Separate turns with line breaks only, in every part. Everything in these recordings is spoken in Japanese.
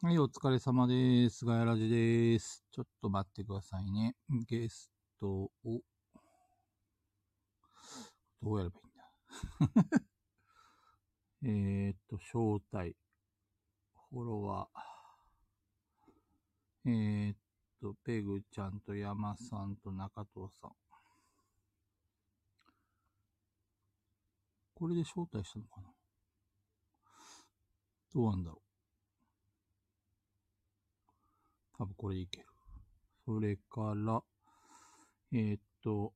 はい、お疲れ様です。ガヤラジです。ちょっと待ってくださいね。ゲストを、どうやればいい んだ。えーっと、招待、フォロワー、えーっと、ペグちゃんと山さんと中藤さん。これで招待したのかなどうなんだろう多分これいける。それから、えーっと、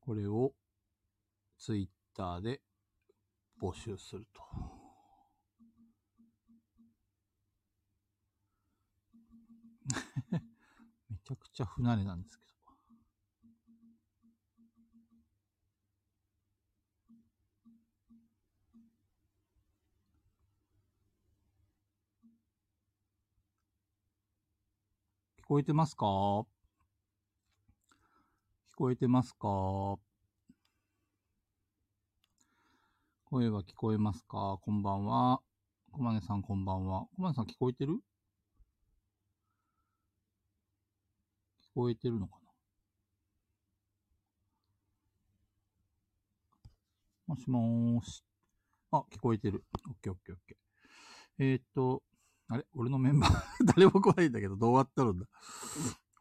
これをツイッターで募集すると。 めちゃくちゃ不慣れなんですけど。聞こえてますか聞こえてますか声は聞こえますかこんばんは。こまねさんこんばんは。こまねさん聞こえてる聞こえてるのかなもしもーし。あ、聞こえてる。オッケーオッケーオッケー。えーっと、あれ俺のメンバー、 誰も来ないんだけど、どうやったるんだ。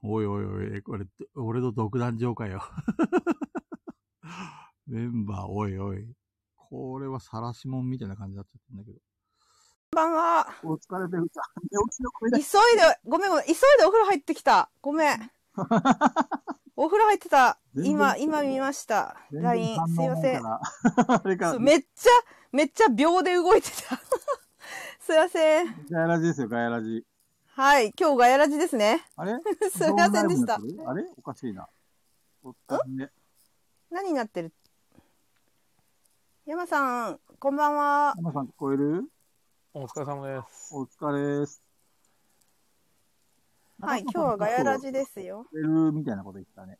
おいおいおい、これ、俺の独断上かよ。 メンバー、おいおい。これは晒しもんみたいな感じになっちゃってるんだけど。
こんばんは。
お疲れで うさ。寝起きの声
急いで、 ごめんごめん。急いでお風呂入ってきた。ごめ ん。お風呂入ってた。今、今見ました。LINE。すいません。
あれか
そう、めっちゃ、めっちゃ秒で動いてた。 すいません。
ガヤラジですよ、ガヤラジ。
はい。今日ガヤラジですね。
あれ
すいませんでした
ドームライブのやつあれおかしいな。おっさんね
何になってる山さん、こんばんは。
山さん聞こえる
お疲れ様です。
お疲れです。
はい。今日はガヤラジですよ
聞。こえるみたいなこと言ってたね。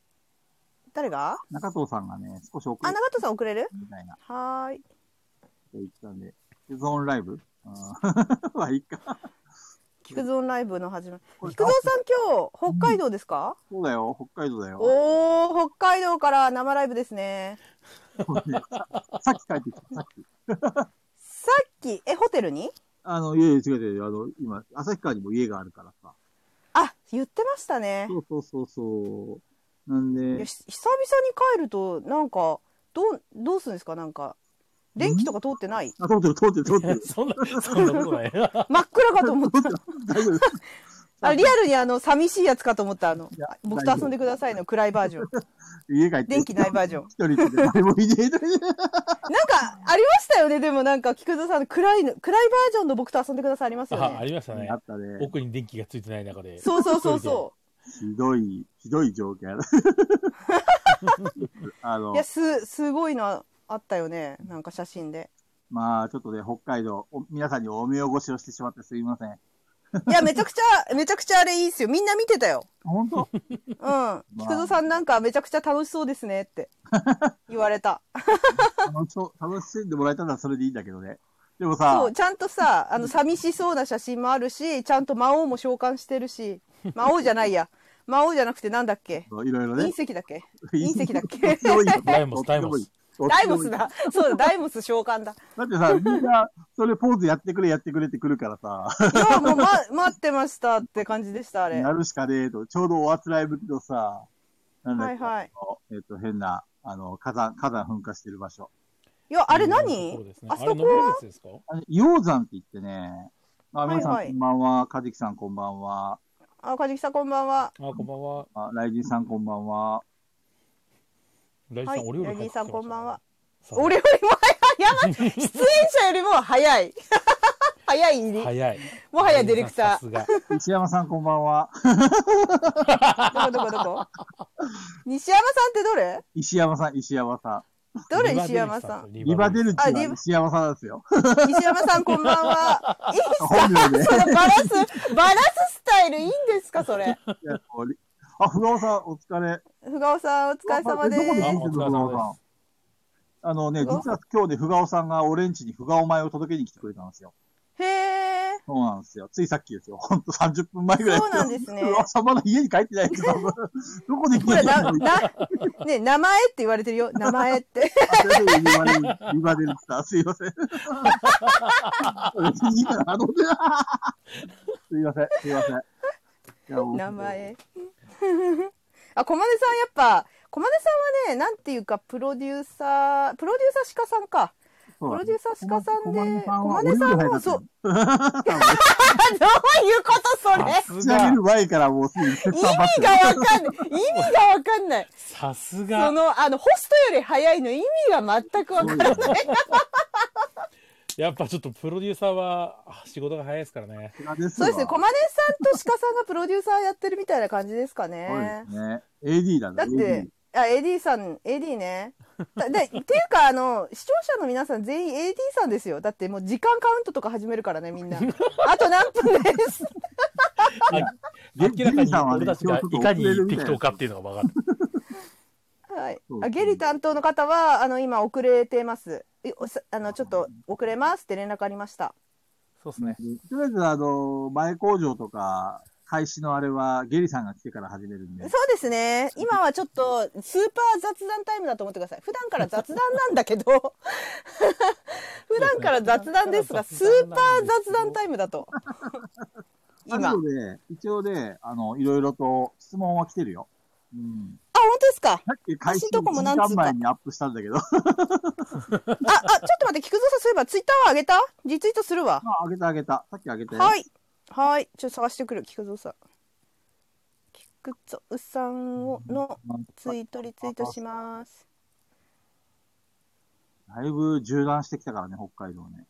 誰が
中藤さんがね、少し遅
あ、
れて
長藤さん遅れる
みたいなこ
はーい。
と言ってたんで、キズオンライブうん まあ、いいか。
菊蔵ライブの始まり。
これ
菊蔵さん今日、北海道ですか、
そうだよ、北海道だよ。
おー、北海道から生ライブですね。
さっき帰ってきた、さっき。
さっき、え、ホテルに
あの、いやいや、違う違う、あの、今、旭川にも家があるからさ。
あ、言ってましたね。
そうそうそうそう。なん
いや
で、
し久々に帰ると、なんか、どう、どうするんですかなんか、電気とか通ってない
あ、通ってる、通ってる、通 ってる。
そんな、そんなことない。
真っ暗かと 思った。
大丈夫。
あ、リアルにあの、寂しいやつかと思った。あの
いや、
僕と遊んでくださいの暗いバージョン。
家帰って。
電気ないバージョン。
一人で誰もいねえのに。
なんか、ありましたよね。でもなんか、菊蔵さんの暗いの、暗いバージョンの僕と遊んでくださいありますよ
あ、あ
ね。
りましたね
あ。ったね。
奥に電気がついてない中で。
そうそうそうそ
ひどい、ひどい状 況あ
う。
の
いや、、す、すごいのあったよね。なんか写真で。
まあ、ちょっとね、北海道、お皆さんにお目汚しをしてしまってすみません。
いや、めちゃくちゃ、めちゃくちゃあれいいっすよ。みんな見てたよ。
本当
うん。菊蔵さんなんかめちゃくちゃ楽しそうですねって言われた。
楽しそう、楽しんでもらえたらそれでいいんだけどね。でもさ
そう、、ちゃんとさ、あの、寂しそうな写真もあるし、ちゃんと魔王も召喚してるし、魔王じゃないや。魔王じゃなくてなんだっけ
いろいろ
隕
ね。
石だっけ隕石だっけ
ダイモスダイモス
ダイモス。だ。そうだ、ダイモス召喚だ。
だってさ、みんな、それポーズやってくれ、やってくれってくるからさ、
いや、もう、ま、待ってましたって感じでした、 あれ。
や
は
るしかねえと、ちょうどおあつらいぶきのさ、なんだっけ、
いはい。
えっ、と、変な、あの、火山、火山噴火してる場所。
いや、あれ
そう
何
ですね
あ
あ
そ
れ
こ
登れるやつですか
あれ、溶山って言ってね、あ、皆さん、
はいはい
こんばんは、かじきさんこんばんは、
あ、かじきさんこんばんは。
あ、こんばんは。
あ、ライジンさんこんばんは、
ライジ
は
さ
い、
ん、俺より
ヤギーさんこんばんは。
俺
俺よりも早い。やばい。出演者よりも早 い。早い入り。
早い。
もはやディレクタ
さすが。
石山さんこんばんは、
ー。どこどこど こ西山さんってどれ
石山さん、石山さ
どれ石山さん。
ん
ん。リバデルチは
あリバ
石山さんなんですよ。
西山さんこんばん は。いいっ
本名で。い
すかそのバラす、バラすスタイルいいんですかそれ。
やもうあ、ふがおさん、お疲れ。
ふがおさんお疲れ様で
どこで聞
あ
す。
い
お
てるのふ
疲れ
がお
様
さん。あのね、
ふがお
実は今日ね、ふがおさんが俺んちにふがお前を届けに来てくれたんですよ。
へえ。
そうなんですよ。ついさっきですよ。ほんと30分前ぐらい
そうなんですね。
うわさまだ家に帰ってないですよ。どこで
こ
聞
れ
いた
な、
の
な、ね、名前って言われてるよ。名前って。
言われる、言われるさ、すいません。いいからあのすいません、すいません。いやもう
名前。 あ、駒根さんやっぱ、駒根さんはね、なんていうか、プロデューサー、プロデューサー鹿さんか。
そ
プ
うなん
ロ
です
デューサー鹿さん
駒根
で、
さんは
駒根さんもそう。あ、どういうことそれ
さす
打ち上げ
が
る。前からもうすぐにセッ
意
ターバ
味がわかんない。意味がわかんない。
さす
そ
が。
の、あの、ホストより早いの意味が全くわかんない。
ック。
やっぱちょっとプロデューサーはあ仕事が早いですからね。
そうです
そうですね、駒根さんと鹿さんがプロデューサーやってるみたいな感じですか
そうで
ね。
すね。AD だね。
だっ
AD
て、あ、AD さん、AD ね。だで、っていうか、あの、視聴者の皆さん全員 AD さんですよ。だってもう時間カウントとか始めるからね、みん な。あと何分です。
明らか
ゲリ
に
さんはね
俺たちがいかに適当かっていうのが分かる。
はい
そう。
あ、ゲリ担当の方は、あの、今遅れてます。いおさあの、ちょっと遅れますって連絡ありました。
そうですね。
とりあえず、あの、前工場とか、開始のあれは、ゲリさんが来てから始めるんで
そう。ですね。今はちょっと、スーパー雑談タイムだと思ってください。普段から雑談なんだけど、 普段から雑談ですが、スーパー雑談タイムだ と。今。あ、
な
本
ので、一応ね、あの、いろいろと質問は来てるよ。うん。
当ですか
さっき開始
私
1
んとこも
時
なんつうか
間前にアップしたんだけど、
あ、あ、ちょっと待って、菊蔵さん、そういえば、ツイッターは上げたリツイートするわ。
あ、あげたあげた。さっきあげたよ。。
はいい。はい。ちょっと探してくる、菊蔵さん。菊蔵さんをのツイートリツイートします。
だいぶ縦断してきたからね、北海道ね。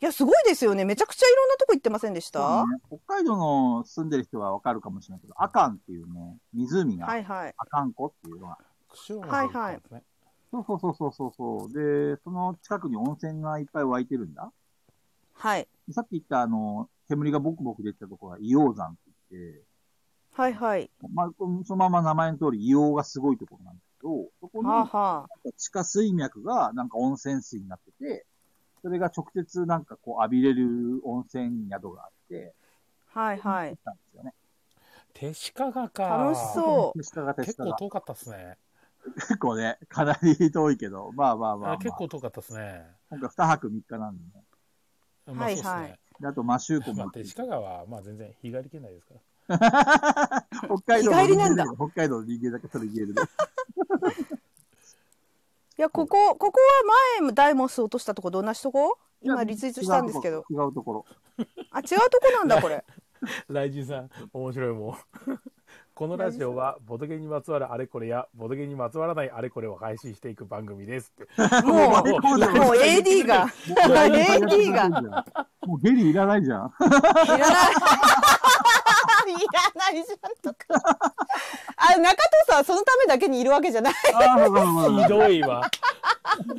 いや、すごいですよね。めちゃくちゃいろんなとこ行ってませんでした、
そうね北海道の住んでる人はわかるかもしれないけど、アカンっていうね、湖が、
はいはい。
アカン湖っていうのが、
釧路の方行ったんですね
そうそうそうそうそうそう。で、その近くに温泉がいっぱい湧いてるんだ。
はい。
でさっき言ったあの、煙がボクボク出てたところは硫黄山って言って、
はいはい。
まあ、そのまま名前の通り硫黄がすごいところなんだけど、そこ
はあ
の
はあ。
地下水脈がなんか温泉水になってて、それが直接なんかこう浴びれる温泉宿があって、
はいはい
行っ。たんですよね。
手鹿がか。
楽しそう。
手下が手
結
下が
構。遠かったですね。
結構ね、かなり遠いけど、まあまあまあ、まあ
あ結構遠かったですね。
今回2泊3日なんでね。
まあそうです
はいはい
ね。
であと、マシューコ
まあ
も。
手鹿川はまあ全然日帰り圏内ですから。
北海道の
日帰りなんだ
人間けど北海道の人間だけそれ言えるね。
いや、ここ、ここは前もダイモス落としたとこ、どんなしとこ今リツイートしたんですけど。
違うところ。
あ、違うとこなんだ、これ。
雷神さん、面白いもん。 このラジオは、ボドゲにまつわるあれこれや、ボドゲにまつわらないあれこれを配信していく番組ですって。
もう、も
も
う
う
AD が、AD が、いらない。
もうゲリいらないじゃん。
いらないじゃんとか。あ、中藤さんはそのためだけにいるわけじゃない。これを
ああ、まあまあま
ひ
あ。
どい わ。
言うた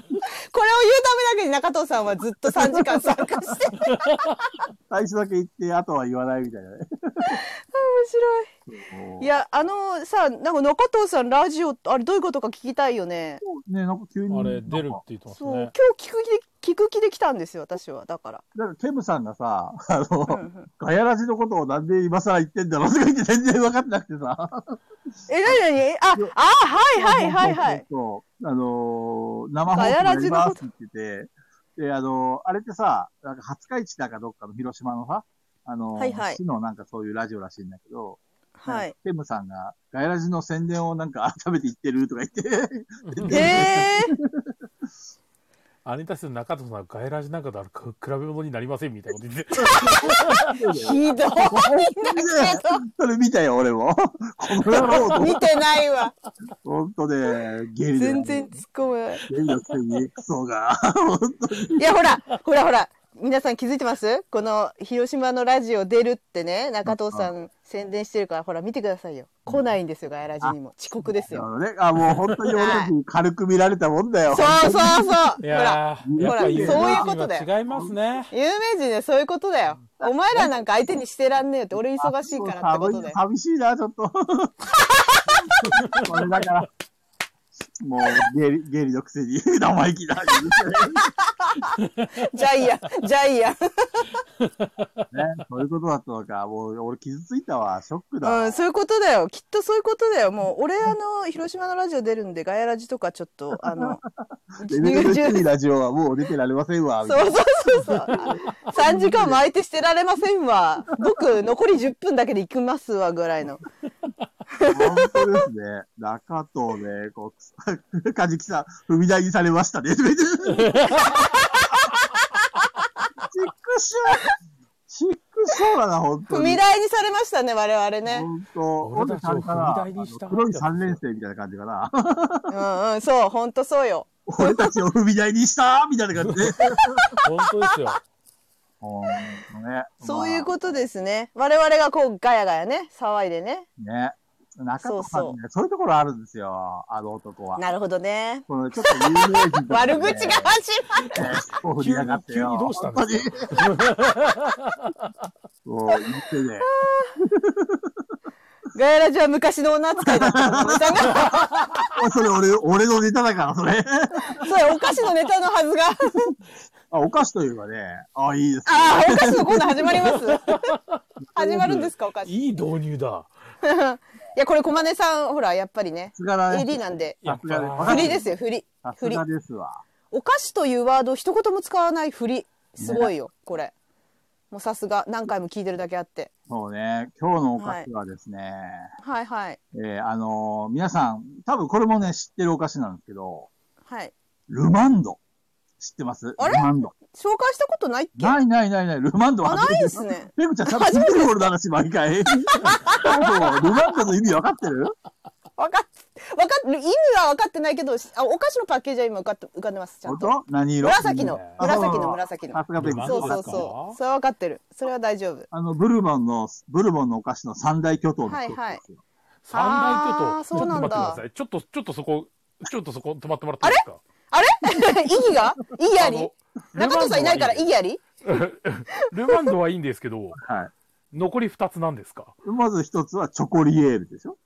めだけに中藤さんはずっと3時間参加してる。面
最初だけ言って、あとは言わないみたいなね。
白い。い
や、
や、あのさ、なんか中藤さんラジオ、あれどういうことか聞きたいよね。
ね、なんか急に。
あれ、出る
なん
っ
か
て言ってます
そう、今
ね。
日聞く気で、聞く気で来たんですよ、私は。だから。
だから、ケムさんがさ、あの、
うんうん
ガヤラジのことをなんで今更言ってんだろうとか言って全然分かってなくてさ。
え、なになにえあ、あ、はいはいはいはい。
そう。あのー、生放送
ガヤラジのこと
やりますって言ってて、で、あのーあれってさ、なんか廿日市だかどっかの広島のさ、あのー
はいはい
市のなんかそういうラジオらしいんだけど、
はい。。
ケムさんが、ガヤラジの宣伝をなんか改めて言ってるとか言って、
ええ
あれに対する中藤さんは、ガイラジなんかとは比べ物になりませんみたいなこと言って。
ー、ひどいんだけ
それ見たよ、俺 も。この野郎
ど。
と、
見てないわ。
ほんとね、ゲリだよ
全然突っ込めない。
ゲリのくせに、クソが。
いや、ほら、ほらほら。皆さん気づいてますこの広島のラジオ出るってね、中藤さん宣伝してるから、ほら見てくださいよ。来ないんですよ、ガヤラジにも。遅刻です
あ
よ。
のね、あ、もう本当に俺たちに軽く見られたもんだよ。
そうそうそう。ほ
い
ら、
や
ほ
ー、
ら
やっ
ほ
ぱ
ら
有
そう
い
名
うことだよ
人は違いますね。
有名人ね、そういうことだよ。お前らなんか相手にしてらんねえよって、俺忙しいからってことだよ。
寂しいな、ちょっと。 これだから。もう、ゲリ、ゲリのくせに、生意気だ。
ジャイアン、ジャイアン。
ね。そういうことだったのか。もう、俺傷ついたわ。ショックだわ。
うん、そういうことだよ。きっとそういうことだよ。もう、俺、あの、広島のラジオ出るんで、ガヤラジとかちょっと、あの、
レベル3ラジオはもう出てられませんわ。みたい
そ
な
うそうそう そう。3時間も相手してられませんわ。僕、残り10分だけで行きますわ、ぐらいの。
本当ですね。中藤ね、こう、かじきさん、踏み台にされましたね。 ちっくしょうちっくしょうだな、本当
踏
に。
み台にされましたね、我々ね。
本当。
俺たち
ほん
を
で
踏み台にした
あの黒い三連生みたいな感じかな。
うんうん、そう、ほんとそうよ。
俺たちを踏み台にしたみたいな感じで。
本当 ですよ。
ほんとね。
そういう
と。
ことですね。我々がこう、ガヤガヤね、騒いでね。
ね。中
そう
藤さん
そう
ね、そういうところあるんですよ。あの男は。
なるほどね。
このちょっと有名人とかね、
悪口が始まる。
こう振りやがってよ。
急に急にどうしたんです
本当に そう、言ってね。
ガヤラジは昔の女扱いだった のネタが。
あそれ俺、俺のネタだから、それ。
そう、お菓子のネタのはずが。
あ、お菓子というかね。あ、いいです。
ああ、お菓子のコーナー始まります。始まるんですか、お菓子。い
いい導入だ。
や、これ、コマネさん、ほら、やっぱりね
さ、すがだ
AD
ね。
なんで、
やっぱり
さ
振
が
り
に
ですよ、振り。
さ
振
す
り
が。ですわ。
お菓子というワードを一言も使わない振り。すごいよ、これ。もうさすが、何回も聞いてるだけあって。
そうね。今日のお菓子はですね、
はいはい。
えーあのー皆さん、多分これもね、知ってるお菓子なんですけど、
はい。
ルマンド。知ってますル
あれ
マンド。
紹介したことないっけ
ないないないない、ルマンド
あ、
初
な
め
い
て
ですね。
ペグちゃん、ちゃんと聞いてる俺の話、毎回。 そうルマンドの意味わかってる
わかっ、わかっ、意味は分かってないけど、しあ、お菓子のパッケージは今浮かって、浮かんでます、ちゃん
本
と。
当何色
紫の
いいね、
あそう
紫の、紫の
さ。すがペグちゃん。
そうそ
紫
う
か
そう。それは分かってる。それは大丈夫。
あの、ブルボンの、ブルボンのお菓子の三大巨頭の一つですよ。
はいはい
三大巨
あー
頭。
そうなんだ
ちょっと待ってください。ちょっと、ちょっとそこ、ちょっとそこ止まってもらっていいですか
あれ 意義が意義あり
あの
中藤さんいないから
ル
意義あり
マンドはいいんですけど、
はい。
残り二つなんですか
まず一つはチョコリエールでしょ、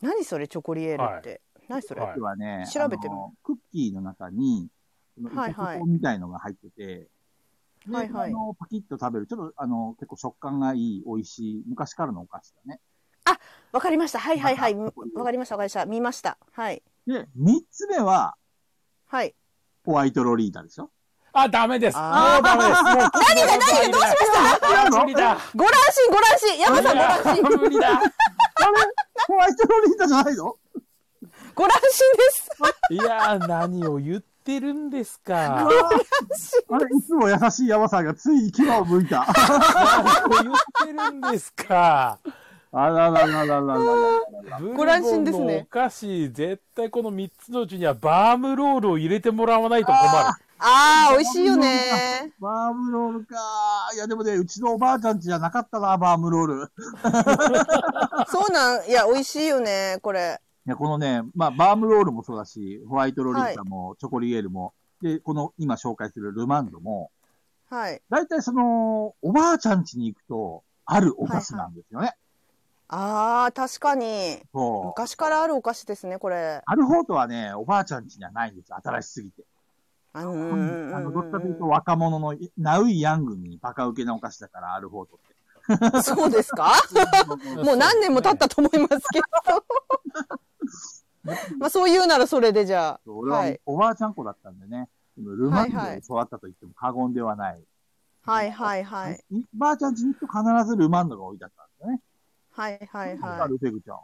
何それチョコリエールって。何それ
はい
ではね、
調べてみ
あのクッキーの中に、その
はいはい
イチゴみたいのが入ってて、で
はいはい
あの、パキッと食べる、ちょっと、あの、結構食感がいい、美味しい、昔からのお菓子だね。
わかりました。はいはいはい。
な
わ
んかこういう
かりましたわかりました。見ました。はい。
で、三つ目は、
はい。
ホワイトロリータでしょ
あ、ダメです。もう
あー
ダメです。何が何がどうしました無理だ。
ご乱心ご乱心山さんご乱心
無理だ。
ホワイトロリータじゃないの
ご乱心です。
いやー、何を言ってるんですか。
あれ、いつも優しい山さんがついに牙を剥いた。
何を言ってるんですか。
あららららららら。
ご乱心ですね
ブルボンのお菓子、絶対この三つのうちにはバームロールを入れてもらわないと困
あー、美味しいよね。
バームロールかいや、でもね、うちのおばあちゃんちじゃなかったな、バームロール。
そうなん、いや、美味しいよね、これ。
いや、このね、まあ、バームロールもそうだし、ホワイトロリータも、チョコリエールも、で、この今紹介するルマンドも、
はい。
大体その、おばあちゃん家に行くと、あるお菓子なんですよね。
あー、確かに。
そう。
昔からあるお菓子ですね、これ。
ある方とはね、おばあちゃん家にはないんですよ。新しすぎて。
あの、う
あ
んうんうん
の、どっちかというと
う
若者の、ナウイヤングにバカ受けなお菓子だから、ある方とって。
んそうですか
る。。
もう何年も経ったたと思いますけ ど。まあそう言うならそれでじゃあ。
俺は、
はい
おばあちゃん子だったんでね、でもルマンド
はいは
で
い
育ったと言っても過言ではない。
はいはいはい。
いばあちゃん家に行くと必ずルマンドが置いてあったんですよね。
はいはい
あ
は
るフェグちゃん。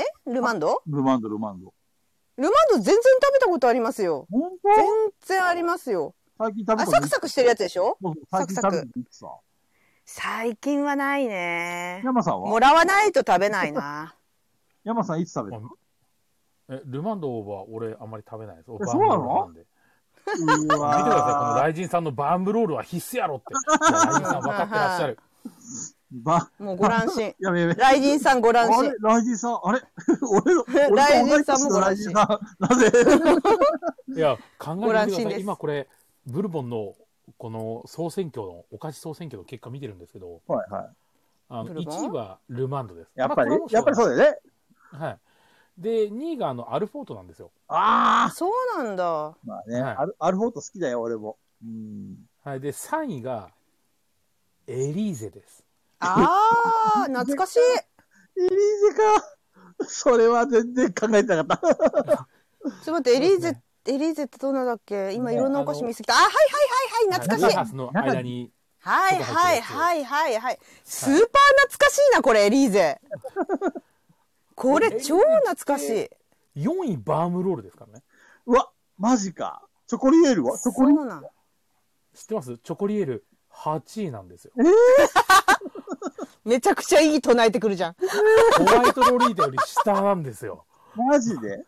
い。ルマンド
ルマンド、ルマンド。
ルマンド全然食べたことありますよ。
本
全
当
然ありますよ。
最近食べた
あ、サクサクしてるやつでしょ
そうそう最近
サクサク
食べてさ。
最近はないね。
山さん
も
は
らわないと食べないな。
山さんいつ食べたの
え、ルマンドは俺あんまり食べないです。
そうなの
見て
見てく
ください、この雷神さんのバームロールは必須や ろって。雷神さん分かってらっしゃる。
ば、
もうご乱心。
やべやべ。
雷神さんご乱
あ
心
れ。ライジンさん、あれ 俺の、
ライジ
俺
ンさんも
と同い年のライジンさん、なぜ
いや、考
ご
えて
乱心
みてくだ
で
さ
す
い。今これ、ブルボンのこの総選挙の、お菓子総選挙の結果見てるんですけど、
はいは
あ
ブ
の
ルボン
1位はルマンドです。
い。やっぱり
まあ、
やっぱりそうだよね。
はい。で、2位があの、アルフォートなんですよ。
ああ
そうなんだ。
まあね、
はい
アルアルフォート好きだよ、俺も。うん。
はい。で、3位が、エリーゼです。
ああ、懐かしい。
エリーゼか。 それは全然考えてなかった。
ちょっと待って、エリー
そう
ゼ
で、
エリーゼってどんなだっけ今
ね
いろんなお菓子
あの
見すぎた。あ、はいはいはいはい、懐かしい。
ハスの間に、
はいはいはいはいはい。スーパー懐かしいな、これ、エリーゼ。これ、超懐かしい。
4位バームロールですからね。
うわ、マジか。チョコリエールはチョコリ
そうなん。
知ってますチョコリエール8位なんですよ。
めちゃくちゃいい唱えてくるじゃん。
ホワイトロリータより下なんですよ。
マジで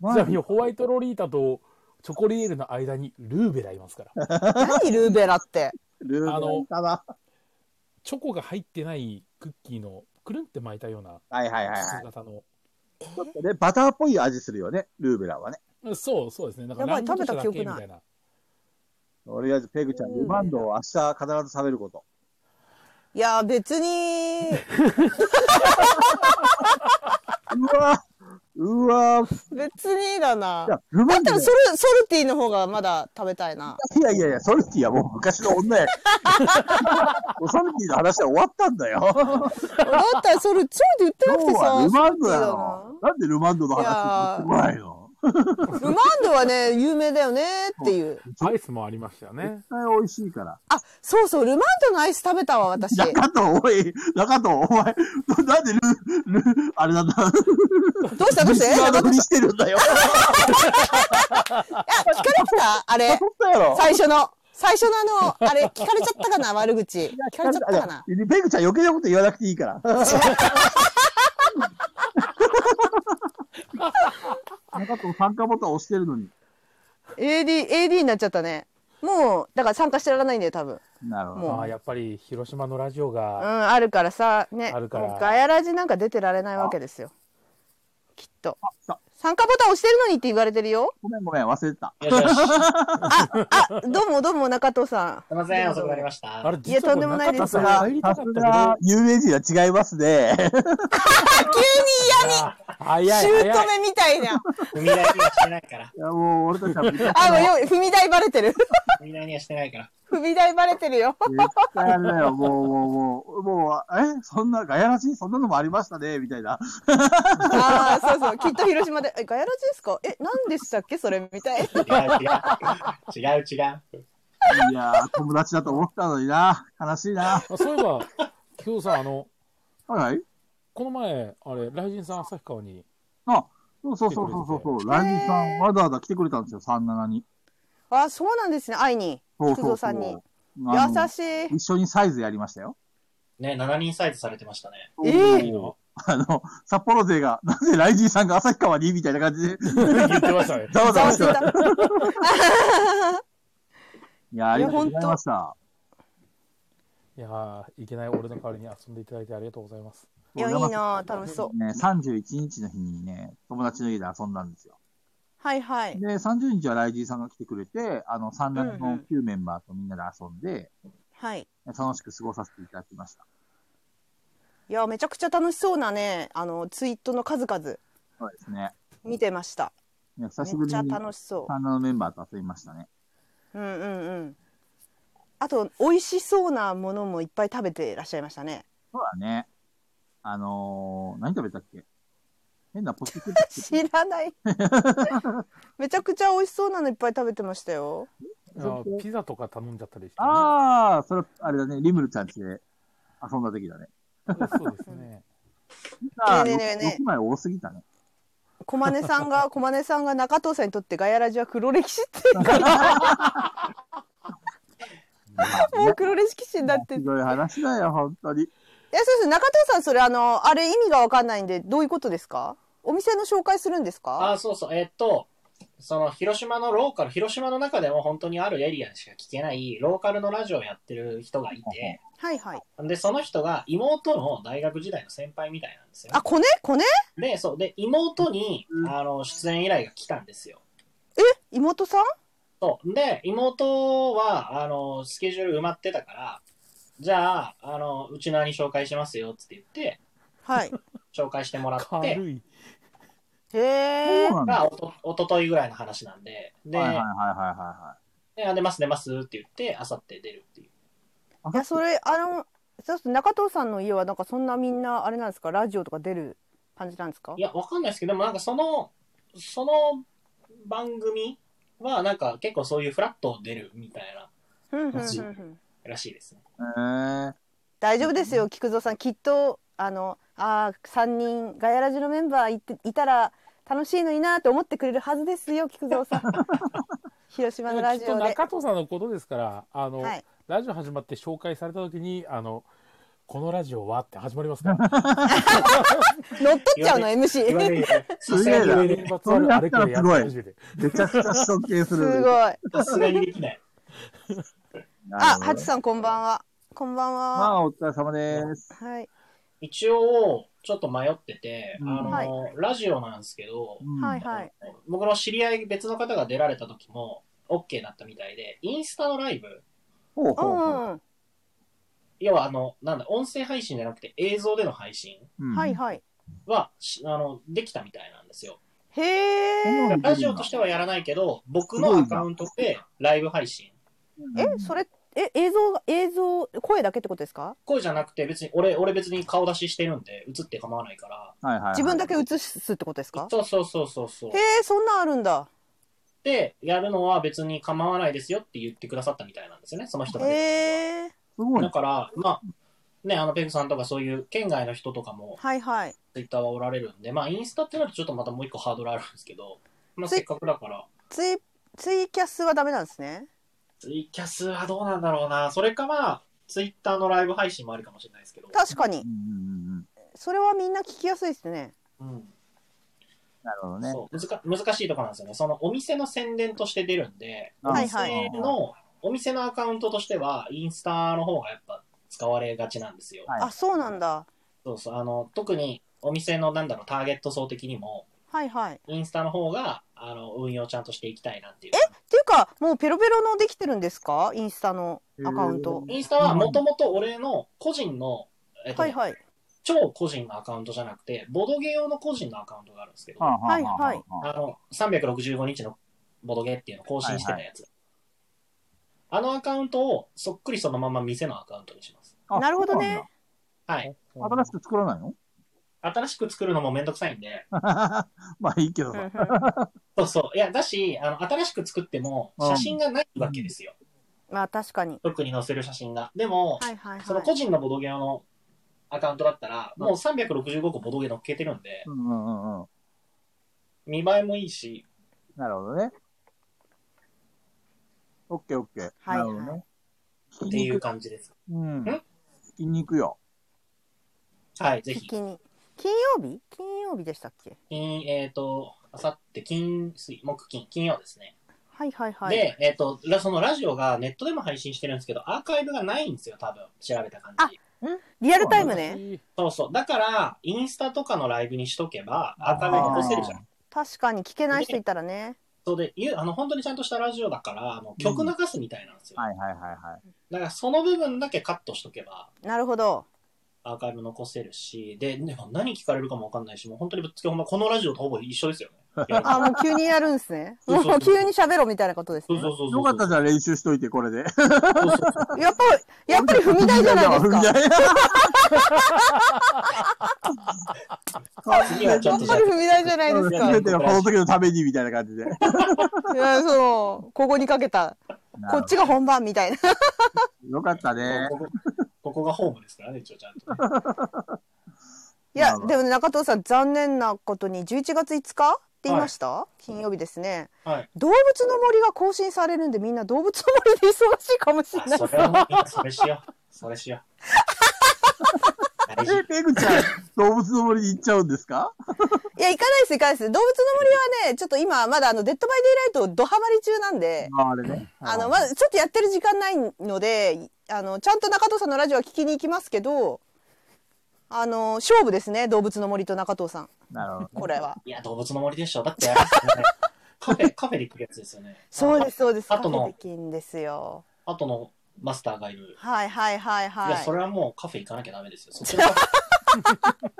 マ
ちな
ジ
みにホワイトロリータとチョコリエールの間にルーベラいますから。
何、ルーベラって。
ルー
あの
のただ。
チョコが入ってないクッキーのくるんって巻いたような
はいはいはいは
筒型の。
い。で、バターっぽい味するよね、ルーベラはね。
そうそうですね。なんか
やば
ラ
い
ンドセルだけ
食べた記憶
み
ない
たいな。
とりあえず、ペグちゃん、ルマンドを明日必ず食べること。
いや、別に、
うわうわい
別にだな。
や、ル
だ
マ
っ
ン
た
ド
ら
ね
ソル、ソルティの方がまだ食べたいな。
いやいやいや、ソルティはもう昔の女や。もうソルティの話は終わったんだよ。
だったらソル、ソルティ
今
売っ
日
てなくて
は
さ、
ル
ソ
マン
ルテ
ドや
ィだ
ろ。なんでルマンドの話を持ってこないの
な。ルマンドはね、有名だよねっていう。
アイスもありましたよね。
絶対美味しいから。
あ、そうそう、ルマンドのアイス食べたわ、私。
中藤、おい、中藤、お前、なんでル、ル、あれなんだ、
どうしたどう
リ
し
ス
た
ナーのふ
あ、
りしてるん だよ。
聞かれてたあれ。
そったやろ。
最初の、最初のあの、あれ、聞かれちゃったかな悪口。聞かれちゃったかな
あいやペグちゃん余計なこと言わなくていいから。中藤参加ボタン押してるのに。
?AD、AD になっちゃったね。もう、だから参加してられないんだよ、多分。
なるほ
も
ど。
う
ああ、やっぱり広島のラジオ
うん、
が、
あるからさ、ね。
あるから
もうガヤラジなんか出てられないわけですよ。きっと
来た。
参加ボタン押してるのにって言われてるよ。
ごめんごめん、忘れてた。
よしよし。す
あ、あ、どうもどうも中藤さ
いません、遅くなりました。
あれ、
いやとんでもないで
さ
す
す
が
が
入り、た
さ
かっ
す
た
が、有名人は違いますね。
けど、早い
ん。
早い。
姑みたいな。
踏み台にはしてないから。
いや、もう俺たちは見たく
あ、
ない、
もうよ、踏み台バレてる。
踏み台にはしてないから。
踏み台バレてるよ。
絶対あれだよ、 もう、もう、もう、もう、えそんな、ガヤらしいそんなのもありましたね、みたいな。
ああ、そうそう。きっと広島で、え、ガヤラジですかえ、何でしたっけそれみたいな。
違う違う。違う違う。
いやー、友達だと思ったのにな。悲しいな。
あそういえば、菊蔵さん、あの、
はいはい。
この前、あれ、雷神さん旭川に、
あ、そうそうそうそうそうそう。ラインさん、わざわざ来てくれたんですよ、37に。
あ、そうなんですね。会いに。
そう
菊
そうそう。
蔵さんに。
あの
優しい。
一緒にサイズやりましたよ。
ね、7人サイズされてましたね。
え
いいの
あの、札幌勢が、なぜライジンさんが旭川にみたいな感 じで、
言ってましたね。
ざわざ
ざ
わ
わ
し
つ
て
い
ました。
た。
いやー、ありがとうございました。
いやーいけない俺の代わりに遊んでいただいてありがとうございます。
いや、いいなー楽しそう。
ね、31日の日にね、友達の家で遊んだんですよ。
はいはい。
で、30日はライジンさんが来てくれて、あの、37
うんう
の
ん
旧メンバーとみんなで遊んで、
はい。
楽しく過ごさせていただきました。
いや、めちゃくちゃ楽しそうなね、あの、ツイートの数々
そうですね。
見てました。
いや
め
久しぶ
っ
り
ちゃ
に、
楽しそ
37のメンバーと遊びましたね。
う。うんうんうん。あと、美味しそうなものもいっぱい食べていらっしゃいましたね。
そうだね。あのー、何食べたっけ変なポテトチップス。
知 らない。めちゃくちゃ美味しそうなのいっぱい食べてましたよ。
いやーピザとか頼んじゃったりして、ね。
ああ、それ、あれだね、リムルちゃんちで遊んだ時だね。
そうですね。
さあ、
ねえねえねえねえ
6枚多すぎたね。
小金さん が、小金さんが中藤さんにとってガヤラジは黒歴史ってい うから、も う黒歴史になって
ひ
る。
どい話だよ、本当に。
いや、そうです。中藤さん、それ、あの、あれ意味がわかんないんで、どういうことですかお店の紹介するんですか
あ、そうそう。えっと、その広島のローカル、広島の中でも本当にあるエリアにしか聞けないローカルのラジオをやってる人がいて、
はいはい。
で、その人が妹の大学時代の先輩みたいなんですよ。
あ、コネコネ
で、そう。で、妹に
う、ん
あの、出演依頼が来たんですよ。
妹さん
そう。で、妹は、あの、スケジュール埋まってたから、じゃあ、あの、うちの兄紹介しますよ、つって言って、
はい。
紹介してもらって、
軽い。
へ
そう
え。
なんだ。
がおとおとといぐらいの話なんで、で、
はいはいはいはいは
であ出ます出ますって言って、あさって出るっていう。
い。
いや、それ、あの、そうすると中藤さんの家は、なんかそんなみんな、あれなんですか、ラジオとか出る感じなんですか
いや、わかんないですけど、でもなんかその、その番組はなんか結構そういうフラット出るみたいな
ふんふんふんふん
らしいですね。
え
大丈夫ですよ、菊蔵さん。きっと、あの、ああ、3人、ガヤラジのメンバーいていたら、楽しいのになって思ってくれるはずですよ、菊蔵さん。広島のラ
き
ジ
っと
オで。
中藤さんのことですから、あの、
はい。
ラジオ始まって紹介された時に、あの、このラジオはって始まりますから。
乗っ取っちゃうの、MC。
言われるよねさ
す
す
げえ
がに言わ
な
れ
芸人
るよね
にまつわるあれこれやって初めて。
ー、めちゃくちゃ尊敬す
す
る。
ごい。
さすがにできない。
なる
あ
ほ、ど
ハチさんこんばんは。こんばん
ま
は。
あ、お疲れ様です。
はい。
一応、ちょっと迷ってて、
うん
あの、
は
ラジオなんですけど、
うん
はいはい。
僕の知り合い別の方が出られた時も OK だったみたいで、インスタのライブ、
ほうほう
う
ほ
んうん。
要はあの、なんだ、音声配信じゃなくて映像での配信
う。
はいはい。
は、しあの、できたみたいなんですよ。
へ
うん
え。
ラジオとしてはやらないけど、僕のアカウントでライブ配信。
い。
え、それ、え、映像が、映像、声だけってことですか
声じゃなくて別に、俺、俺別に顔出ししてるんで、映って構わないから。
はいはい。
自分だけ映すってことですか
そうそうそうそうそう
へ。え、そんなんあるんだ。
で、やるのは別に構わないですよって言ってくださったみたいなんですよね、その人が出て
へえ。
すごい
だ。から、まあ、ね、あの、ペグさんとかそういう県外の人とかも、
はいはい。
ツイッターはおられるんで、まあ、インスタってなるとちょっとまたもう一個ハードルあるんですけど、まあ、
ツイ
せっかくだから、
ツイ、ツイキャスはダメなんですね。
ツイキャスはどうなんだろうな。それかまあ、ツイッターのライブ配信もあるかもしれないですけど。
確か
う
に
ん。うんうんうん
それはみんな聞きやすいですね。
うん。
なるほどね。
そう難難しいところなんですよね。そのお店の宣伝として出るんで、
あ
はいはい
お店の、お店のアカウントとしては、インスタの方がやっぱ使われがちなんですよ。
はい
あ、そうなんだ。
そうそう。あの、特にお店のなんだろう、ターゲット層的にも、
はいはい。っ
インスタの方が、あの、運用ちゃんとしていきたいなっていう。
ていうか、もうペロペロのできてるんですかインスタのアカウント。
インスタはもともと俺の個人の、えっと
は
ね
いはい。
超個人のアカウントじゃなくて、ボドゲ用の個人のアカウントがあるんですけど、
はあはあはあはあ
はいはい
あの、365日のボドゲっていうのを更新してたやつ。あのアカウントをそっくりそのまま店のアカウントにします。
あ
なるほどね。
はい。
そうなんだ新しく作らないの
新しく作るのもめんどくさいんで。
まあいいけど
うん
さ。
うん
そうそう。いや、だし、あの、新しく作っても写真がないわけですよ。
まあ確かに。
特に載せる写真が。でも、
はいはいはい。
その個人のボドゲ用のアカウントだったら、もう365個ボドゲ乗っけてるんで、
うんうんうんうん。
見栄えもいいし、
なるほどね。オッケーオッケー。
はい
なる
はい
ほどね。
っ
聞き
て
に
い
行
う
く。
感じです。
うん。
ん
聞きに行くよ。
はい、ぜ
聞
ひ。
きに。金曜日金曜日でしたっけ
金、えっ、と、あさって金、水、木、金、金曜ですね。
はいはいはい。
で、えっ、と、ラそのラジオがネットでも配信してるんですけど、アーカイブがないんですよ、多分。調べた感じ。
リアルタイムね。。
そうそう。だから、インスタとかのライブにしとけば、アーカイブ残せるじゃん。
確かに聞けない人いたらね。
そうで、ゆあの、本当にちゃんとしたラジオだから、あの曲流すみたいなんですよ。
はいはいはいはい。
だから、その部分だけカットしとけば、
なるほ ど。
アーカイブ残せるし、で、でも何聞かれるかもわかんないし、もう本当にぶっつけほんま、このラジオとほぼ一緒ですよね。やる
あ、もう急にやるんですね。
そう
も
そうそう
う急に喋ろみたいなことです
そう
ね。
そうそうそう。
よかったじゃん、練習しといて、これで。
そ うそうそう
やっぱ、やっぱり踏み台じゃない ですか。やっ
踏み台
次はちょっとじ
ぱ
ゃあ
り踏み台じゃないです
だ。
か
全。てはこの時のために、みたいな感 じで。
いや、そう。ここにかけた。こっちが本番みたいな。
よかったね。
ここここがホームですからね、一応ちゃんと、ね。
いや
なるほ、ど
でもね、中藤さん、残念なことに、11月5日って言いました、金曜日ですね。
はい。
動物の森が更新されるんで、みんな動物の森で忙しいかもし れな
あ、
い
そ。れはもういいそれしよう。それし よう。大事
え、。ペグちゃん、動物の森に行っちゃうんですか
いや、行かないです、行かないです。動物の森はね、ちょっと今、まだあの、デッドバイデイライト、ドハマり中なんで、
ああれね。
あの、まだちょっとやってる時間ないので、あの、ちゃんと中藤さんのラジオは聞きに行きますけど、あの、勝負ですね、動物の森と中藤さん、
なるほど。
これは。
いや、動物の森でしょ。だってあれですよね、カフェ、カフェで行くやつですよね。
そうです、そうです。カ
あ
フ
との
ェできんですよ。
あとのマスターがいる。
はいはいはいはいい。
や、それはもうカフェ行かなきゃダメですよ。そっちのカフェ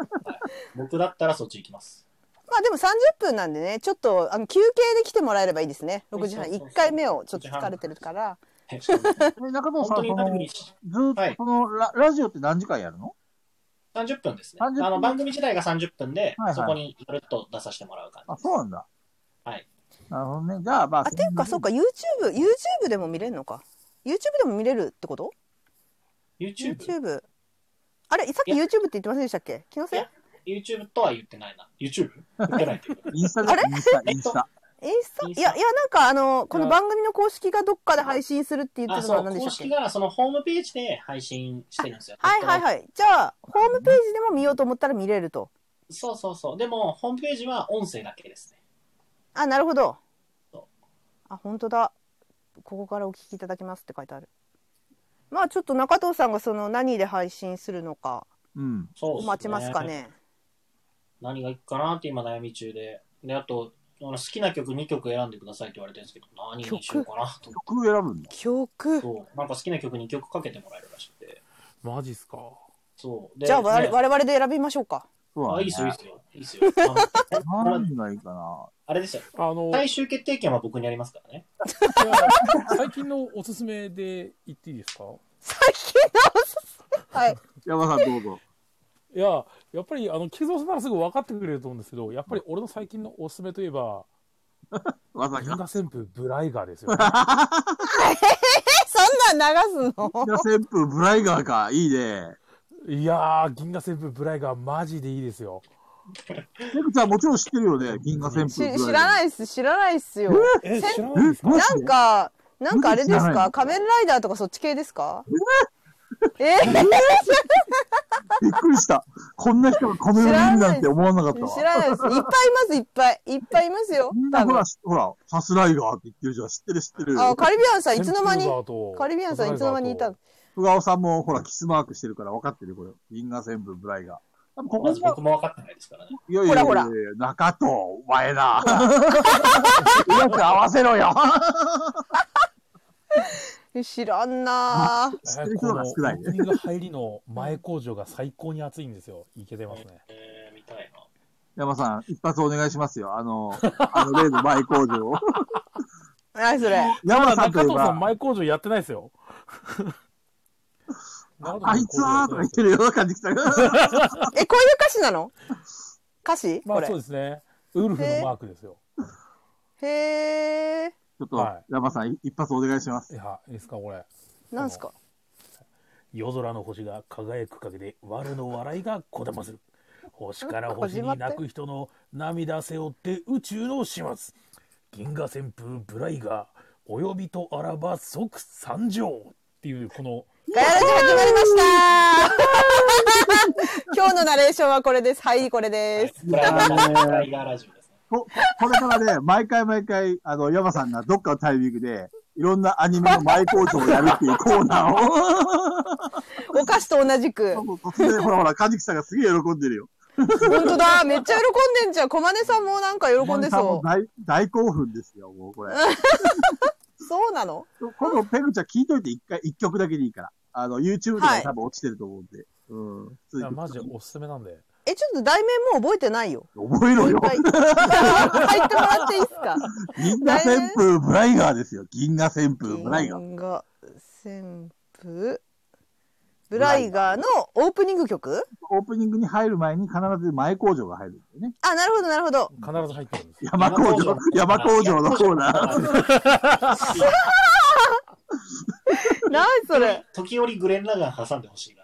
僕だったらそっち行きます。
まあでも30分なんでね、ちょっとあの休憩で来てもらえればいいですね。6時半、
そうそうそう
1回目をちょっと疲れてるから。
えちょっと
え中藤
本
さん、
当
そ
に
の
何に
ずーっと、
はい
そのラ、ラジオって何時間やるの
30分ですね。
30分
あの番組自体が30分で、
はいはい
そこにまるっと出させてもらう感じ
あ、
です。
そうなんだ。
はい。
なるほどね。じゃあ、まあ、
あ、ていうか、そうか、YouTube、YouTube でも見れるのか。YouTube でも見れるってこと
YouTube?YouTube
?YouTube。あれ、さっき
い
YouTube って言ってませんでしたっけ気のせい
いやとは言ってないな。YouTube? 言ってないけど。
インスタで、インスタ、インスタ。
インスタ
イン
い
スタ
や、いや、なんかあの、この番組の公式がどっかで配信するって言って
あ、
たの
そ
は
う、
何でした
公
っけ
式がそのホームページで配信してるんですよ。
はいはいはい。じゃあ、ホームページでも見ようと思ったら見れると。
い。そうそうそう。でも、ホームページは音声だけですね。
あ、なるほど
そ。
あ、本当だ。ここからお聞きいただけますって書いてある。まあちょっと中藤さんがその何で配信するのか
うん。
そうっ
お
すね
待ちますか。ね。
何がいくかなって今悩み中で。で、あと、あの好きな曲2曲選んでくださいって言われてるんですけど、何にしようかなと思
曲選ぶんだ。
曲。
って。そう。なんか好きな曲2曲かけてもらえるらしくて。
マジっすか。
そう。で
じゃあ我
ね
々我々で選びましょうか。
そうだ、ね。
あ、いいっすよ、いいっすよ。いいっすよ。あの
何がいいかな。
あれですよ。
あの、
最終決定権は僕にありますからね。
じゃあ最近のおすすめで言っていいですか
最近のおすすめ。はい。
山田さん、どうぞ。
いや、やっぱり、あの、木造さんならすぐ分かってくれると思うんですけど、やっぱり俺の最近のおすすめといえば、
わざ
銀河
か。
旋風ブライガーですよ、ね。
え、そんなん流すの？
じゃあ、旋風、ブライガーか。いいね。
いやー、銀河旋風ブライガーマジでいいですよ。
ペクちゃん、もちろん知ってるよね。銀河旋風
し
ブライガー。
知ら
い。
ないっす知らないっすよ。
え、知らない
え
です、か
マ
な
ジ
ん
で
かなんかあれです
知らない
か
の
仮面ライダーとかそっち系で すか？えー、
びっくりした。こんな人がこの世にいるなんて思わなかったわ。
知らないです。いっぱいいますいっぱいいっぱいいますよ
みん。なほ
多分
ら。、ほら、サスライガーって言ってるじゃん。知ってる知ってる。
あ、カリビアンさんいつの間に
旋風バーと
カリビアンさんいつの間にいたの
ふがおさんもほら、キスマークしてるから分かってるよこれ。銀河旋風ブライガー。多分こ
ま
こ
ず
が
僕も分かってないですからね。
いやいやいやいや
ほらほ
中藤、お前な。 うまく合わせろよ。
え知らんなー
知ってる人が少ない
オープ
ね。
ニング入りの前工場が最高に熱いんですよ。いけてますね。
えー、みたいな。
山さん、一発お願いしますよ。あの、あの例の前工 場。
何それ
山さんといえ
中藤さん
ば、
前工場やってないですよ。
あいつはーとか言ってるような感じきた。
えこういう歌詞なの歌詞
ま
こ
あ
れ、
そうですね。ウルフのマークですよ。
へえ
ちょっと、
はい
山さん、一発お願いします。
いや、いいですか、これ。
なんすか
夜空の星が輝く陰で我の笑いがこ だまする星から星に泣く人の涙背負って宇宙の始末銀河旋風ブライガーお呼びとあらば即参上っていうこの
ガヤラジ始まりました 今日のナレーションはこれですはいこれです
ブライガーブライガーラジオですね。
ここれからね、毎回毎回、あの、山さんがどっかのタイミングで、いろんなアニメの前工場をやるっていうコーナ ーを。
お菓子と同じ く
突然、ほらほら、カジキさんがすげえ喜んでるよ。
本当だめっちゃ喜んでんじゃん小金さんもなんか喜んで
さんも
そ
大大興奮ですよ、もうこれ。
うそうなの
今度、ペグちゃん聞いといて一回、一曲だけでいいから。あの、YouTube とかに多分落ちてると思うんで。うん。普通
い
に
やマジでおすすめなんで
えちょっと題名もう覚えてないよ
覚え
も
ろ
う一
よ。
回入ってもらっていいですか
銀河旋風ブライガーですよ。銀河旋風ブライガー。
銀河旋風ブライガーのオープニング曲
オープニングに入る前に必ず前工場が入るんだよね。
あなるほどなるほど
必ず入ってるんですよ
山工場、山工場のコーナー。
ー。
何それ
時折グレンラガン挟んでほしいな。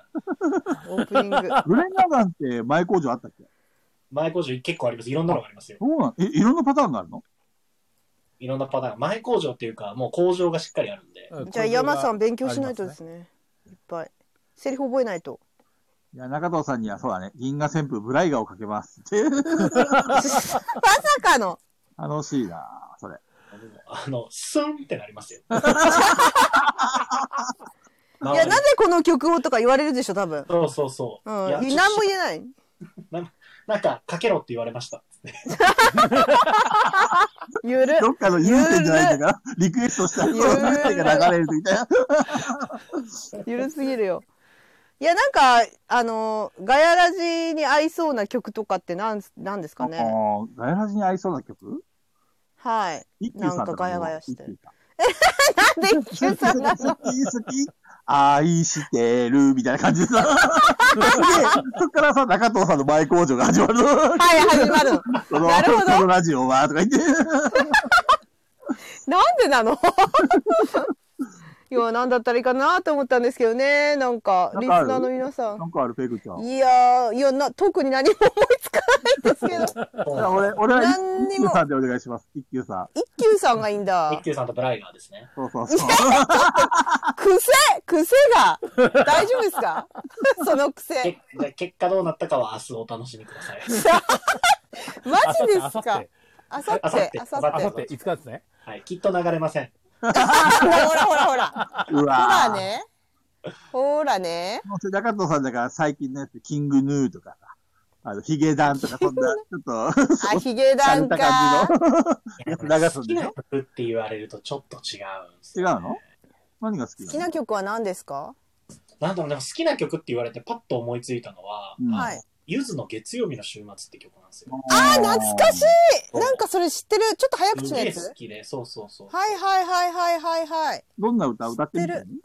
オープニング
グレンガガンって前工場あったっけ
前工場結構あります。いろんなのがありますよ。
そうなのえ、いろんなパターンがあるの
いろんなパターン。前工場っていうか、もう工場がしっかりあるんで。
じゃあ山さん勉強
あ
し
り
な
ます
いとですねいっぱいセリフ覚えないと
いや、中藤さんにはそうだね。銀河旋風ブライガーをかけます。
まさかの
楽しいなそれ。
あの、スンってな りますよ。
いやなぜこの曲をとか言われるでしょ多分
そうそうそう。
う
いや
ん、
ちょ
何も言えない。
なんか、かけろって言われました。
ゆる。
どっかの優先じゃないんだから、リクエストしたら、その流れが流れるみたいな。
ゆるすぎるよ。いいや、なんか、あの、ガヤラジに合いそうな曲とかってなんす、なんですかね。
ああ、ガヤラジに合いそうな曲
はい。
一休さんだ
なんかガヤガヤしてる。なんで一
一
休
休さん
さん
好
な
き
の
好き愛してるみたいな感じで さ。で、そっからさ、中藤さんの前工場が始まるの。
はい、始まるの。
この
なるほど
このラジオは、と か言って。
なんでなのいや、なんだったらいいかなと思ったんですけどね。なんか、
なん
リス
かある
ナーの皆さ
なんかある、ペグちゃん。
ん。
い
いやー、いや、な、特に何も思いつかないですけど。
や俺、俺は一
何に
一
も
休さんでお願いします。一休さん。
一休さんがいいんだ
一。休さんとブライガーですね。
そう そうそう。
癖癖が大丈夫ですか その
け
癖。
じゃあ結果どうなったかは明日お楽しみください。
マジで
あさ
す
って
かあさって、あさ
あ
っ
さ
あ
っ
ほ
さ
ら
て
って5日ですね。
はい、きっと流れません。
ほらほら。
うわ
ほ
ぁ。
らね。ほらね。
もうそれ中藤さんだから最近のやつ、キングヌーとかさ、あの、ヒゲダンとか、そんな、ちょっ と、
あ、ヒゲダン
た感
か。
じの。
やっ ぱ
流
り
す
好
んで
きな曲って言われるとちょっと違うんです
違う
よ
の何が好き
好
な
き
の
な曲は何ですか
なんだろう、でも好きな曲って言われてパッと思いついたのは、
うん
はい。
ゆずの月曜日の週末って曲なんですよ。
あ
ー懐かしい
そう
なんかそれ知ってるちょっと早口
す
の
げ
や
え
つ
好きで、そうそうそう。
はいはいはいはいはいはい。
どんな歌歌ってみ
知っててい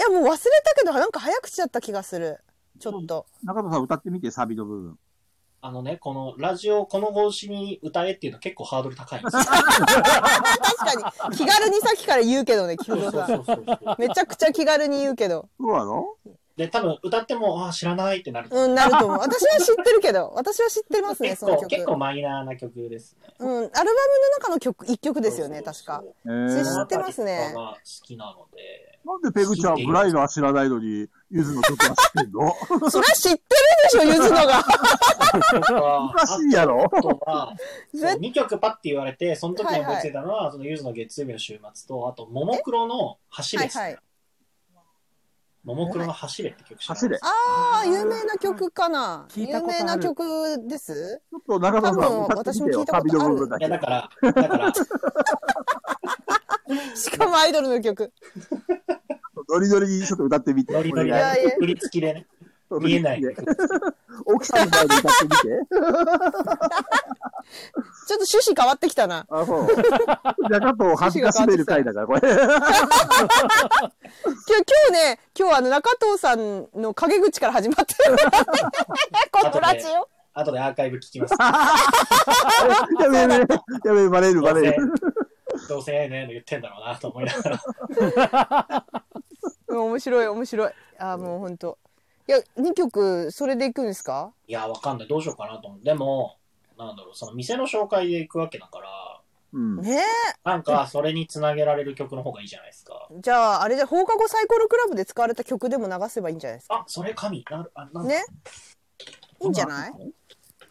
やもう忘れたけどなんか早口だった気がする。ちょっと。
中藤さん歌ってみて、サビの部分。
あのね、このラジオ、この帽子に歌えっていうの結構ハードル高いんですよ。
確かに気軽にさっきから言うけどね、菊
そう
蔵
そう
さん。
そうそう。
めちゃくちゃ気軽に言うけど。
そうなの
で、多分歌っても、あー知らないってなる。
うん、なる と思う。私は知ってるけど、私は知ってますね、
結
その
構、
曲。
結構マイナーな曲ですね。
うん、アルバムの中の曲、一曲ですよね、
そう
確
そう
か
そ。う
え
知
そ
っ
の
ー、
てますね
辺りとかが好きなので、
なんでペグちゃん、ブライガー知らないのに、ゆずの曲は知ってん の
そりゃ知ってるでしょ、ゆずの が。
と
お
か、
かしいやろ
あとは、そう
絶
2曲パッて言われて、その時に思いついたのは、そのゆずの月曜日の週末と、あと、ももクロの走れ
は
で
い
すね
はい。
ももクロの走れって曲知らない
走れ。ち
あー、有名な曲かな。
聞いた
有
ことある
名な曲です
ょっと中藤さん
多分
歌ってみてよ、
私も聞いたことあ
サ
る
ビの部分だ
いや、
け
だ。から、だから、
しかもアイドルの曲。
ノリノリにちょっと歌ってみて。
ノリノリ
お願い
で
いやいや、
振り付きでね、
ノリノリ
見
で
えない。
奥さんの前で歌ってみて。
ちょっと趣旨変わってきたな。
あ、 そう。中藤を恥ずかしめる回だから、これ。
今日今日ね、今日あの中藤さんの陰口から始まってる。 このラジオ。
後でアーカイブ聞 きます。
やべやべ、やべ、バレる
ど
バ
う
レ
せ
る。、
どうせええねえの言ってんだろうなと思いながら。
うん面白い面白い。あーもう本当。いや、二曲それでいくんですか。
いや、わかんない。どうしようかなと思う。でも、なんだろう、その店の紹介で行くわけだから、
うん。
ね
なんか、それにつなげられる曲の方がいいじゃないですか。
え。じゃああれじゃ放課後サイコロクラブで使われた曲でも流せばいいんじゃないですか。
あ、それ神。なる、あ、なん
ね。いいんじゃない。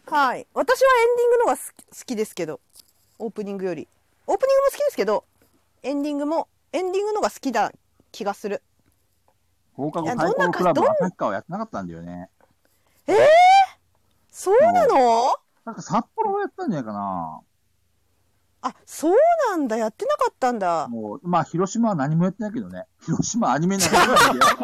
はい。私はエンディングのが好き好きですけど、オープニングより。オープニングも好きですけど、エンディングもエンディングのが好きだ気がする。
放課
い
後
や
最高のクラブ
どんな
旭川やってなかったんだよね。
そうなの？
なんか札幌はやったんじゃないかな。
あ、そうなんだ。やってなかったんだ。
もう、まあ、広島は何もやってないけどね。広島アニメなんかや ってないんだよ。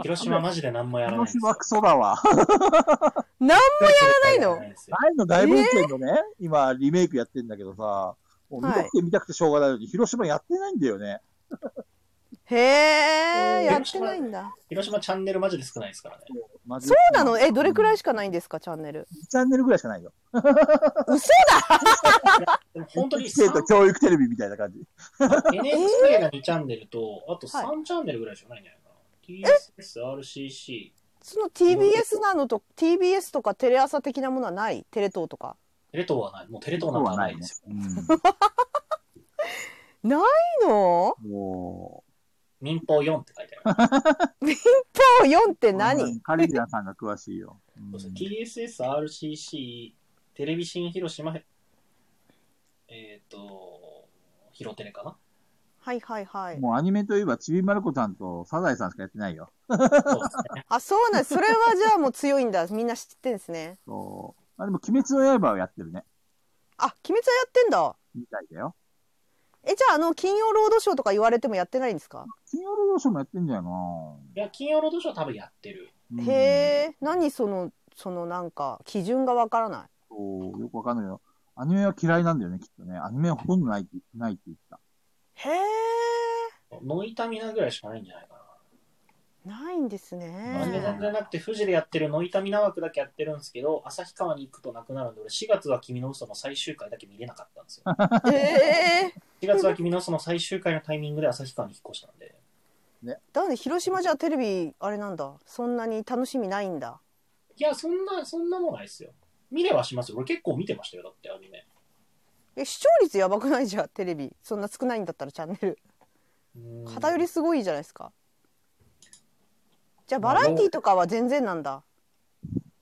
広島マジで何もやらないんで
広
すよ。
島はクソだわ。
なんもやらない
やら
の
ない。んですよ
前の大冒険のね、今リメイクやってんだけどさ、もう見たくて見たくてしょうがないのに、広島やってないんだよね。
へえ、やってないんだ。
広島チャンネルマジで少ないですからね。
マジ
そ
で
うなのえ、どれくらいしかないんですか、チャンネル。
チャンネルぐらいしかないよ。
でも本当に
生徒
3
教育テレビみたいな感じ。
NHK が2チャンネルと、あと
はい
3チャンネルぐらいしかないんじゃないかな。TSSRCC。
その TBS なのと TBS とかテレ朝的なものはないテレ東とか
テレ東はない。もうテレ東なんかな いですよ。
ないの
うんも
民放4って書いてある。
今日4って
う。
何
カリビアンさんが詳しいよ。うん
そうですね TSSRCC、テレビ新広島、えっ、と、広テレかな
はいはいはい
もうアニメといえば、ちびまる子ちゃんとサザエさんしかやってないよ。
そうですね。
あそうなんそれはじゃあもう強いんだみんな知ってんですね
そう。あ、でも、鬼滅の刃をやってるね。
あ鬼滅はやってんだ
みたいだよ。
え、じゃあ、あの、金曜ロードショーとか言われてもやってないんですか、
金曜ロードショーもやってんじゃないか
いや、金曜ロードショーは多分やってる。
な。
へ
え。
え、何その、そのなんか、基準がわからない。
そう、よくわかんないけど、アニメは嫌いなんだよね、きっとね。アニメはほとんどないって言ってないって言ってた。
へえ、
ノイタミナぐらいしかないんじゃないか
ないんです
な。アニメ
ね
全。然なくて、富士でやってるノイタミナ枠だけやってるんですけど、旭川に行くとなくなるんで、俺4月は君の嘘の最終回だけ見れなかったんですよ。
ええ、
4月は君の嘘の最終回のタイミングで旭川に引っ越したんで。
だね、広島じゃテレビ、あれなんだ。そんなに楽しみないんだ。
いや、そんな、そんなもんないですよ。見れはしますよ。俺結構見てましたよ、だってアニメ。
え、視聴率やばくないじゃん、テレビ。そんな少ないんだったらチャンネル。
うん
偏りすごいじゃないですか。じゃあ、バラエティとかは全然なんだ。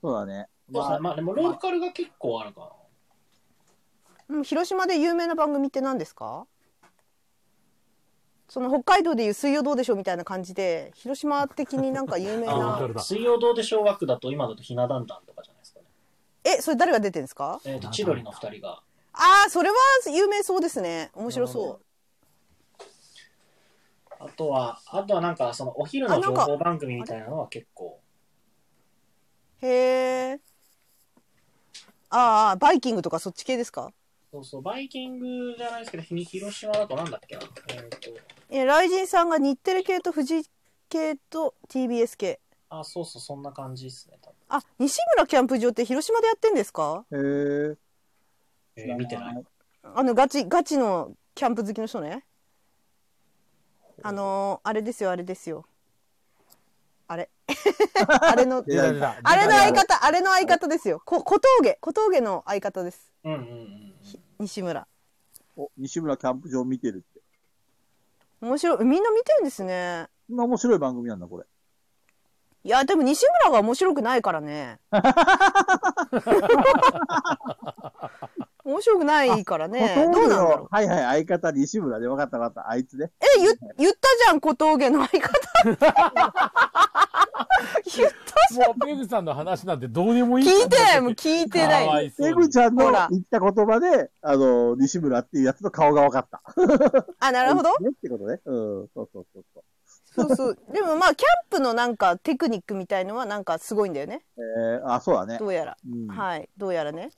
そうだね。
そうですねまあでもローカルが結構あるかな。
うん、広島で有名な番組って何ですかその北海道でいう水曜どうでしょうみたいな感じで、広島的になんか有名
ローカ
な。
ルだ
水曜どうでしょう枠だと今だとひな壇壇とかじゃないですかね。
え、それ誰が出てんですか
えっ、と、千鳥の二人が。
ああ、それは有名そうですね。面白そ
あとは、あとはなんかそのお昼の情報番組みたいなのは結構。
う。へえ。ああ、バイキングとかそっち系ですか
そうそう、バイキングじゃないですけど、ひみ広島だとなんだっけな。えっ、と、
え、ライジンさんが日テレ系と富士系と TBS 系。
あ、そうそう、そんな感じですね、多分。
あ、西村キャンプ場って広島でやってんですか
へえ。
えー見てない。。
あの、ガチ、ガチのキャンプ好きの人ね。あのーあれですよ、あれですよ。あれ。あれの、
出た出た。
あれの相方、あれの相方ですよ。こ小峠、小峠の相方です。
うんうんうん。
西村。
お、西村キャンプ場見てるって。
面白い。みんな見てるんですね。
こんな面白い番組なんだ、これ。
いや、でも西村が面白くないか らね。面白くないからね。どう
小
な
峠
んだ
の
ろう。
はいはい、相方、西村で、わかったわかった、あいつね。
え、言、言ったじゃん、小峠の相 方 って。言った
もう、ペグさんの話なんてどうでもいい。
聞い てないもん、聞いて
か
な
わ
い。
いそう
エ
に
グちゃんの
ほら
言った言葉で、あの、西村っていうやつの顔がわかった。
あ、な るほど。
ねってことね。うん、そうそうそうそう。
そうそう。でもまあ、キャンプのなんかテクニックみたいのはなんかすごいんだよね。
えー、あ、そうだね。
どうやら。
うん、
はい。どうやらね。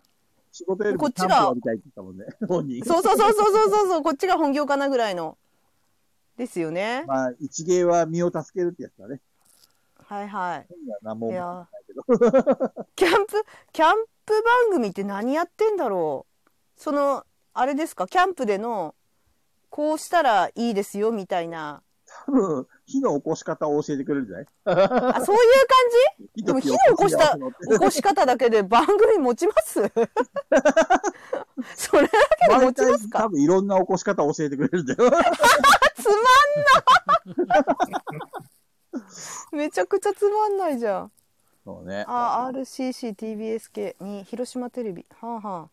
仕事より
こ
も
っち
キャ
が
ンプをみたいって言ったも んね。本人。
そうそうそうそうそうそうそう。こっちが本業かなぐらいの。ですよね。
まあ、一芸は身を助けるってやつだね。
はいは
本人は何も
い。い
思ってない
や
けど。
キャンプ、キャンプ番組って何やってんだろう。その、あれですか、キャンプでの、こうしたらいいですよみたいな。
多分、火の起こし方を教えてくれるんじゃない
あ、そういう
火
でも火の起こした感じ起こし方だけで番組持ちます それだけで持
毎
ちま
回
す
多
か
分いろんな起こし方を教えてくれるんだよ。
つまんなめちゃくちゃつまんないじゃん。
そうね。
あ、RCCTBSK に広島テレビ。はあは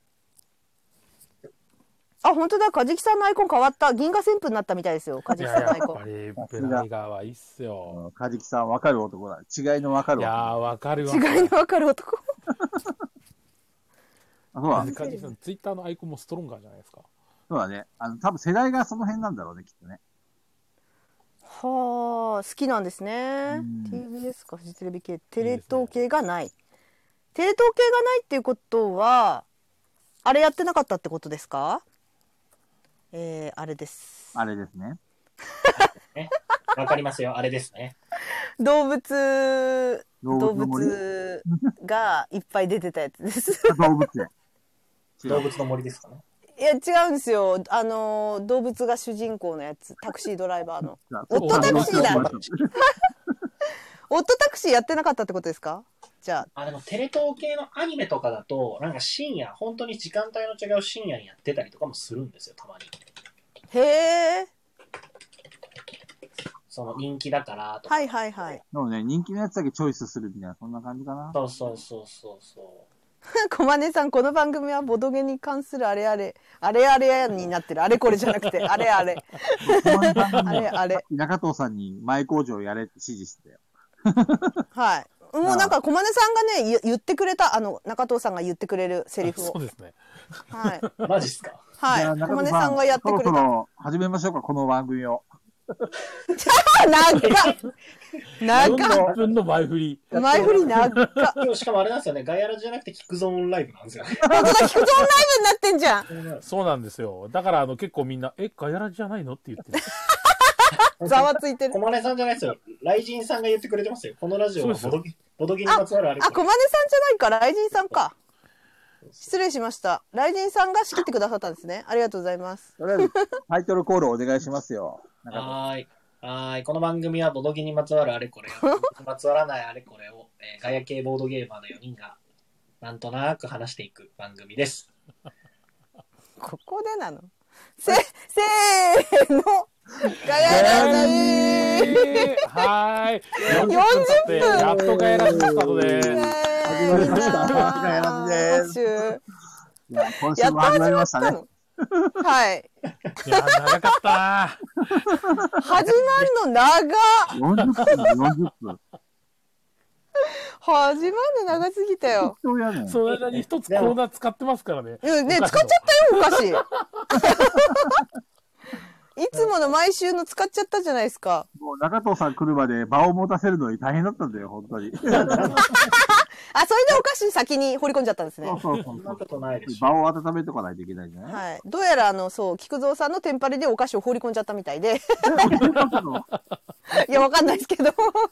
あ。あ、本当だ。カジキさんのアイコン変わった。銀河旋風になったみたいですよ。カ
い
ジキ
や、
さんの
や
ア
っ
イコン。
ぱり、ペナイガーはいいっすよ。
カジキさんわかる男だ。違いのわか
い
る
やー、
男。
わかるわ。
違いのわかる男。
あそうだね。
カジさん、ツイッターのアイコンもストロンガーじゃないですか。
そうだね。あの、多分世代がその辺なんだろうね、きっとね。
はあ、好きなんですね
う。ん
TBS かフジテレビ系。テレ東系がない。テレ東系がないっていうことは、あれやってなかったってことですかえー、あれです。
あれですね。
わかりますよ、あれですね。
動物、動
動物の森
物がいっぱい出てたやつです。
動物園。
動物の森ですかね。
いや違うんですよあのー動物が主人公のやつタクシードライ バーの
オ
オットタクシーだ
だ。
オットタクシーやってなかったってことですかじゃあ
あ、でもテレ東系のアニメとかだと、なんか深夜、本当に時間帯の違う深夜にやってたりとかもするんですよ、たまに。
へえ
その人気だからとか。
はいはいはい
でもね、人気のやつだけチョイスするみたいな、そんな感じかな。
そうそうそうそうそう。
小ねさんこの番組はボドゲに関するあれあれあれあれになってるあれこれじゃなくてあれあれあれあれ
中藤さんに前工場やれって指示してたよ。
はいもうなんか、駒根さんがね、言言ってくれた、あの、中藤さんが言ってくれるセリフ
そ
を
う。ですね。
はい。
マジっす か
じゃ
は
あ
い。
中野
駒根さんがやってくれ
そろそ
た。
ろ始めましょうか、この番組を。
あ長っ長
40分の前振り。
っ前振り長っ本当だ、
今日しかもあれなんですよね、ガイアラジじゃなくてキックゾーンライブなんですよね。
菊蔵ライブになってんじゃん。
そうなんですよ。だから、あの、結構みんな、え、ガヤラジじゃないのって言ってる。
ざわついてる
小。金さんじゃないですよ。雷神さんが言ってくれてますよ。このラジオはボドゲボドゲにまつわるあれ
あ、駒根さんじゃないか、雷神さんか。失礼しました。雷神さんが仕切ってくださったんですね。ありがとうございます。
とりあえず、タイトルコールお願いしますよ。中野
はーい。はーい。この番組はボドゲにまつわるあれこれや、まつわらないあれこれを、えーガヤ系ボードゲーマーの4人が、なんとなく話していく番組です。
ここでなの。せ、せーの。ガヤラジー。
はーい。40
40
分やっとガヤラジスタートで
イエ
す。
ーイ
始まりましたガヤラジです
拍
いや今
手や
週
っと
も始
始
まり
ま
ま
っ
した
た
ね。
の。はい。
いや、長かった。
始まるの長っ
40分、40分。
始まるの長すぎたよ。
そうやねん。
その間に一つコーナー使ってますからね。
うんね、使っちゃったよ、 お菓子。いつもの毎週の使っちゃったじゃないですか。
もう中藤さん来るまで場を持たせるのに大変だったんだよ、本当に。そう
あ、それでお菓子先に放り込んじゃったんですね。
そうそ
そんな
う。
ことないでしょ。
場を温めとかないといけないんじゃない
はい。どうやら、あの、そう、菊蔵さんのテンパレでお菓子を放り込んじゃったみたいで。いや、わかんないですけど。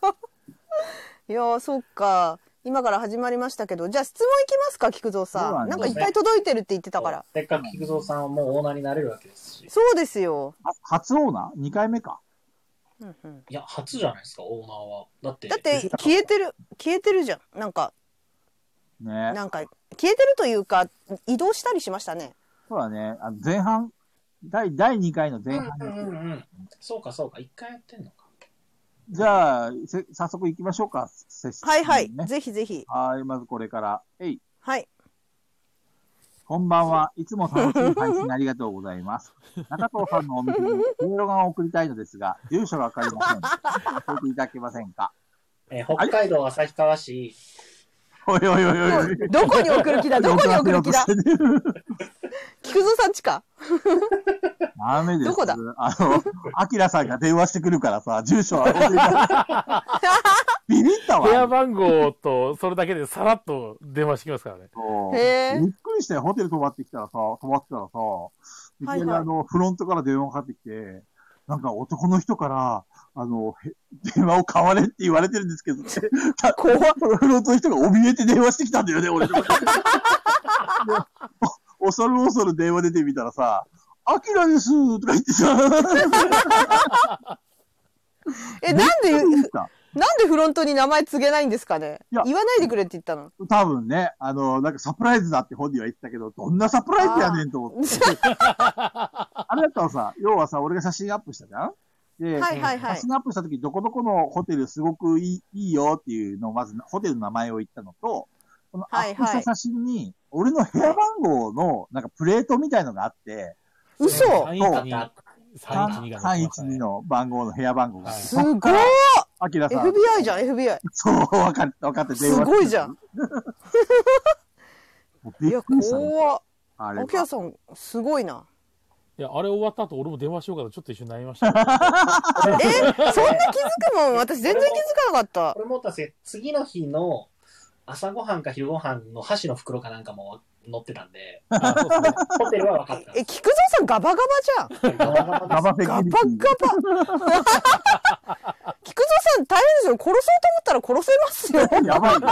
いやー、そっか。今から始まりましたけど、じゃあ質問いきますか、菊蔵
そう
さ
なん
ん。
で
な
すね
んかいっぱい届いてるって言ってたから。
せっかく菊蔵さんはもうオーナーになれるわけですし。
そうですよ。
は初オーナー ?2 回目か。
うんうん
いや、初じゃないですか、オーナーは。だって、
だって、消えてる、消えてるじゃん。なんか、
ね
なんか、消えてるというか、移動したりしましたね。
そうだね。あの前半、第、第2回の
う
前
ん
半。
うんうんうん。そうか、そうか、一回やってんのか。
じゃあ、せ早速行きましょうか。接種
はいはい。
ね
ぜひぜひ。
はい、まずこれから。えい。
はい。
こんばんは。いつも楽しい配信ありがとうございます。中藤さんのお店にメールが送りたいのですが、住所がわかりません。教えていただけませんか。
えー北海道旭川市、
おいおいおいおいおい。
どこに送る 気だどこに送る気だ菊蔵さんちか。
ダメです。
どこだ
あの、アキラさんが電話してくるからさ、住所は教えてください。 ビビった
部屋
わ。
番号と、それだけでさらっと電話してきますからね。
そう
へー
びっくりしたよ。ホテル泊まってきたらさ、泊まってたらさ、いきなりあ
はいはい
の、フロントから電話がかかってきて、なんか男の人から、あの、へ 電話を買われって言われてるんですけど、た
怖っ
フロントの人が怯えて電話してきたんだよね、俺。で お恐る恐る電話出てみたらさ、アキラですとか言ってさ、
え、なんで、なん
言っ
で
た
フロントに名前告げないんですかね
いや
言わないでくれって言ったの。
多分ね、あの、なんかサプライズだって本人は言ってたけど、どんなサプライズやねんと思って。あれだったらさ、要はさ、俺が写真アップしたじゃんで、
はいはいはい
写。真アップした時、どこどこのホテルすごくいいいいよっていうのを、まずホテルの名前を言ったのと、このアップした写真に、俺の部屋番号の、なんかプレートみたいのがあって、
嘘
312 312が載ってますね
312の番号の部屋番号が。
はい
すごい
あきらさん。
!FBI じゃん、FBI。
そう、わかった、わかった。
すごいじゃ
ん。
ん。い
びっ
や、
くりしたね。
怖っ。
あれ
アキラさん、すごいな。
いや、あれ終わった後、俺も電話しようかとちょっと一緒になり ましたけど。
え、そんな気づくもん私全然気づかなかった
こ。れもったんですけど次の日の朝ごはんか昼ごはんの箸の袋かなんかも載ってた んで、
あそうですね
ホテルは分かったん
え、
で
菊蔵さんガバガバじゃん。
すけど。ガバガ
ガ
バ
バ
で
セキ
ガバ
ュリ
ガ
テ ィ
バ。菊蔵さん大変ですよ。殺そうと思ったら殺せますよ。
やばいね。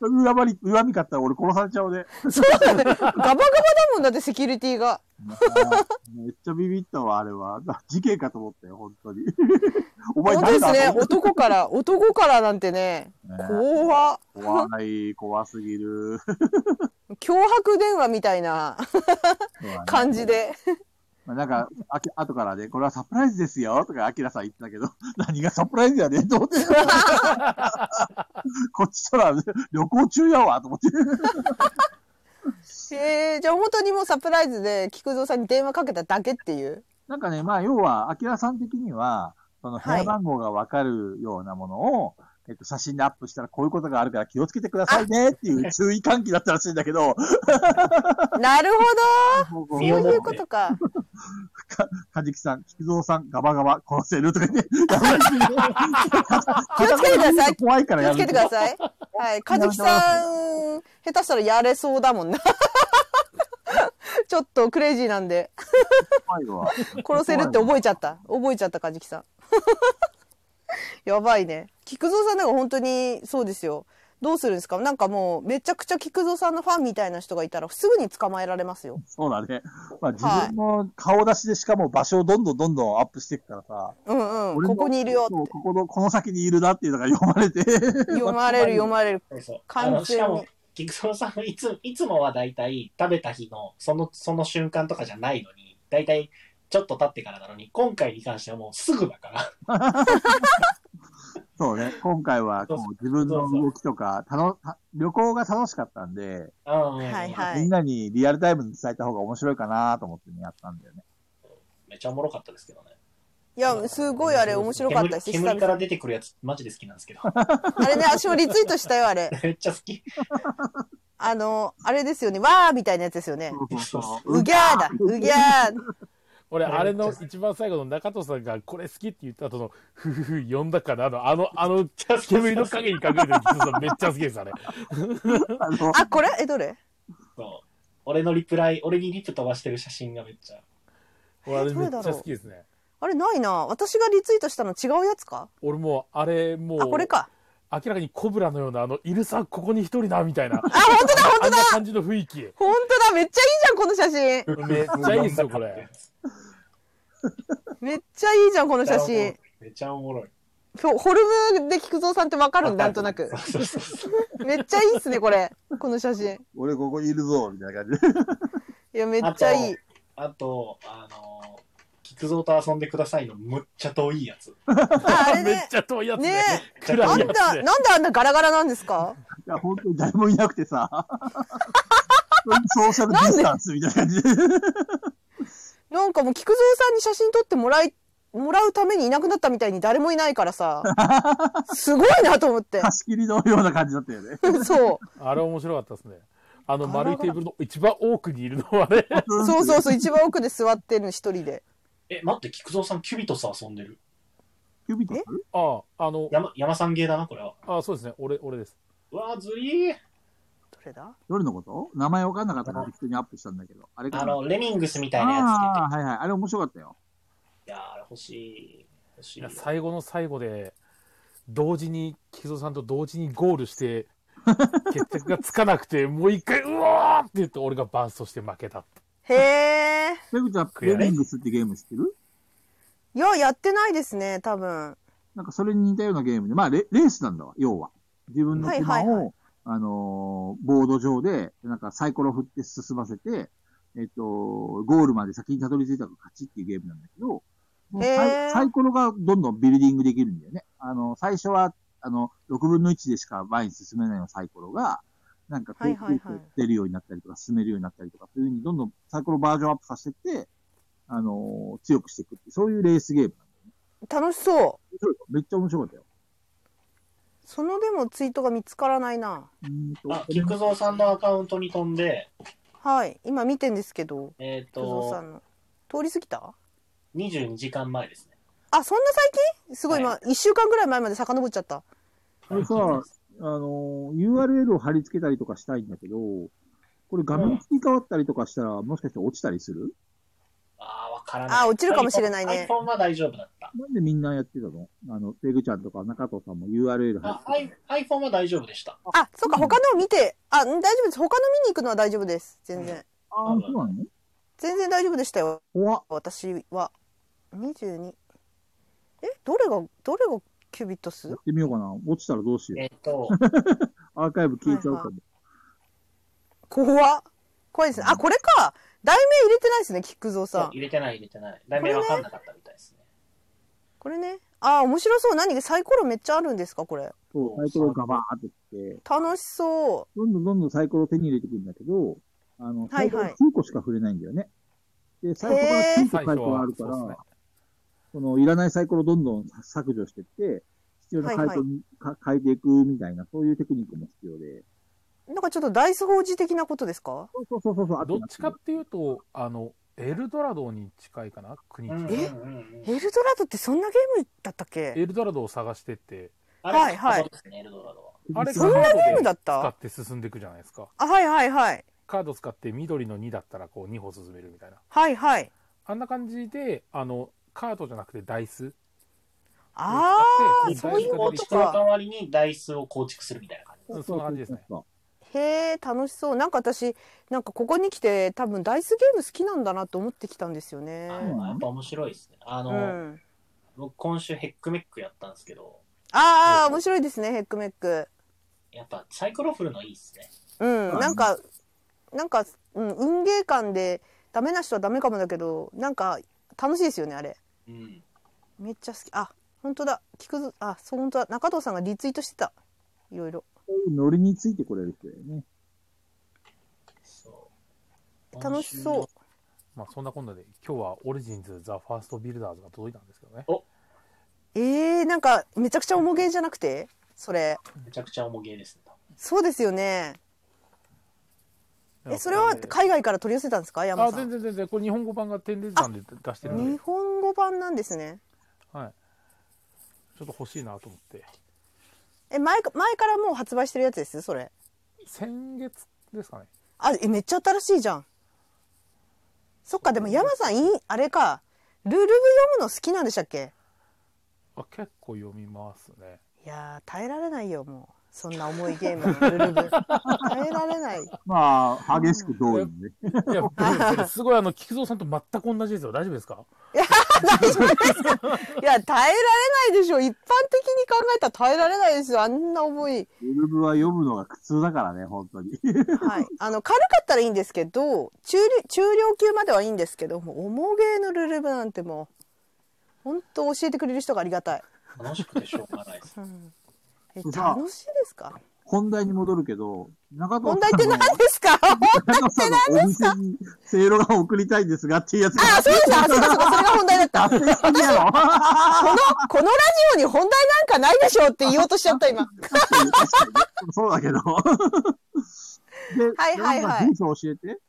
う恨まり、恨み買ったら俺殺されちゃうね。
そうだね。ガバガバだもんだってセキュリティが。
めっちゃビビったわ、あれは。 事件かと思ったよ、本 当に。お前
本当で
誰だ
すね。
と思った
男から、男からなんてね。
ね
怖っ
怖い、怖すぎる。
脅迫電話みたいな 感じで。
まあ。なんか、あき後からね、これはサプライズですよ、とか、アキラさん言ってたけど、 何がサプライズやねん、と思って。 こっちとら、旅行中やわ、と思って。
えー、じゃあ本当にもうサプライズで菊蔵さんに電話かけただけっていう。
なんかね、まあ、要は、アキラさん的には、その部
は
屋
い
番号がわかるようなものを、えっと、写真でアップしたらこういうことがあるから気をつけてくださいねっていう注意喚起だったらしいんだけど、
なるほ
もうこ
どそうういうことか。
かじきさん、菊蔵さん、ガバガバ殺せるとか 言って、やばい
気をつけてください。
怖いから
気
や
を
る
つけてください。はい。かじきさん、下手したらやれそうだもんな。 ちょっとクレイジーなんで、
怖いわ。
殺せるって覚えちゃった。覚えちゃった、かじきさん。 やばいね。菊蔵さんなんか本当に、そうですよ。どうするんですかなんかもう、めちゃくちゃ菊蔵さんのファンみたいな人がいたら、すぐに捕まえられますよ。
そうだね。まあ自分の顔出しでしかも場所をどんどんどんどんアップしていくからさ。
うんうん。
俺の
ここにいるよ
そう
って。
ここの、この先にいるなっていうのが読まれて。
読ま れる、読まれる。
そうそう。あ
完全に
のしかも、菊蔵さんはいついつもはだいたい食べた日のそのその瞬間とかじゃないのに、だいたいちょっと経ってからなのに、今回に関してはもうすぐだから。
そう ね。今回はこう自分の動きとか、たのた旅行が楽しかったんで、
はい
はい
みんなにリアルタイムに伝えた方が面白いかなと思ってね、やったんだよね。
めっちゃおもろかったですけどね。
いや、すごいあれ面白かったです。久
煙煙
々
から出てくるやつ、マジで好きなんです けど。
あれね、私もリツイートしたよ、あれ。
めっちゃ好き。
あの、あれですよね、わーみたいなやつですよね。
そうそうそう。
うぎゃーだ、うぎゃー。
俺、あれの一番最後の中藤さんがこれ好きって言った後の、ふふふ、呼んだから、あの、あの、あの、煙の影に隠れてる菊蔵さんめっちゃ好きです、あれ。
あの、
あ、これえ、どれ
そう俺のリプライ、俺にリプ飛ばしてる写真がめっちゃ。
俺、あれめっちゃ好きですね。
あれないな。私がリツイートしたの違うやつか
俺もう、あれもう、
あ、これか。
明らかにコブラのような、あの、いるさ、ここに一人な、みたいな。あ、
あ、 本当だ、本
あ
当
ん
だ
な感じの雰囲気。めっ
本当だめっちゃいいじゃん、この写真。
ちゃいいですよ、これ。
めっちゃいいじゃん、この写真。
めっちゃおもろい。
フォフォルムで菊蔵さんってわかるんなんとなく
そ。うそうそうそう。
めっちゃいいっすね、これ。この写真。
俺ここにいるぞ、みたいな感じで。
いや、めっちゃいい。
あと、あのー、菊蔵と遊んでくださいのむっちゃ遠いやつ。
ああれ
めっ
ね。
ちゃ遠いやつね。
ね
暗い
あ
や
ん
つ
た、
ね。
なんであんなガラガラなんですか
いや、本当に誰もいなくてさ。ソーシャルディスタンスみたいな感じで。
なんかもう菊蔵さんに写真撮ってもらい、もらうためにいなくなったみたいに誰もいないから さ、すごいなと思 って。
貸し切りのような感じだったよね。
そう。
あれ面白かったですね。あの丸いテーブルの一番奥にいるのは ね、
そうそうそう、一番奥で座ってるの一人で。
え、待って、菊蔵さんキュビトス遊んでる。
キュビトス
ああ、あの、
山、山さんゲーだな、これは。
ああそうですね、俺、俺です。
うわー、ずりー。
どれだ
どれのこと名前わかんなかったから適当にアップしたんだけど。あれか
あ
な
の、レミングスみたいなやつ
ああ、はいはい。あれ面白かったよ。
出て。いやー、欲しい。欲し
い
い
や
よ。
最後の最後で、同時に、木曽さんと同時にゴールして、決着がつかなくて、もう一回、うわーって言って、俺がバンストして負けた。
へえ。
ペグちゃん、レミングスってゲーム知ってる
いや、やってないですね、多分。
なんかそれに似たようなゲームで、まあレレースなんだわ、要は。自分の駒を、
はいはいは
あのーボード上で、なんかサイコロ振って進ませて、えっと、ゴールまで先にたどり着いたら勝ちっていうゲームなんだけど、もう
へー
サイサイコロがどんどんビルディングできるんだよね。あの、最初は、あの、6分の1でしか前に進めないようなサイコロが、なんかこ
は
う、
いはいはい
こうこう出るようになったりとか、進めるようになったりとか、そういうふうにどんどんサイコロバージョンアップさせてって、あのー強くしていくって、そういうレースゲームなんだよね。
楽しそう。
面白いよめっちゃ面白かったよ。
そのでもツイートが見つからないな。
うーんと
あ、菊蔵さんのアカウントに飛んで、
はい、今見てんですけど、
えっ、
菊蔵さ
と、
んの。通り過ぎた
22時間前ですね。
あ、そんな最近すごい、今、
は
1週間ぐらい前まで遡っちゃった。
これさ、あの、URL を貼り付けたりとかしたいんだけど、これ画面切り替わったりとかしたら、もしかして落ちたりする
あー、わからない。
あ、落ちるかもしれないね。
iPhone は大丈夫だった。
なんでみんなやってたのあの、ペグちゃんとか中藤さんも URL 貼り
あ、I- iPhone は大丈夫でした。
あ、そうか、他のを見て、あ、ん大丈夫です。他の見に行くのは大丈夫です。全然。
ああ、そうなの
全然大丈夫でしたよ。
怖っ。
私は。22。え、どれが、どれがキュビット
や
ス
ってみようかな。落ちたらどうしよ
えっ、と、
う。アーカイブ消えちゃうかも。
怖っ。怖いですね。あ、これか。題名入れてないですね、キックゾーさん。
入れてない入れてない。題名わかんなかったみたいですね。
これね。あ、面白そう。何サイコロめっちゃあるんですか、これ。
そう、サイコロがバーってきて、
楽しそ
どんどんどんどんサイコロを手に入れてくるんだけど、あの、
は
サ
い
イコロ
はい
9個しか振れないんだよね。で、最初
へー
から9個
最
サイ
初
コロあ
は
るか
そうですね
ら、その、いらないサイコロどんどん削除してって、必要な回答に、か変えていくみたいな、そういうテクニックも必要で。
なんかちょっとダイス法事的なことですか
そうそうそうそうそう、
どっちかっていうと、あの、エルドラドに近いかな、国
うんうん
近い。
うん
エルドラドってそんなゲームだったっけ
エルドラドを探してって、
あ
はい
れ、
はい
そうですね、エルドラドは。
あれ
そんなゲームだっ
使
た
って進んでいくじゃないですか。
あ、はいはいはい。
カード使って緑の2だったらこう2歩進めるみたいな。
はいはい。
あんな感じで、あの、カードじゃなくてダイス。
ああ、
使って
そういう
構
こと
築の
か。
代わりにダイスを構築するみたいな感じ。
うんそんな感じですね。
そう
へえ、楽しそう。なんか私、なんかここに来て多分ダイスゲーム好きなんだなと思ってきたんですよね。
あやっぱ面白いですね。あ
う
の、
ん。
僕今週ヘックメックやったんですけど、
ああ、面白いですね、ヘックメック。
やっぱサイコロ振るのいいですね。
うん、
うん
なんか、なんか、うん、運ゲー感で、ダメな人はダメかもだけど、なんか、楽しいですよね、あれ。
うん。
めっちゃ好き。あ、本当だ。聞くず、あ、そう、本当だ。中藤さんがリツイートしてた。いろいろ。
そういうノリについてこれる人だよね。
そう。
楽しそう。
まあそんなこんなで、今日はオリジンズ・ザ・ファースト・ビルダーズが届いたんですけどね。
えー、なんか、めちゃくちゃ重ゲーじゃなくてそれ。
今週のめちゃくちゃ重げですね。
そうですよね。え、それは海外から取り寄せたんですか山
あ、
田さ
全
ん。
然全然。これ日本語版が点列版で出してるん
日
で、
本語版なんですね。
はい。ちょっと欲しいなと思って。
え、前か、前からもう発売してるやつですそれ。
先月ですかね。
あ、え、めっちゃ新しいじゃん。そっか、でも山さん、いい、あれか。ルールブ読むの好きなんでしたっけ
あ、結構読みます ね。
いやー、耐えられないよ、もう。そんな重いゲームのルールブ。耐えられない。
まあ、激しく同意ね。
いや、僕すごいあの、菊蔵さんと全く同じですよ。大丈夫ですか
いや、耐えられないでしょ。一般的に考えたら耐えられないですよ。あんな重い。
ウルブは読むのが苦痛だからね、本当に。
はい。 あの、軽かったらいいんですけど、中量、中量級まではいいんですけど、もう、重ゲーのルルブなんてもう、ほんと教えてくれる人がありがたい。
楽しくてしょう がないです。
うん、え
う、ざ
楽しいですか
本題に戻るけど、中
問
藤
題
さ
っ
ん
て
の
何、ですか
中藤さんのお店に、せいろが送りたいんですがっていうやつ
ああ、そうでした。あそうかそうか、それが本題だった。この、
好きやろ
このラジオに本題なんかないでしょうって言おうとしちゃった、今。
確かに、確かにね。そう だけど。で、
はいはいはい
中藤さん住所教えて。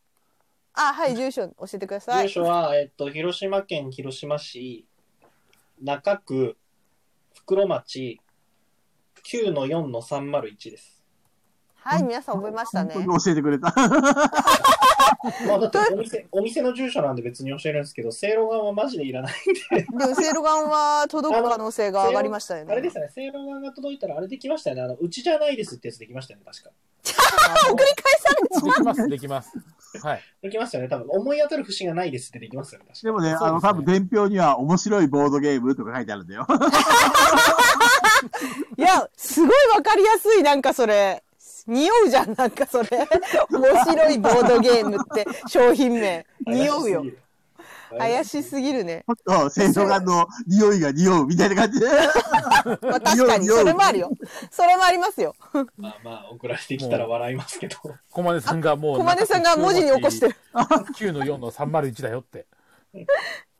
あ、はい、住所教えてくださ
住
い。
所は、えっと、広島県広島市、中区、袋町、9の4の301です。
はい、皆さん覚えましたね。
本当に教えてくれ た。
まあ、だってお店、お店の住所なんで別に教えるんですけど、正露丸はマジでいらない。
でも、セいろがんは届く可能性が上がりましたよね。
あれですよね、正露丸が届いたらあれできましたよね。あの、うちじゃないですってやつできましたよね、確か。
送り返され
できます、できます。はい。
できましたよね、多分。思い当たる節がないですってできますよね、確か。
でもね、
そうですね
あの、多分伝票には面白いボードゲームとか書いてあるん だよ。
いや、すごいわかりやすい、なんかそれ。匂うじゃん、なんかそれ。面白いボードゲームって、商品名。匂うよ。怪しすぎるね。
ちょっと、清掃眼の匂いが匂うみたいな感じで。
まあ確かに、
匂う匂う
それもあるよ。それもありますよ。
まあまあ、送られてきたら笑いますけど。
小金さんがもう、
小金さんが文字に起こしてる。
9の4の301だよって。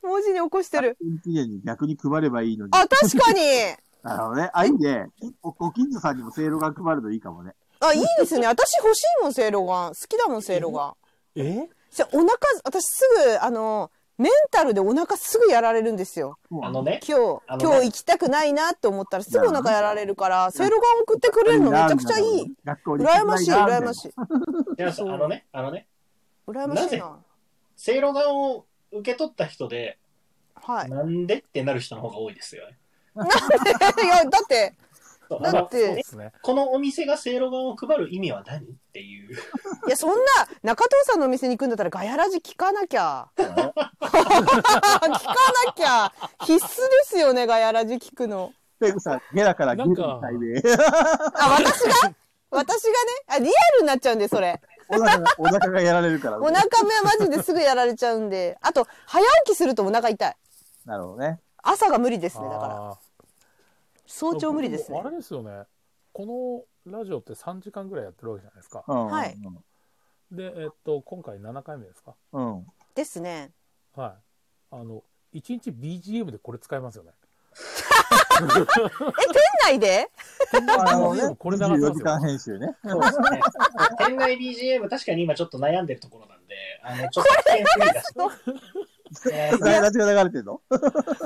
文字に起こしてる。
期限に逆に配ればいいのに。
あ、確かに。
なるほどね。あ、いいね。おご近所さんにも清掃眼配るのいいかもね。
あ、いいですね。私欲しいもん、セいろがん。好きだもん、セいろがん。
え
じゃお腹、私すぐ、あの、メンタルでお腹すぐやられるんですよ。
そう
あ
な
の
の
ね、
今日、
あのね
今日行きたくないなって思ったらすぐお腹やられるから、セいろがん送ってくれるのめちゃくちゃいい。。
学校に
羨ましい、羨ま
い。
しい。
じゃあ、あのね、あのね、
羨ましいな。
正露丸を受け取った人で、
はい。
なんでってなる人の方が多いですよね。
なんで、いや、だって、
そうあ
だ
の
って
で、すね。
このお店が正露丸を配る意味は何ってい
い
う。
や、そんな、中藤さんのお店に行くんだったら、ガヤラジ聞かなきゃ。聞かなきゃ。必須ですよね、ガヤラジ聞くの。
ペグさん、ゲラからゲラに対面。
あ、私が私がね、あ、リアルになっちゃうんで、それ。
お腹が、お腹がやられるから、
お腹がマジですぐやられちゃうんで。あと、早起きするとお腹痛い。
なるほどね。
朝が無理ですね、だから。
あー
早朝無理ですね
あ。れですよね。このラジオって3時間ぐらいやってるわけじゃないですか。
うん。
はい
で、えっと、今回7回目ですか。
うん。うん。
ですね。
はい。あの、1日 BGM でこれ使えますよね。
内で
あの
でも
ね、
これ流すんですよ
24時間編集ね。
そうです ね。店外 BGM、確かに今ちょっと悩んでるところなんで、あの、ちょっと危険すぎだし。えー
ラジオ流れてるの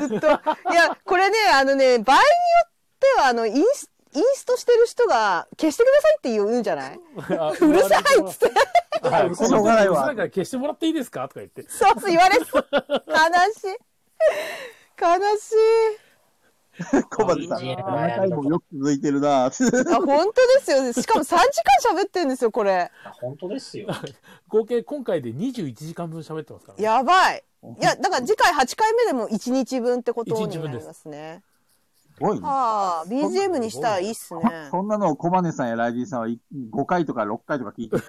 ずっと。いや、これね、あのね、場合によっては、あの、インスインストしてる人が消してくださいって言うんじゃない
あ
うるさいっつって、
はい
しょうがないわ
うるさから消してもらっていいですかとか言って。
そうそう言われそう。悲しい。悲しい。
小畑さん。
BGM
7回もよく続いてるなぁ。
あ、本当ですよね。しかも3時間喋ってんですよ、これ。
本当ですよ。
合計今回で21時間分喋ってますからね。
やばい。いや、だから次回8回目でも1日分ってことになりますね。
すごいね。
はあ、BGM にしたらいいっすね。
そんなのを小金さんやライジンさんはい5回とか6回とか聞いてる。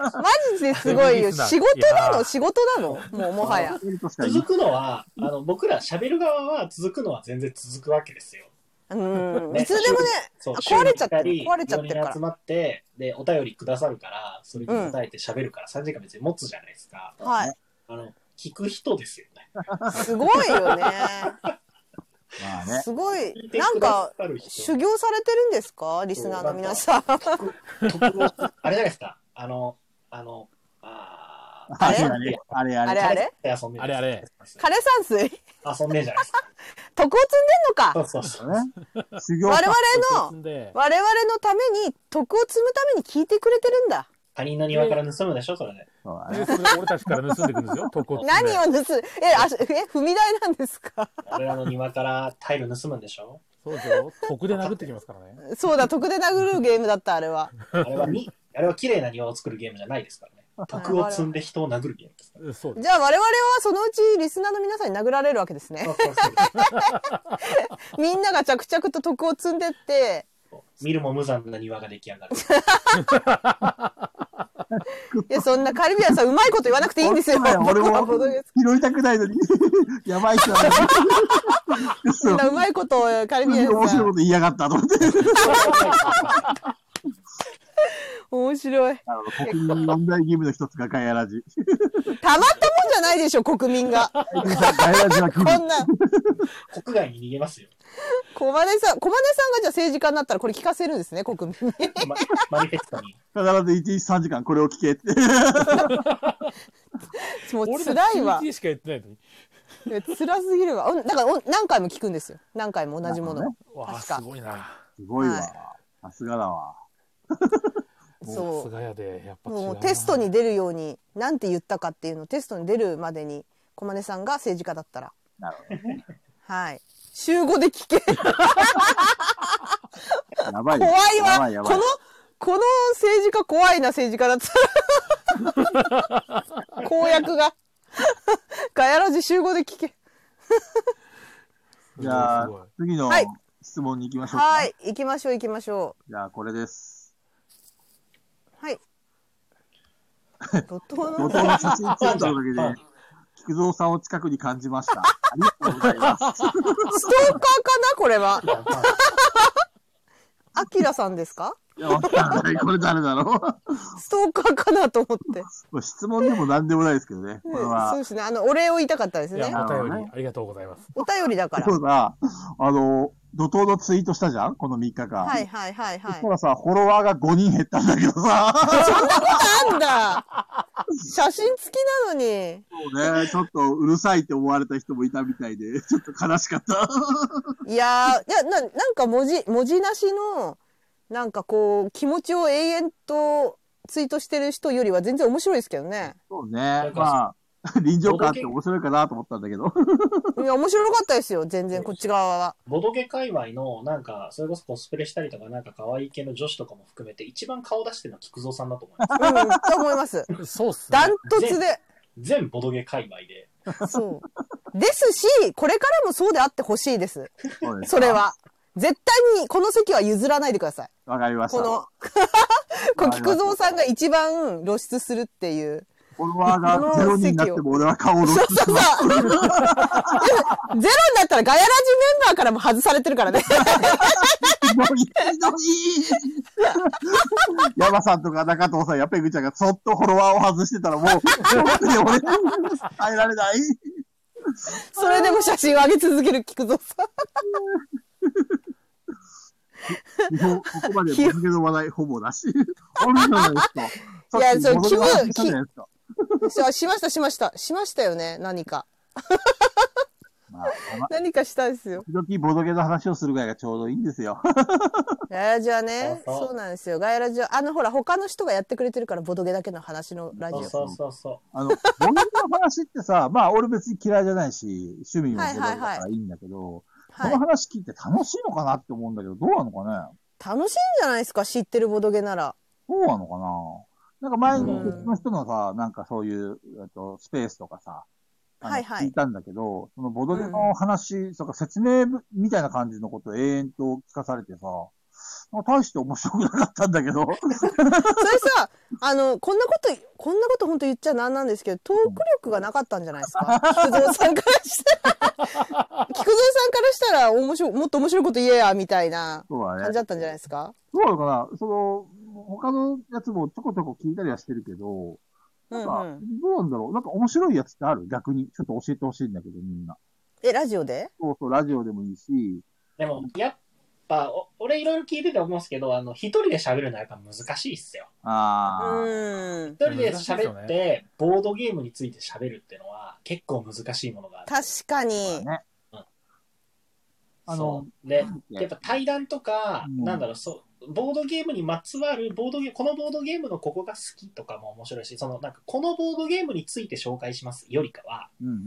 マジですごいよ。
リスナー
仕事ない
や
の仕事なのもうもはや。
るとしか
続くのは、あの、僕ら喋る側は続くのは全然続くわけですよ。
うん。
ね
いつでもね、
そう
あ壊れちゃってる
週に一回
壊れちゃってるから
四人集まって、で、お便りくださるから、それに答えて喋るから、3時間別に持つじゃないですか。
はい。
あの、聞く人ですよね。
すごいよね。
まあね。
すごい
聞い。て
なん
くだ
か、
さる人
修行されてるんですかリスナーの皆さん。
特にあれじゃないですか。あの、あの、あー
あれ
あれあれあ
あれ
れ。
あれ
彼氏と遊んでる
あれあれ
枯山水
遊んでるじゃないですか。
徳を積んでんのか
そうそうそう。
ね修行
我々
そ
の、
んで、
我々のために徳を積むために聞いてくれてるんだ。
他人の庭から盗むでしょ、それで。
そうだね
でそれ俺たちから盗んでいくんですよ、徳を積んで。
何を盗む、え、あ、え、踏み台なんですか
俺らの庭からタイル盗むんでしょ
そうですよ。徳で殴ってきますからね。
そうだ、徳で殴るゲームだった、あれは。
あれは に、あれは綺麗な庭を作るゲームじゃないですからね。徳を積んで人を殴るゲームですから。
うんそうです。
じゃあ我々はそのうちリスナーの皆さんに殴られるわけですね
そ。うそうそう
みんなが着々と徳を積んでって、
そう見るも無残な庭が出来上がる。
いや、そんなカリビアンさんうまいこと言わなくていいんですよ。
俺
僕は
も
ボドゲ
拾いたくないのに。 やばい人 だね。
そんなうまいことをカリビア
面
ンさ
白いこ
ん。
と言いやがったと思って。
面白い。
あの国民問題義務の一つがガヤラジ。
たまったもんじゃないでしょ、国民が。こ
ガヤラジは
ん
君。そう
な。
国外に逃げますよ。
小金さん、小金さんがじゃあ政治家になったらこれ聞かせるんです ね、国民に。
まマニフェストに。
必ず1日3時間これを聞けって。
もう
俺た
辛
ち
いわ
1。日しか言ってないのに。
いや辛すぎるわ。うんだからお何回も聞くんですよ。何回も同じものを。
わあ、
確
す
か
ごいな。
すごいわ
はい。
さすがだわ。
そう
さすがやで、やっぱ違うな
もうテストに出るように何て言ったかっていうのをテストに出るまでに駒根さんが政治家だったら
なるほ
はい週5で聞け
ど。やばいよ。
怖い
や
わ
ばいやば
こ
い
の。この政治家怖いな政治家だ ったら公約が ガヤラジ週5で聞け
すごい
じゃあ
すごい、
次の
はい
質問に行きましょうか。
はい行きましょう行きましょ
じゃあ、これです。
うはい怒涛
後
の
藤の写真撮ったおかげで、菊蔵さんを近くに感じました。ありがとうございます。
ストーカーかなこれはアキラさんですか
いや、わかんない。これ誰だろ
ストーカーかなと思って
う。質問でも何でもないですけどね。これは。
そうですねあのお礼を言いたかったです
い
ね
や、お便りありがとうございます。
お便りだから。
そうだ。あの、怒涛のツイートしたじゃんこの3日間。
はい。はいはいはい。
ほらさ、フォロワーが5人減ったんだけど さ。
な んだ写真付きなのに。
そうね。ちょっとうるさいって思われた人もいたみたいで、ちょっと悲しかった。
いやー、いや、な、なんか文字、文字なしの、なんかこう、気持ちを永遠とツイートしてる人よりは全然面白いですけど ね。
そうね。ま あ、臨場感あって面白いかなと思ったんだけど。
いや、面白かったですよ。全然、こっち側は。
ボドゲ界隈の、なんか、それこそコスプレしたりとか、なんか可愛い系の女子とかも含めて、一番顔出してるのは菊蔵さんだと思い ます。
うん、と思います。
そうっすね
ダ。ントツで。
全ボドゲ界隈で。
そう。ですし、これからもそうであってほしいです。
そうです
それ。は。絶対に、この席は譲らないでください。
わかりました。
この、 こう菊蔵さんが一番露出するっていう。
フォロワーがゼロ人になっても俺は 顔を露
そう
出
そう
し
そう。
ます。
ゼロになったらガヤラジメンバーからも外されてる からね。
ひどい、ひどい。山さんとか中藤さんやペグちゃんがそっとフォロワーを外してたらもう、本当に俺、耐えられない。
それでも写真を上げ続ける菊蔵さん。
ここまでボスゲの話題ほぼだし。あるじゃないですか。
いやそう
さっきボスゲの話したじゃないですか
そうしました、しました。しましたよね、何か。
まあ、まあ
何かしたんですよ。
時々ボドゲの話をするぐらいがちょうどいいんですよ。
ガヤラジはね、
そうそう
そうなんですよ。ガヤラジは、あの、ほら、他の人がやってくれてるから、ボドゲだけの話のラジ
そ
オ
う。そうそうそ
あの、ボドゲの話ってさ、 まあ俺別に嫌いじゃないし、趣味もボドゲだ
はい
か
はい
らいいんだけど、
はい
この。話聞いて楽しいのかなって思うんだけど、どうなのかね
楽しいんじゃないですか、知ってるボドゲなら。
どうなのかななんか前に
うん
別の人のさ、なんかそういう、えっと、スペースとかさ、あの
はいはい
聞いたんだけど、そのボドゲの話、とか説明みたいな感じのことを永遠と聞かされてさ、なんか大して面白くなかったんだ けど、
それさ、あの、こんなこと、こんなこと本当言っちゃなんなんですけど、トーク力がなかったんじゃないですか。菊蔵さんからした ら、菊蔵さんからしたら、面白い、もっと面白いこと言えや、みたいな
そうだね
感じ。だったんじゃないですか。
どうなのかなその、他のやつもちょこちょこ聞いたりはしてるけど、
う
なん
ん
か、
うん。
どうなんだろうなんか面白いやつってある逆に。ちょっと教えてほしいんだけど、みんな。
え、ラジオで
そうそう、ラジオでもいいし、
う。でも、やっぱ、お俺いろいろ聞いてて思うんですけど、あの、一人で喋るのはやっぱ難しいっすよ。
う
あー。
ーん。
一人で喋って、ボードゲームについて喋るっていうのは結構難しいものがある。
確かに。
ね。あの
そうで、
や
やっぱ対談とか、
うん
なんだろう、そう、ボードゲームにまつわる、ボードゲーム、このボードゲームのここが好きとかも面白いし、その、なんか、このボードゲームについて紹介しますよりかは、
うんうんうんう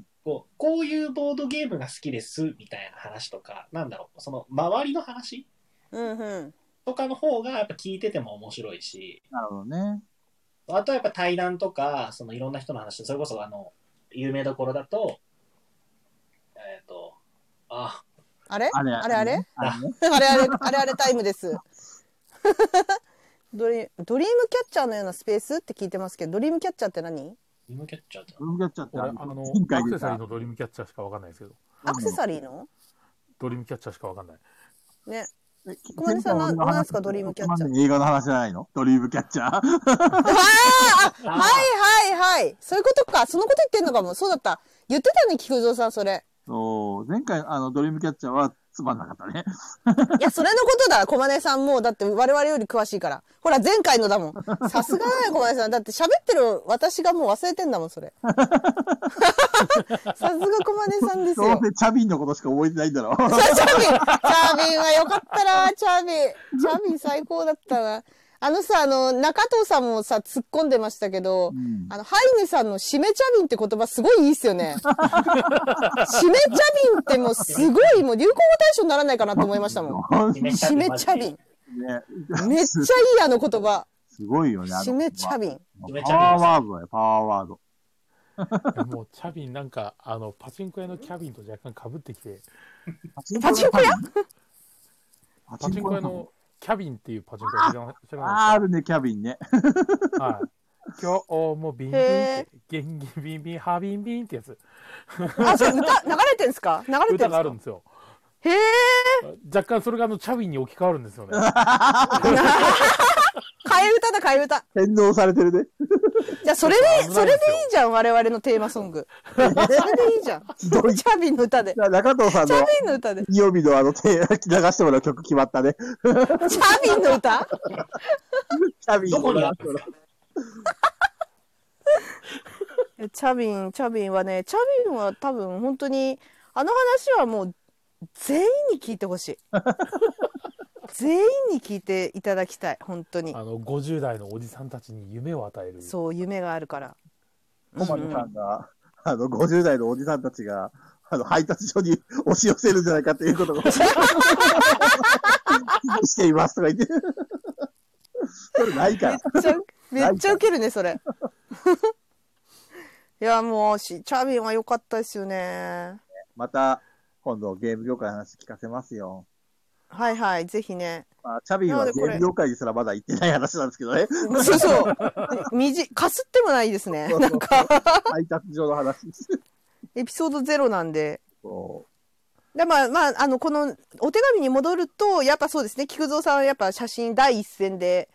ん。
こう、こういうボードゲームが好きです、みたいな話とか、なんだろう、その、周りの話
うんうん。
とかの方が、やっぱ聞いてても面白いし、
なるほどね。
あとはやっぱ対談とか、その、いろんな人の話、それこそ、あの、有名どころだと、えっ、と、あ、
あれ
あれ
あれあれ
あれね
あれあれ、あれあれタイムです。 ドリドリームキャッチャーのようなスペースって聞いてますけど、ドリームキャッチャーって何
リムキャッチャーって
ブームキャッチャーって
俺、あ
あ
の
の、前、
ア
回
ク
出
セサリ
た
ーのドリームキャッチャーしかわかんないですけど、
アクセサリーの
ドリームキャッチャーしかわかんない。
ね。
え
小森さんななんすかドリームキャッチャー
映画の話じゃないのドリームキャッチャー。
あーあはいはいはいそういうことかそのこと言ってんのかもそうだった言ってたね菊蔵さんそれ
そう、前回、あの、ドリームキャッチャーはつまんなかった ね。
いやそれのことだ駒根さんもうだって我々より詳しいからほら前回のだもんさすがだよ駒根さんだって喋ってる私がもう忘れてんだもんそ れさすが駒根さんです
ど
よ
うせチャビンのことしか覚えてないんだ ろう。
そうチャービン、チャービンは良かったな、チャービン。チャービン最高だったな。あのさ、あの、中藤さんもさ、突っ込んでましたけど、
ん
あの、ハイネさんの締めチャビンって言葉すごいいいっすよね。締めチャビンってもうすごい、もう流行語大賞にならないかなと思いましたもん。
決め
締めチャビン。
ね、
めっちゃいいあの言葉。
すごいよね。あの
締めチャビン。
パワーワードだよ、パワーワード。
もうチャビンなんかあのパチンコ屋のキャビンと若干被ってきて
パチンコ屋
パ
パチ
チン
ンコ屋
コ屋
のキャビンっていうパチンコ屋知らな知ら
あー
な
あるね、キャビンね。
いですかはい今日もビンビンっ
へ
てゲンゲンビンビンハビンビンってやつ
あ、それ歌、流れてんすか流れてん
歌
す
がある
か
んですよ
へえ。
若干それがあのチャビンに置き換わるんですよね
替え歌だ、替え歌。
洗脳されてるね。
じゃあ、それ
危ないです
で、
よ
それでいいじゃん、我々のテーマソング。それでいいじゃん。チ
どうい
ャビンの歌で。
中藤さん
チャ
の
ビンの歌で。
金曜日のあの、手流してもらう曲決まったね。
チャビンの歌
キャビン
どこにあるんですか
チャビン、チャビンはね、チャビンは多分本当に、あの話はもう全員に聞いてほしい。全員に聞いていただきたい、本当に
あ。の50代のおじさんたちに夢を与える
そう、夢があるから。
小松さんが、あの、50代のおじさんたちが、あの、配達所に押し寄せるんじゃないかっていうことが、危惧していますとか言って。それないから。
めっちゃ、めっちゃウケるね、それ。 いや、もうし、チャビンは良かったですよね。
また、今度ゲーム業界の話聞かせますよ。
はいはい、ぜひね。
まあ、チャビンは
なの
ゲ
でこれ
ーム業界にすらまだ行ってない話なんですけどね。
そうそう。みじ、かすってもないですね。なんか、
配達所の話です。
エピソードゼロなんで。
そ
でまあ、まあ、あの、この、お手紙に戻ると、やっぱそうですね、菊蔵さんはやっぱ写真第一線で、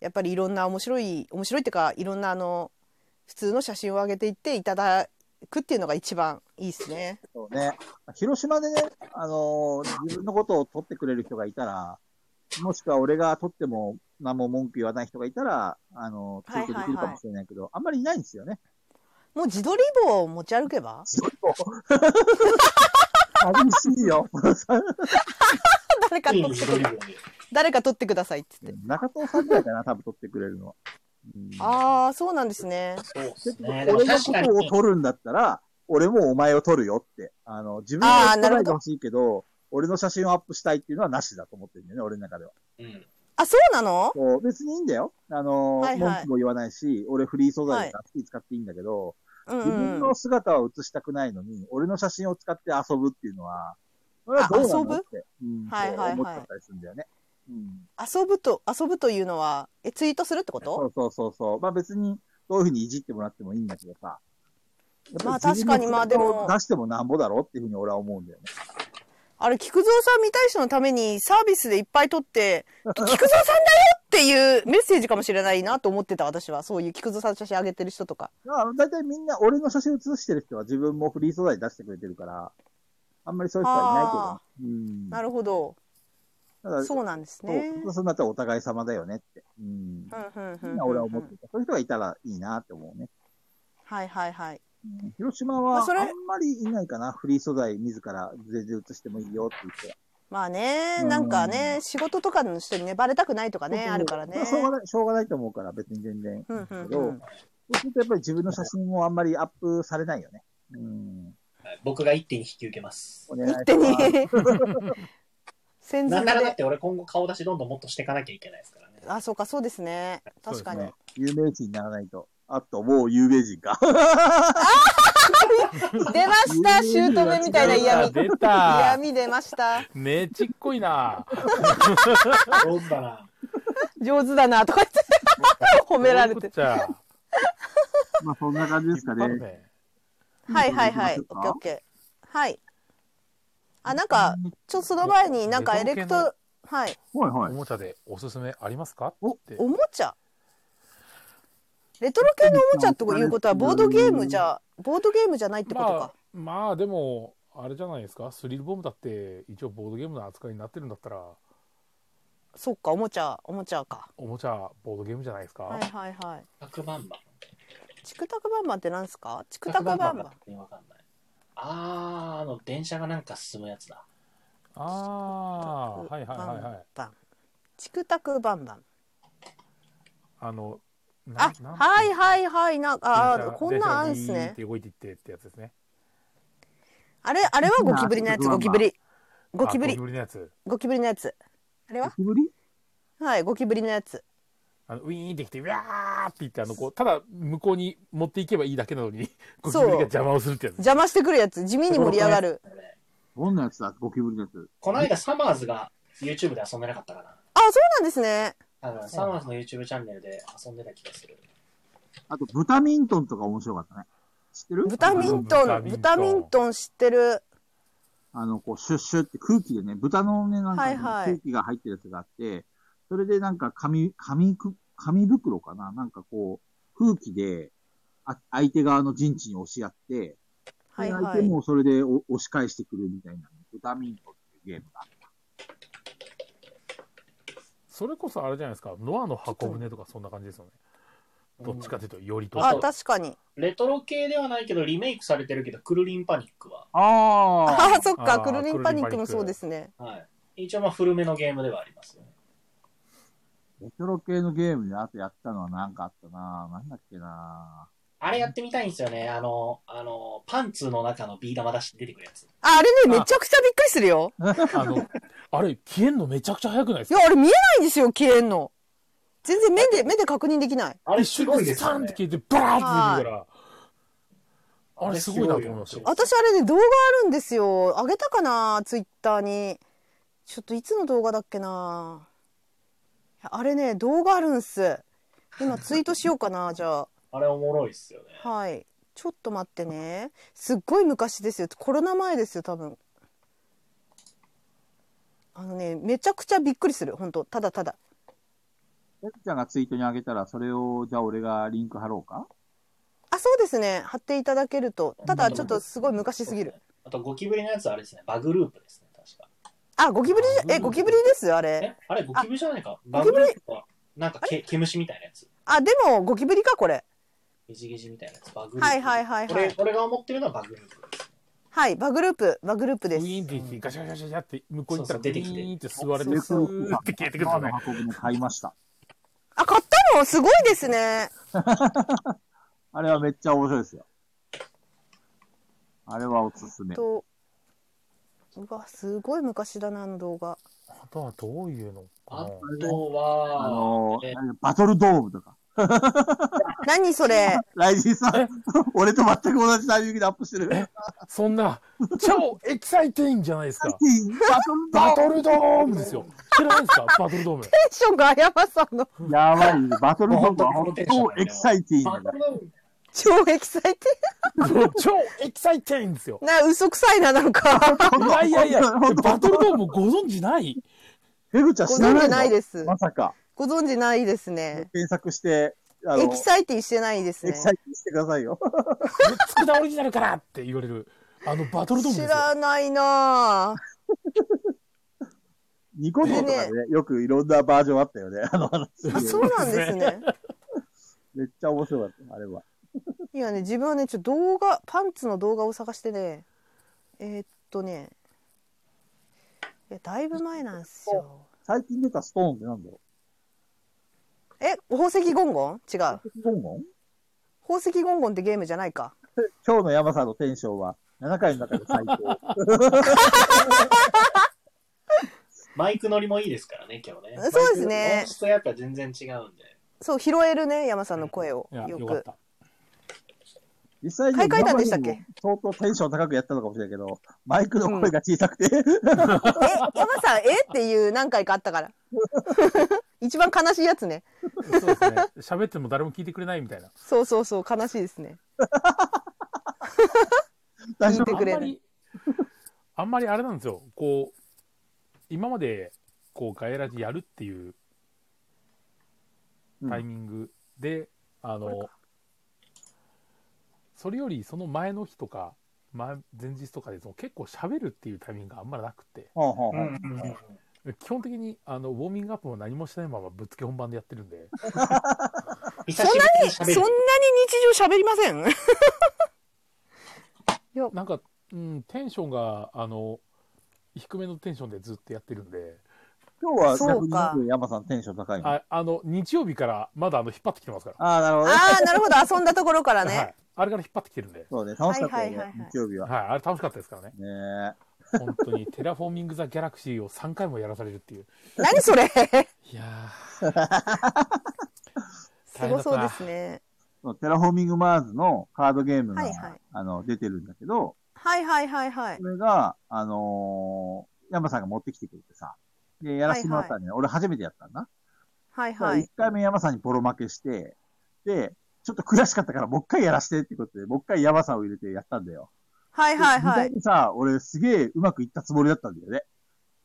やっぱりいろんな面白い、面白いっていうか、いろんなあの、普通の写真を上げていっていただくっていうのが一番いいですね。
そうね。広島でね、あのー自分のことを取ってくれる人がいたら、もしくは俺が取っても何も文句言わない人がいたら、あのー、ついてできるかもしれないけど、あんまりいないんですよね。
もう自撮り棒を持ち歩けば
寂しいよ。
誰か
つい
撮っ
に
て
自撮
く
り
だ
棒に。
誰か撮ってくださいっつって。
中藤さんぐらいかな、多分取ってくれるのは。うん
ああ、そうなんですね。
そうですね。でも
俺の
確か
ことを
に、
取るんだったら、俺もお前を取るよって。あの、自分
あー
は撮ら
な
な
るほ
いで
ど
ほしいけど、俺の写真をアップしたいっていうのはなしだと思ってるんだよね、俺の中では。
うん
あ、そうなの
こう別にいいんだよ。あの、
はいはい
文句も言わないし、俺フリー素材だから好きに使っていいんだけど、
うん
自分
うん
の。姿を写したくないのに、俺の写真を使って遊ぶっていうのは、それはどうなのって、うん、
はいはいはい
思っちゃったりするんだよね。うん、
遊ぶと、遊ぶというのは、え、ツイートするってこ
そ
と
うそうそうそう。まあ別に、どういうふうにいじってもらってもいいんだけどさ。
まあ確かにまあでも
出してもなんぼだろうっていうふうに俺は思うんだよね。
あれ、菊蔵さん見たい人のためにサービスでいっぱい撮って、菊蔵さんだよっていうメッセージかもしれないなと思ってた、私は。そういう菊蔵さんの写真上げてる人とか。
だから大体みんな俺の写真写してる人は自分もフリー素材出してくれてるから、あんまりそういう人はいないけどね。うん。
なるほど。
ただ
そうなんですね。
そうそうなったらお互い様だよねって。うん。
うんうんうんうん
みんな俺は思ってた。そういう人がいたらいいなって思うね。
はいはいはい。
広島
ま
は
あそれ
あんまりいないかな、フリー素材自ら全然映してもいいよって言って。
まあね、
うん
なんかね、仕事とかの人にね、バレたくないとかね、あるからね
ま。しょうがない、しょうがないと思うから別に全然。
う
だ
んう
け
ん
ど、
うん。
そうするとやっぱり自分の写真もあんまりアップされないよね。うん。
僕が一手に引き受けます。
お願いし
一
ます
手に。先
な
ず
んならだ
で
っ。て俺今後顔出しどんどんもっとしていかなきゃいけないですからね。
あ、そうか、そうですね。確かに。
ね有名人にならないと。あと、もう有名人 か。
出ました姑みたいな嫌味。
出た
嫌味出ました。
ねちっこいな。
上手だな。
上手だな、とか 言って。褒められて。
ちゃ。
まあそんな感じですか
引っ張る
ね。
ね
はいはいはい。
ど
オ
うし
ッ
ましょ
ケーオッケー。はい。あ、なんか、ちょっとその前になんかエレクト、はい。
はいは
お
い。
もちゃでおすすめありますか？
おもちゃレトロ系のおもちゃっていうことは、ボードゲームじゃ、ボードゲームじゃないってこと
ま
か
あ。まあでもあれじゃないですか。スリルボムだって一応ボードゲームの扱いになってるんだったら
そっか、おもちゃ、おもちゃか。
おもちゃボードゲームじゃないですか？
はいはいはい。
100万番。
チクタクバンバンってなんですかチクタクバンバン。
わかんない。あー、あの、電車がなんか進むやつだ。
ああーはいはいはいはい。
バン。チクタクバンバン。
あのな
あ、
なん
はいはいはい。なんか、あ
電車
ーこんなんあんす
電車がビー
ね
っ。て動いていってってやつですね。
あれ、あれはゴキブリのやつ、
チクタ
ゴ
ク
キ
バンバ
ブ
ン
リ。ゴキブ
あ
リ
ゴキ、ブリのやつ。
ゴキブリのやつ。あれは
久しぶり
はい、ゴキブリのやつ。
あのウィーンってきて、ウィャーって言って、あの、こう、ただ向こうに持っていけばいいだけなのに、ゴキブリが邪魔をするってやつ。
邪魔してくるやつ。地味に盛り上がる。
どんなやつだゴキブリのやつ。
この間、サマーズが YouTube で遊んでなかったかな。
あ、そうなんですね。
多分、サマーズの YouTube チャンネルで遊んでた気がする。
あと、豚ミントンとか面白かったね。知ってる
豚ミント
豚
ン、
ミントン
豚ミントン知ってる。
あの、こう、シュッシュって空気でね、豚のね、なんか、ね
はいはい
空気が入ってるやつがあって、それでなんか紙、紙く、紙袋かななんかこう、空気で、あ相手側の陣地に押し合って、
はい
で
は
相手
い。
もそれでお押し返してくるみたいな、豚ミントっていうゲームが。
それこそあれじゃないですか、ノアの箱舟とかそんな感じですよね。どっちかというと、よりと。
あ、
あ
確かに。
レトロ系ではないけど、リメイクされてるけど、クルリンパニックは。
あ
あ、そっ
あ
か。
ー
クルリンパニックもそうですね。
はい。一応、まあ、古めのゲームではありますよね。
レトロ系のゲームであとやったのはなんかあったななんだっけな
あれやってみたいんですよね。あの、あの、パンツの中のビー玉出して出てくるやつ。
あ、あれね、
あ
めちゃくちゃびっくりするよ。
の、あれ、消えんのめちゃくちゃ早くないです
い
か
や、あれ見えないんですよ、消えんの。全然目で、目で確認できない。
あれ
一
す
瞬
ごい
で
で
ス
す
タ
よ
ンって
ね。
消えて、バーって出てくるから、あれすごいなと思いましたよ。
私あれね、動画あるんですよ。あげたかなツイッターに。ちょっといつの動画だっけないやあれね、動画あるんす。今ツイートしようか な、じゃ
あれおもろいっすよね。
あ。はい。ちょっと待ってね。すっごい昔ですよ。コロナ前ですよ、多分。あのね、めちゃくちゃびっくりする。本当ただただ。
やっちゃんがツイートにあげたら、それを、じゃあ俺がリンク貼ろうか
あ、そうそうですね貼っていただけるとただちょっとすごい昔すぎる
あと、ゴキブリのやつはあれですね、バグループですね、確か。
あゴキブリじゃえゴキブリですよあれ
え、あれ、ゴキブリじゃないか。
ゴ
バ
キ
グ
ブ
ル
リ
ープは、なんかけ毛虫みたいなやつ。
あでもゴキブリかこれ
ゲジゲジみたいなやつ。バグループ。
はいはいはい
こ
は
れ、
い
これが思ってるのはバグループです。
はいバグループバグループ
ウ
で
ィ
す
ーンって言ってガシャガシャガシャガシャって向こう行ったら
そうそう出てきて
ウィーンって吸われて
そう
ス
そう
ー って消えてくるんだね。
箱舟買いました。
あ買ったのすごいですね
あれはめっちゃ面白いですよ。あれはおすすめ。
とうわすごい昔だなあの動画
あとはどういうのか
あ
な
あ
とは、
のー
え
バトルドームとか。
何それ
ライジンさん、 俺と全く同じタイミングでアップしてる。バ
そんな、超エキサイティングじゃないです か。バ
ト
トルドームですよ。知らないですかバトルドー ム。
テンションがあやまさんの
ルドームやばいね。バトルドームは本当エキサイティング
バ
だ
グ。ループ
超エキサイテ
もう超エキサイティングですよ
ィ。 な嘘くさいななんか
いやいやいや、
本当
バトルドームご存知ない
ペグちゃん
ご
知ら
存
な
知
い
ない
の
です
まさか。
ご存知ないですね
検索して、あの、エ
エ
キ
キ
サ
サイティしてないです
イ
ね
ティングしてくださいよ。
つくだオリジナルからって言われる、あのバトルドームで
知
すよ。
らないなぁ
ニコ動とかでね、よくいろんなバージョンあったよね。あの話。
あそうなんですね
めっちゃ面白かった、あれは。
今ね自分はねちょっと動画パンツの動画を探してねえーっとねいやだいぶ前なんですよ
最近出たストーンってなんだろ
え宝石ゴンゴン違う
うストーンゴン
宝石ゴンゴンってゲームじゃないか
今日の山さんのテンションは、7回の中で最 高。
マイク乗りもいいですからね、今日ね。
そうですね
マイク音質とやっぱ全然違うんで。
そう拾えるね山さんの声を
いや、
よ
よかっ
く
た。
実際に、
買い替えたんでしたっけ
相当テンション高くやったのかもしれないけど、マイクの声が小さくて、
え山さんえっていう何回かあったから 一番悲しいやつね
そうですね。喋っても誰も聞いてくれないみたいな。
そうそうそう悲しいですね
大丈
聞い
夫
てくれ
あんま
る
り、 あんまりあれなんですよ。こう、今まで、こう、ガエラジやるっていうタイミングで、あの、それよりその前の日とか、前前日とかでその結構喋るっていうタイミングがあんまりなくて、
ほうほう
う
ほう。
んうんうん
基本的にあのウォーミングアップも何もしないままぶっつけ本番でやってるんで、
久しぶりに
そんなに
喋る。
日常喋りません
なんか、うん、テンションがあの低めのテンションでずっとやってるんで、
今日は
そうか
逆に山さんテンション高いの。あ
ああの日曜日からまだあの引っ張ってきてますから、
あー、なるほどね。
ああなるほど遊んだところからね、
はい、あれから引っ張ってきてるんで、
そうね、楽しかったよ
は
ね
いはいはいはい、
日曜日は。
はい、あれ楽しかったですからね、
ね
本当にテラフォーミング・ザ・ギャラクシーを3回もやらされるっていう、
何それ
いや
すごそうですね
え。テラフォーミングマーズのカードゲームが、
はいはい
あの、出てるんだけど、
はいはいはいはい
それが、あのー、山さんが持ってきてくれてさ、で、やらせてもらったんだよね。俺初めてやったんだ。
はい
だから
は
1
い
回目山さんにボロ負けして、で、ちょっと悔しかったからもう一回やらしてってことで、もう一回山さんを入れてやったんだよ。
はいはい
二
は
回
い
目さ、俺すげえうまくいったつもりだったんだよね。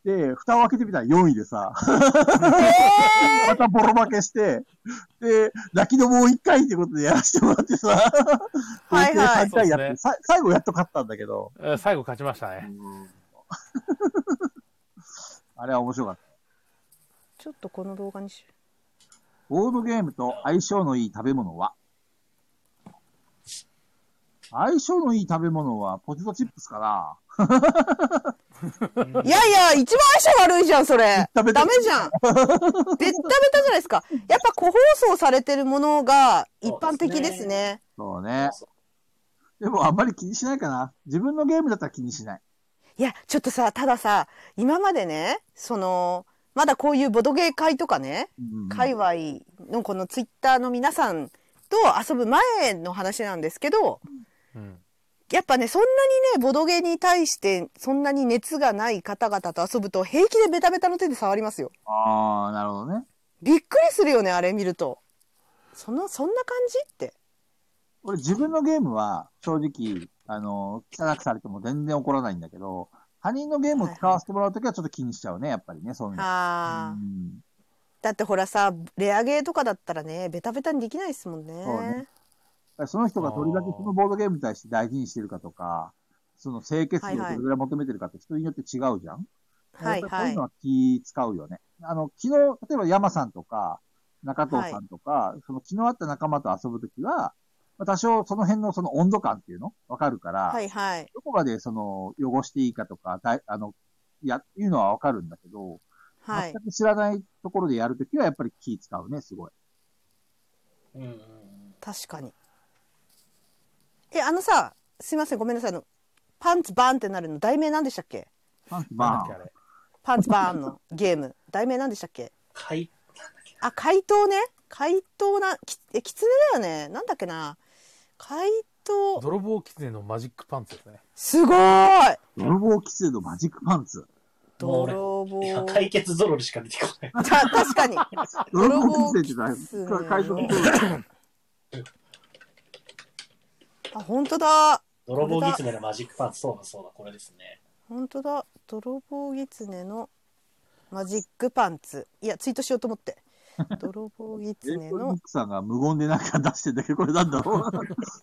で、蓋を開けてみたら4位でさ、またボロ負けして、で、泣きのもう一回ってことでやらせてもらってさ、
はいはい
3回やっ
そう
て、
です
さ最後やっと勝ったんだけど、
えー最後勝ちましたね、
あれは面白かった。
ちょっとこの動画にし
ボードゲームと相性のいい食べ物は相性のいい食べ物はポテトチップスかない
やいや一番相性悪いじゃんそれ
ダ
ダ
メ
メ
だ
じゃんベッタベタじゃないですかやっぱ個包装されてるものが一般的
そう
で
ですす
ね
そうね
そ。
でもあんまり気にしないかな。自分のゲームだったら気にしない。
いやちょっとさたださ今までねそのまだこういうボドゲー会とかね
うん
界隈のこのツイッターの皆さんと遊ぶ前の話なんですけど
うん、
やっぱねそんなにねボドゲに対してそんなに熱がない方々と遊ぶと平気でベタベタの手で触りますよ
ああ、なるほどね。
びっくりするよねあれ見るとそのそんな感じって
俺自分のゲームは正直、あの、汚くされても全然怒らないんだけど、他人のゲームを使わせてもらうときはちょっと気にしちゃうね、やっぱりね、そういうの。
あー
うん
だってほらさレアゲーとかだったらねベタベタにできないですもんね
そうねらその人がどれだけそのボードゲームに対して大事にしてるかとか、その清潔度をどれぐらい求めてるかって人によって違うじゃん、
は
やっぱ
い
りそう
は
いう
い
の。は気使うよね。あの、昨日、例えば山さんとか、中藤さんとか、その昨日会った仲間と遊ぶときは、まあ多少その辺のその温度感っていうのわかるから、
はいはい。
どこまでその汚していいかとか、だいあの、や、いうのはわかるんだけど、
はい
全。く知らないところでやるときはやっぱり気使うね、すごい。
うんうんうん
確かに。え、あのさ、すいません、ごめんなさい。あの、パンツバーンってなるの、題名なんでしたっけ
パンツ
なん
バ
だっけ
ーン
あ。れ。
パンツバーンのゲーム。題名なんでしたっけ
はい。なんだっけな
あ、怪盗ね。怪盗な、きえ、キツネだよね。なんだっけな。怪盗。
泥棒狐のマジックパンツですね。
すごーい
泥棒規制のマジックパンツ。
もう俺
泥棒。
今解決ゾロリしか出てこ ない。
た、確かに。
泥棒
泥棒
規制っ
規
て
制
大
の
解答そう
あ、本当だ。
泥棒ギツネのマジックパンツ、そうだそうだ、これですね。
本当だ。泥棒狐のマジックパンツ。いや、ツイートしようと思って。泥棒
エイ
狐
プロミ
の
ッ。クさんが無言でなんか出してんだけど、これなんだ ろう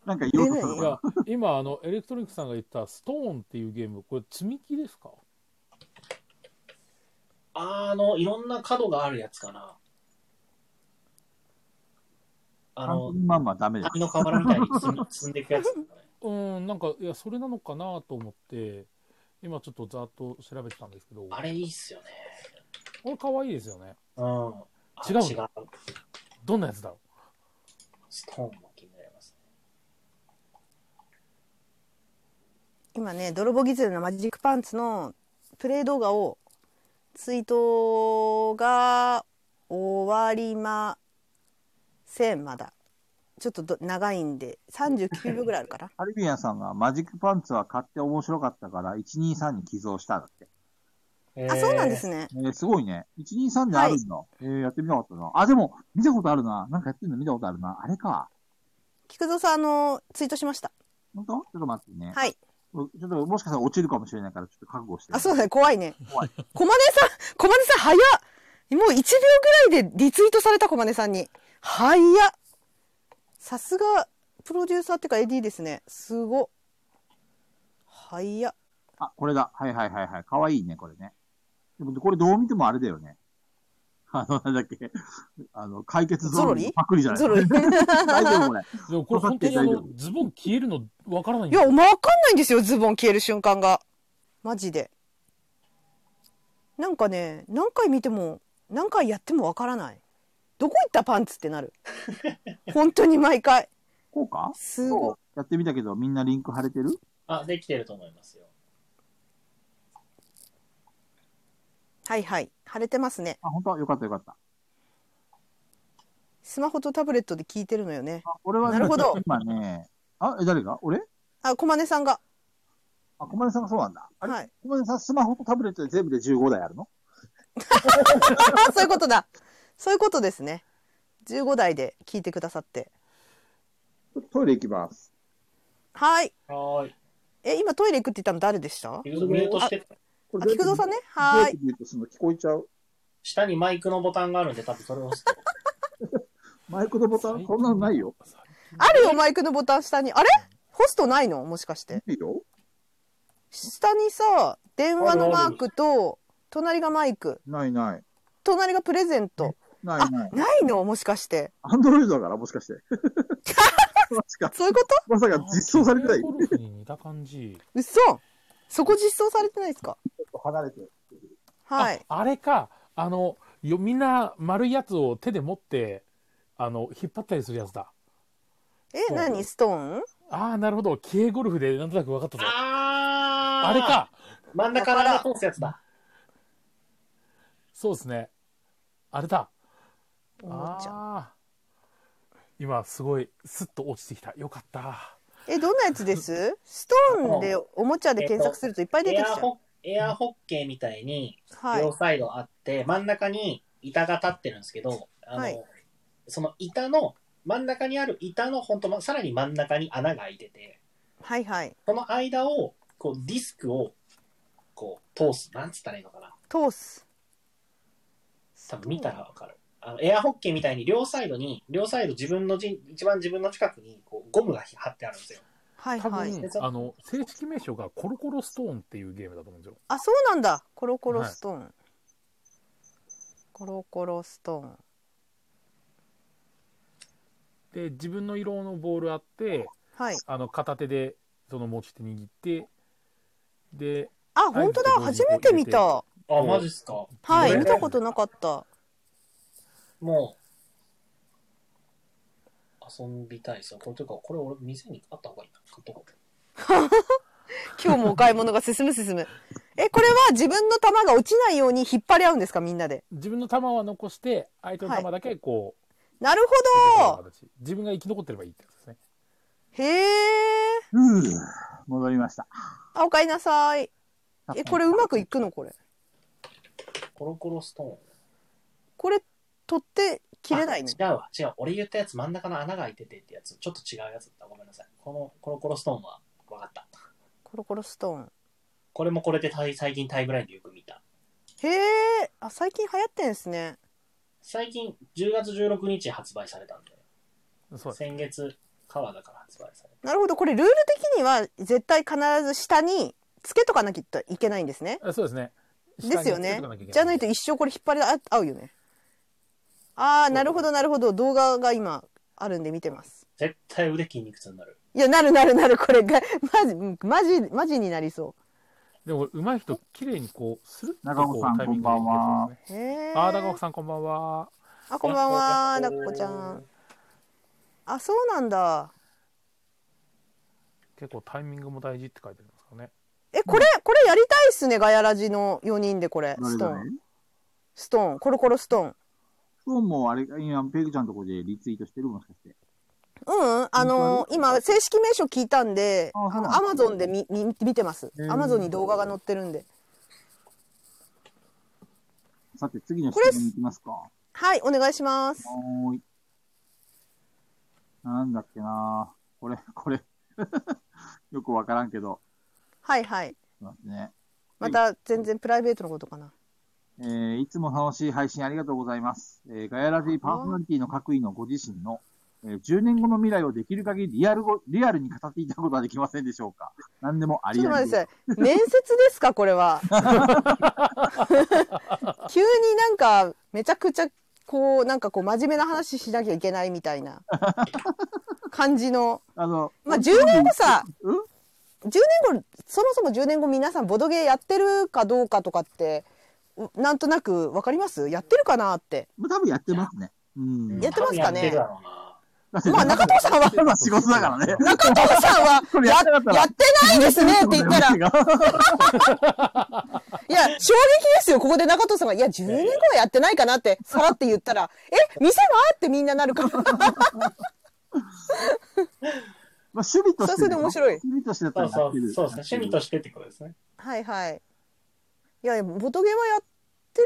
なんか言おうとする
え
いや、今、あの、エレクトリックさんが言ったストーンっていうゲーム、これ積み木ですか
あの、いろんな角があるやつかな。あ
完
の
璧、まんまダメです。
紙の瓦みたいに積ん 積んでいくやつ、ね。
うん、なんか、いや、それなのかなと思って、今ちょっとざーっと調べてたんですけど、
あれいいっすよね。
これ可愛いですよね。
うん。あ
違うの
違う。
どんなやつだろ
ストーンも気になります
今ね、泥棒狐のマジックパンツのプレイ動画をツイートが終わりません、まだ。ちょっとど長いんで、39秒ぐらいあるかな。
ハリビアンさんがマジックパンツは買って面白かったから、123に寄贈したんだって。
ね。
あ、そうなんです
ね。
ね。
えー、すごいね。123であるんだ。えー、やってみたかったな。あ、でも、見たことあるな。なんかやってるの見たことあるな。あれか。
菊蔵さん、あの、ツイートしました。
本当ちょっと待ってね。
はい。
ちょっと、もしかしたら落ちるかもしれないから、ちょっと覚悟して。
あ、そうだね、怖いね。
怖い
小金さん、小金さん早っもう1秒ぐらいでリツイートされた小金さんに。早っさすが、プロデューサーっていうか AD ですね。すごっ。早っ。
あ、これだ。はいはいはいはい。かわいいね、これね。でも、これどう見てもあれだよね。 あの、なんだっけ。あの、解決ゾロリ
ゾロリ
パクリじゃない
ゾロリ。い
大丈夫こ れ。
うでもこれ本当にあ
わか
の
って、
ズボン消えるのわからないんで
や、
す
わか
よ
んないんですよ、ズボン消える瞬間が。マジで。なんかね、何回見ても、何回やってもわからない。どこ行ったパンツってなる。 本当に毎回。
こうか
すごい。
やってみたけど、みんなリンク貼れてる
あ、できてると思いますよ。
はいはい。腫れてますね。
あ、本当よかったよかった。
スマホとタブレットで聞いてるのよね。
あ、俺はね
なるほど
今ね、あ、え、誰が俺
あ、小金さんが。
あ、小金さんがそうなんだ。あれ、
はい。
小金さん、スマホとタブレットで全部で15台あるの
あ、そういうことだ。そういうことですね。15代で聞いてくださって。
ちょっとトイレ行きます。
はい。
はーい。
え、今トイレ行くって言ったの誰でしたあ、
ミュートして、
こ
菊蔵さん
ね。どう
ね。
や
は
っ
ー
て
い。
見るとその聞こえちゃう。
下にマイクのボタンがあるんで、多分それを押すと。
マイクのボタン、こんなのないよ。
あるよ、マイクのボタン下に。あれホストないのもしかして。
いいよ。
下にさ、電話のマークと、隣がマイク、
ないない。
隣がプレゼント。
な
あ
いない、。
ないのもしかして。
アンドロイドだから、もしか して。まさか、
そういうこと
まさか実装されてない。ち
ゴ
ょ
ルフに似た感じ。
嘘そこ実装されてないですか
っと離れて。
はい。
ああれか、あの、よみんな丸いやつを手で持って、あの、引っ張ったりするやつだ。
え、
そう
何ストーン
ああ、なるほど。軽ゴルフでなんとなく分かったぞ。あ
あー
れ。か。
真ん中から通すやつだ。
そうですね。あれだ。
おもちゃ。
あー今、すごい、スッと落ちてきた。よかった。
え、どんなやつですストーンでおもちゃで検索するといっぱい出
エ
てき
ア
ちゃう。
ホエアホッケーみたいに、
はい。
両サイドあって、真ん中に板が立ってるんですけど、あの、
はい
その板の、真ん中にある板の、ほんと、まさらに真ん中に穴が開いてて、
はいはい。
その間を、こう、ディスクを、こう、通す。なんつったらいいのかな。
通す。
多分見たらわかる。あのエアホッケーみたいに両サイドに、両サイド自分のじ、一番自分の近くにこうゴムが貼ってあるんですよ。
はい
多分、
はい。
あの正式名称がコロコロストーンっていうゲームだと思うんですよ。
あ、そうなんだ。コロコロストーン。コロコロストーン。
で自分の色のボールあって
はい。
あの片手でその持ち手握ってで
あ、本当だ。
はい
初めて見た。
あ、マジっすか。
は
こ
い。
れ
見たことなかった。
もう、遊びたいですよ。これというか、これ俺店にあった方がいいな。買っとこう。
今日もお買い物が進む進む。え、これは自分の球が落ちないように引っ張り合うんですかみんなで。
自分の球は残して相手の球だけこう、
なるほど。
出てくる形自分が生き残ってればいいってやつですね。
へえ。
うー戻りました。
あ、おかえりなさい。え、これうまくいくのこれ。
コロコロスト
これ、取って
ーン。
切れないの
あ違うわ、違う。俺言ったやつ真ん中の穴が開いててってやつ。ちょっと違うやつだった。ごめんなさい。このコロコロストーンは分かった。
コロコロストーン。
これもこれでタイ最近タイムラインでよく見た。
へえ。あ、最近流行ってんですね。
最近10月16日発売されたんで、
そうです
先月、川田から発売された。
なるほど。これルール的には絶対必ず下につけとかなきゃいけないんですね。
あそうですね。
ですよね
下につけとかきゃけ。
じゃないと一生これ引っ張りあ合うよね。ああ、なるほどなるほど。動画が今あるんで見てます。
絶対腕筋肉痛になる。
いや、なるなるなる、これが、 マジ、うんマジ、マジになりそ
でも上手い人綺麗にこうする
長尾さんこんばんは
う。へえ。
ああ長尾さんこんばんは。
あ、こんばんは、だっこちゃん。。あ、そうなんだ。
結構タイミングも大事って書いてありますからね。
え、これ、これやりたいっすね、ガヤラジの4人でこれ。
どれ
スト
ど
ー
れ
ン。ストーン、コロコロストーン。
今日もあれ、今、ペグちゃんのところでリツイートしてるもしかして。
うん、うん、あの
本当
ー
に
今、正式名称聞いたんで、
あ
あ
そう
の、
な
ア
んだ
マゾンで見、見、見てます
へ。ー
アマゾンに動画が載ってるんで。
さて、次の質
これ
問に行きますか。
はい、お願いします。
はーい。なんだっけなこれ、 これ。よくわからんけど。
はいはい。
そうですね。
また全然プライベートのことかな。
えーいつも楽しい配信ありがとうございます。えーガヤラジーパーソナリティの各位のご自身の、えー10年後の未来をできる限りリアルご、リアルに語っていただくことはできませんでしょう か。何でもあ
ちょ
り
っと
あ
待っ
り
てく
で
だ
す。
さい。面接ですかこれ は。急になんかめちゃくちゃこうなんかこう真面目な話しなきゃいけないみた いな感じの。
あの、
まあ10年後さ、
うん
10年後そもそも10年後皆さんボドゲやってるかどうかとかってうなんとなくわかります？やってるかな って。
まあ多分やってますね。うん。
やってますかね
多分やってるだろうな。
まあ中藤さんは
まあ仕事だからね。
中藤さんは
これ
や
やってなかったら
やってないですねって 言ったら。いや、衝撃ですよ。ここで中藤さんが、いや、10年後はやってないかなって、さらって言っ たら、え、店はってみんななるから。
まあ、趣味として。
それで面白い
趣味としてだった
そ
らや
うそ
って
う、
る。
そうですね。趣味としてってことですね。
はいはい。いや、ボトゲはやって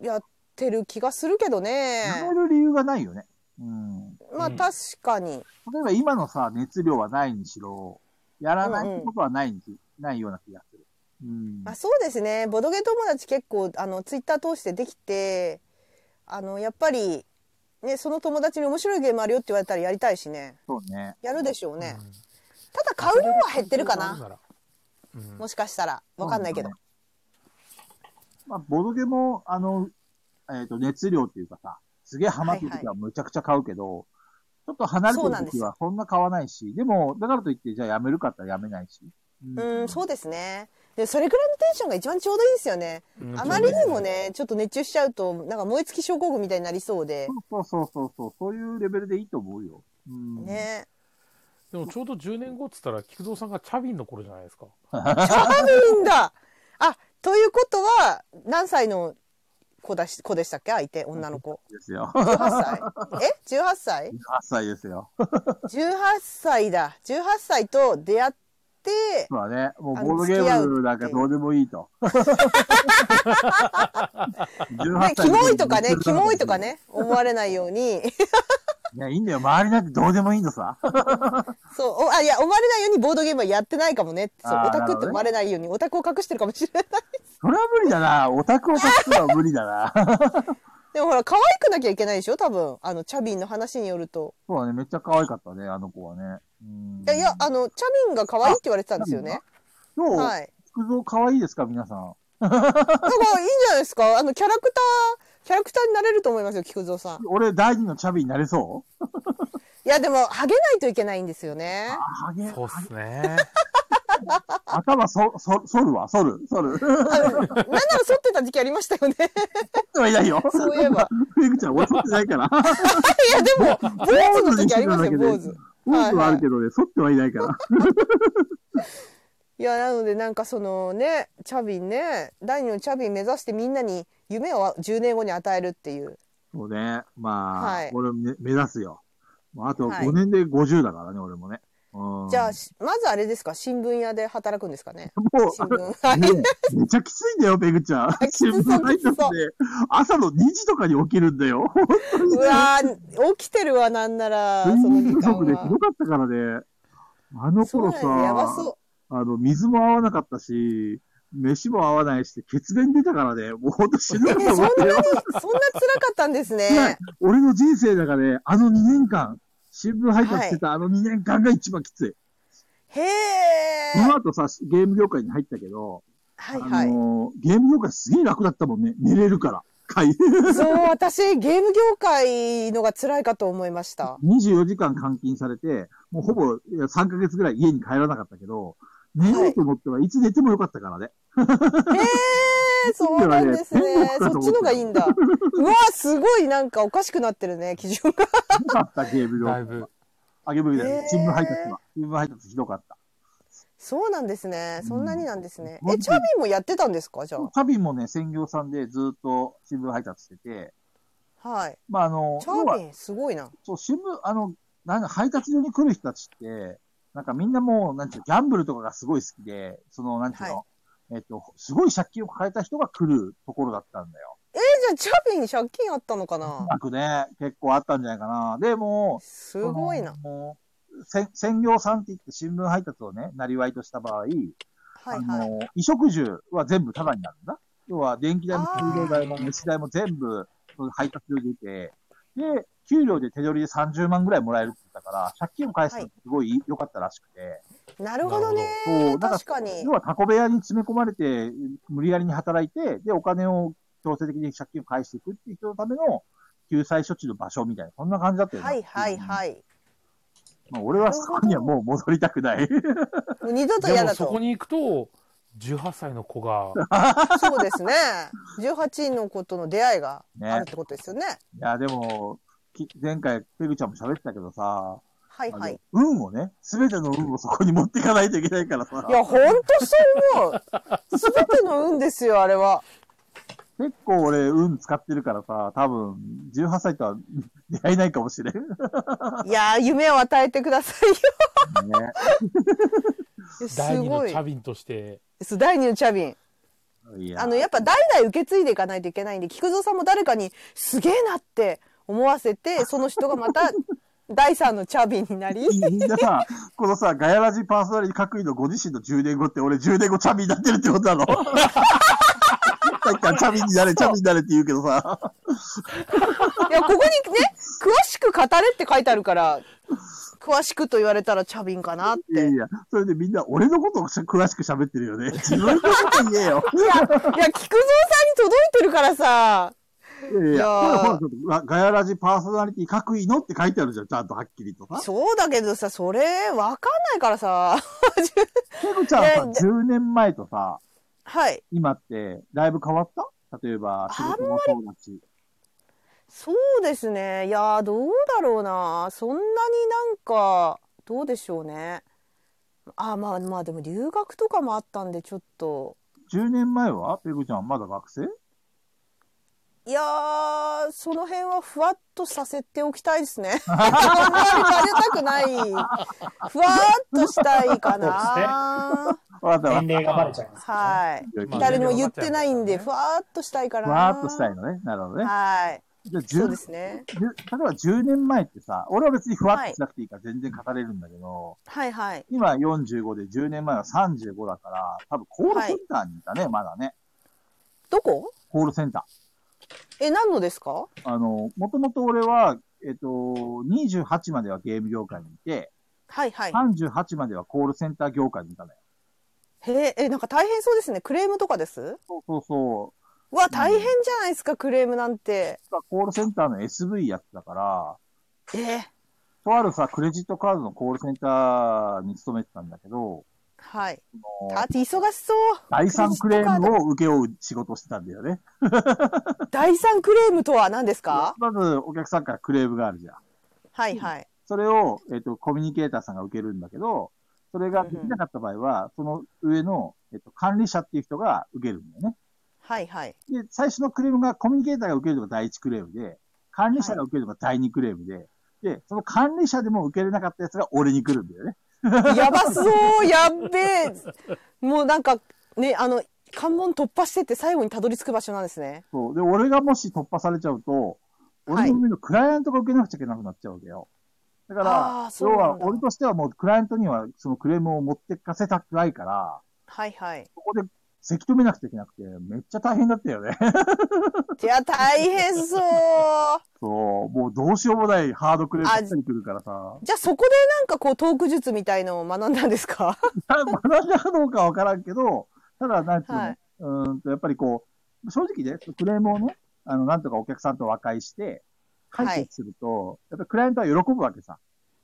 る、やってる気がするけど
やめ
ね。
る理由がないよね。うん。
まあ、
うん
確かに。
例えば今のさ、熱量はないにしろ、やらないことはないにし、ないような気がする。うん。
まあ、そうですね。ボドゲ友達結構、あの、ツイッター通してできて、あの、やっぱり、ね、その友達に面白いゲームあるよって言われたらやりたいしね。
そうね。
やるでしょうね
う。ん
ただ買う量は減ってるか
そう
な。
ら。うん
もしかしたら。わかんないけど
そう。まあ、ボドゲも、あの、えっ、と、熱量っていうかさ、すげえハマってる時はむちゃくちゃ買うけど、ちょっと離れて
そう
る
なんです
時
よ
はそんな買わないし、でも、だからといって、じゃあやめるかって言ったらやめないし。
うん、そうですね。で、それくらいのテンションが一番ちょうどいいんですよね。
うん
あまりにもね、ちょっと熱中しちゃうと、なんか燃え尽き症候群みたいになりそうで。
そうそうそうそう、そういうレベルでいいと思うよ。うん。
ね。
でもちょうど10年後っつったら菊蔵さんがチャビンの頃じゃないですか。
チャーミンだあ、ということは、何歳の子だし、子でしたっけ相手、女の子。
ですよ。
18歳え ?18 歳
8歳ですよ。
?18 歳だ。18歳と出会って、
そうだね。もう
あの
ボードゲームなんかどうでもいい と。
ね
18歳
キモいとかね、キモいとか。ね、思われないように。
いや、いいんだよ。周りなんてどうでもいいのさ。
そう、おあ、いや、思われないようにボードゲームはやってないかもね。そう、
あー
オタク
なるほ
って
どね
思われないように、オタクを隠してるかもしれない。
それは無理だな。オタクを隠すのは無理だな。
でもほら、可愛くなきゃいけないでしょ多分。あの、チャビンの話によると。
そうだね、めっちゃ可愛かったね、あの子はね。うん
いや、いや、あの、チャビンが可愛いって言われてたんですよね。
今日、
はい。
服装可愛いですか、皆さん。
なんか、いいんじゃないですかあの、キャラクター、キャラクターになれると思いますよ、菊蔵さん。
俺、第二のチャビになれそう
いや、でも、ハゲないといけないんですよね。
あ、ハゲ、
そうっす ね。
頭そ、そ、そるわ、そる、そる。 そっ
あのなんなら剃ってた時期ありましたよね。
てはいないよ。
そういえば。
冬口は俺剃ってないから。
いや、でも、坊主の時ありますよ、坊主。
ポーズはあるけどね、剃ってはいないから。
いや、なので、なんかそのね、チャビンね、第二のチャビン目指してみんなに夢を10年後に与えるっていう。
そうね。まあ、
はい
俺め目指すよ。まあ、あと
はい
5年で50だからね、俺もね。うん
じゃあ、しまずあれですか、新聞屋で働くんです かね。
もう
新
あ
聞。はい。
ねえ、めちゃきついんだよ、ペグちゃん。
きつそう
配達で、朝の2時とかに起きるんだよ。本当に
う
ね。
わー起きてるわ、なんなら、そ
睡
の
眠
時
不
間
足でひど
は。
かったからね。あの
そう
頃
なんややばそう
さ、。あの、水も合わなかったし、飯も合わないし、血便出たからね、もうほんと死ぬ
え、
か
そ
と
んなに、 そ
思
ん
っ
な
た
辛
よ
か。ったんです
ね
ね。
俺の人生だからね、あの2年間、新聞配達してたあの2年間が一番きつい。
へ
その
え。
後さ、ゲーム業界に入ったけど、
はいは
あ
い。
のーゲーム業界すげえ楽だったもんね。寝れるから。かい
そう、私、ゲーム業界のが辛いかと思いました。
24時間監禁されて、もうほぼいや3ヶ月ぐらい家に帰らなかったけど、寝ようと思ってはいつ寝てもよかったからね。
へえ、そうなんですね。そっちのがいいんだ。うわーすごいなんかおかしくなってるね、基準が。
ひどか った、ゲーム業
だい
界。
ぶ。
あげぶりだ
へ
よ
ー。
新聞配達は。新聞配達ひどかった。
そうなんですね。そんなになんですね。
うん
え、チャビンもやってたんですかじゃ
サビもね、専業さんでずっと新聞配達してて、
あ。はい。
まあ、あの、
チ
要
ャ
は
ビン、すごいな。
そう、新聞、あの、なんか配達所に来る人たちって、なんかみんなもう、なんていうの、ギャンブルとかがすごい好きで、その、なんていうの、
は
えっと、すごい借金を抱えた人が来るところだったんだよ。
え、じゃあチャビンに借金あったのかな
額ね、結構あったんじゃないかな。でも、
すごいな
そ。の。もうせ専業さんって言って新聞配達をね、なりわいとした場合、
はい
あ
はい。
の、衣食住は全部タダになるんだ。要は、電気代も水道代も飯代も全部、その配達料に出て、で、給料で手取りで30万ぐらいもらえるって言ったから、借金を返すのすごい良かったらしくて、
なるほどね
なるほどそう。なんか
確かに
要。はタコ部屋に詰め込まれて、無理やりに働いて、で、お金を強制的に借金を返していくっていう人のための救済処置の場所みたいな、そんな感じだったよね。
はいはいはい。
まあ、俺はそこにはもう戻りたくない。
もう二度と
で
嫌
も
だ。
そことに行くと、18歳の子が、
そうですね。18の子との出会いが あるってことですよね。
いや、でも、き前回、ペグちゃんも喋ってたけどさ、
はいはい。
あの運をね、すべての運をそこに持っていかないといけないからさ
い、や、ほんとそう思う。すべての運ですよ、あれは。
結構俺、運使ってるからさ、多分、18歳とは出会えないかもしれん。ね。
いやー、夢を与えてくださ いよ。
第
す
二の
ごい
チ。ャビンとして、
そう第二のチャビン。
いや、
あ の、やっぱ代々受け継いでいかないといけないんで、菊蔵さんも誰かにすげえなって思わせて、その人がまた 第三のチャビンになり、
みんなさ、このさ、ガヤラジパーソナリティ各位のご自身の10年後って、俺10年後チャビになってるってことだろ。さっきからチャビになれ、チャビになれって言うけどさ、
いや、ここにね、詳しく語れって書いてあるから、詳しくと言われたらチャビンかなっ
いや
て。い
いや、それでみんな俺のことを詳しく喋ってるよね。自分のこと言えよ。
や、いや、菊蔵さんに届いてるからさ、
いやいや、
いやー
ほらほらちょっとガガヤラジパーソナリティ各位のって書いてあるじゃん、ちゃんとはっきりとさ。
そうだけどさ、それ、わかんないからさ、
ペグちゃん
いや
はさ10年前とさ、
はい。
今って、だいぶ変わった例えば、仕事もそうだし。
そうですね。いやー、どうだろうな。そんなになんか、どうでしょうね。あー、まあまあ、でも留学とかもあったんで、ちょっと。
10年前はペグちゃんまだ学生
いやー、その辺はふわっとさせておきたいです ね。あんまりされたくない。ふわーっとしたいかな。
わかったわか
年
っ
齢がバレちゃいます。
はい。
た。
まあ
誰も言ってないんで、
まあ
ふわーっとしたいかな。
わーっとしたいのね。なるほどね。
はい。
じゃあ
そうで
10
すね。
10例えば10年前ってさ、俺は別にふわっとしなくていいから全然語れるんだけど、
はいはい。
今45で10年前は35だから、多分コールセンターにいたね、まだね。
どこ
コールセンター。
ええ、何のですか
あの、もともと俺は、えっと、28まではゲーム業界にいて、
はいはい。
38まではコールセンター業界にいたのよ。
へえ、え、なんか大変そうですね。クレームとかです
そうそうそう
わ、大変じゃないですか、クレームなんて。
う。コールセンターの SV やってたから、
ええ
とあるさ、クレジットカードのコールセンターに勤めてたんだけど、
はい。
その
だって忙しそう。
第3クレームを請け負う仕事をしてたんだよね。
第三クレームとは何ですか
まず、お客さんからクレームがあるじゃん。
はいはい。
それを、えっ、と、コミュニケーターさんが受けるんだけど、それができなかった場合は、その上の、えっ、と、管理者っていう人が受けるんだよね。
はいはい。
で、最初のクレームが、コミュニケーターが受けるのが第1クレームで、管理者が受けるのが第2クレームで、で、その管理者でも受けれなかったやつが俺に来るんだよね。
やばそう、やっべえ。もうなんか、ね、あの、関門突破してって最後にたどり着く場所なんですね。
そう。で、俺がもし突破されちゃうと、
はい
俺の上のクライアントが受けなくちゃいけなくなっちゃうわけよ。だか
あー
ら、
そ
要
うなんだ
は、俺としてはもうクライアントにはそのクレームを持ってかせたくないから、
はいはい。
そこで、せき止めなくちゃいけなくて、めっちゃ大変だったよね。
いや、大変 そう。
そう、もうどうしようもないハードクレームばっかり来るからさ。
じゃあそこでなんかこうトーク術みたいのを学んだんですか
あ 学んだかどうかわからんけど、ただ、なんていうの、
はいう
ーんと、やっぱりこう、正直ね、クレームをね、あの、なんとかお客さんと和解して、
はい
解決すると、やっぱりクライアントは喜ぶわけさ。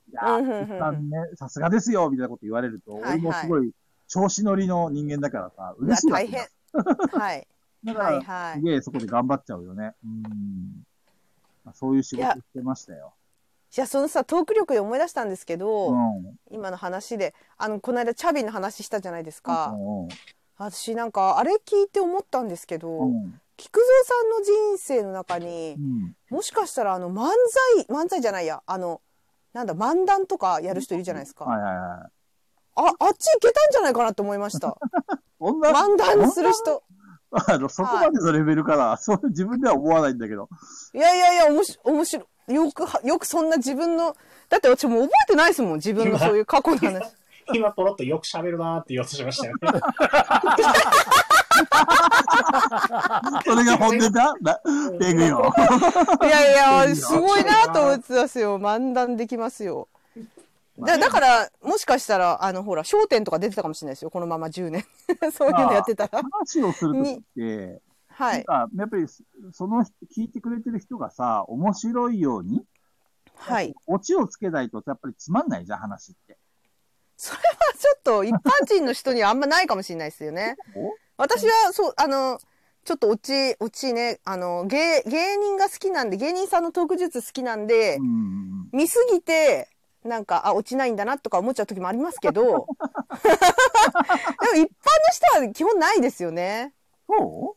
いや
うんうんうん
ー、お客さんね、さすがですよ、みたいなこと言われると、
はいはい
俺もすごい、調子乗りの人間だからさ、
う
嬉
わ
しいわ
大
け
変
だ。。
はい。
だか
は
ら、
いは
す
い。
げえそこで頑張っちゃうよね。うん。まあそういう仕事してましたよ。
じゃあそのさ、トーク力で思い出したんですけど、
うん。
今の話で、あの、この間チャビの話したじゃないですか。
うん
私なんかあれ聞いて思ったんですけど、
うん
菊蔵さんの人生の中に
う、ん。
もしかしたらあの漫才、漫才じゃないや、あの、なんだ、漫談とかやる人いるじゃないですか。
はいはいはい。
あ、あっち行けたんじゃないかなって思い ました。
女
漫談する人。
あの、そこまでのレベルかな。そう、自分では思わないんだけど。
いやいやいや、おもし、面白い。よくは、よくそんな自分の、だって私もう覚えてないですもん、自分のそういう過去の話。
今ポロッとよく喋るなーって言おうとしましたよね。
それが本音だな、ペグ よ。
いやいや、すごいなと思ってたんですよ。漫談できますよ。だだから、もしかしたら、あの、ほら、焦点とか出てたかもしれないですよ。このまま10年。 そういうのやってたら。
話をするときって、
は
なん
い。
か、やっぱり、その、聞いてくれてる人がさ、面白いように、
はい。
オチをつけないと、やっぱりつまんないじゃん、話って。
それはちょっと一般人の人にはあんまないかもしれないですよね。
お
私は、そう、あの、ちょっとオチ、オチね、あの、芸、芸人が好きなんで、芸人さんのトーク術好きなんで、
うん。
見すぎて、なんか、あ、落ちないんだなとか思っちゃう時もありますけど、でも一般の人は基本ないですよね。
そ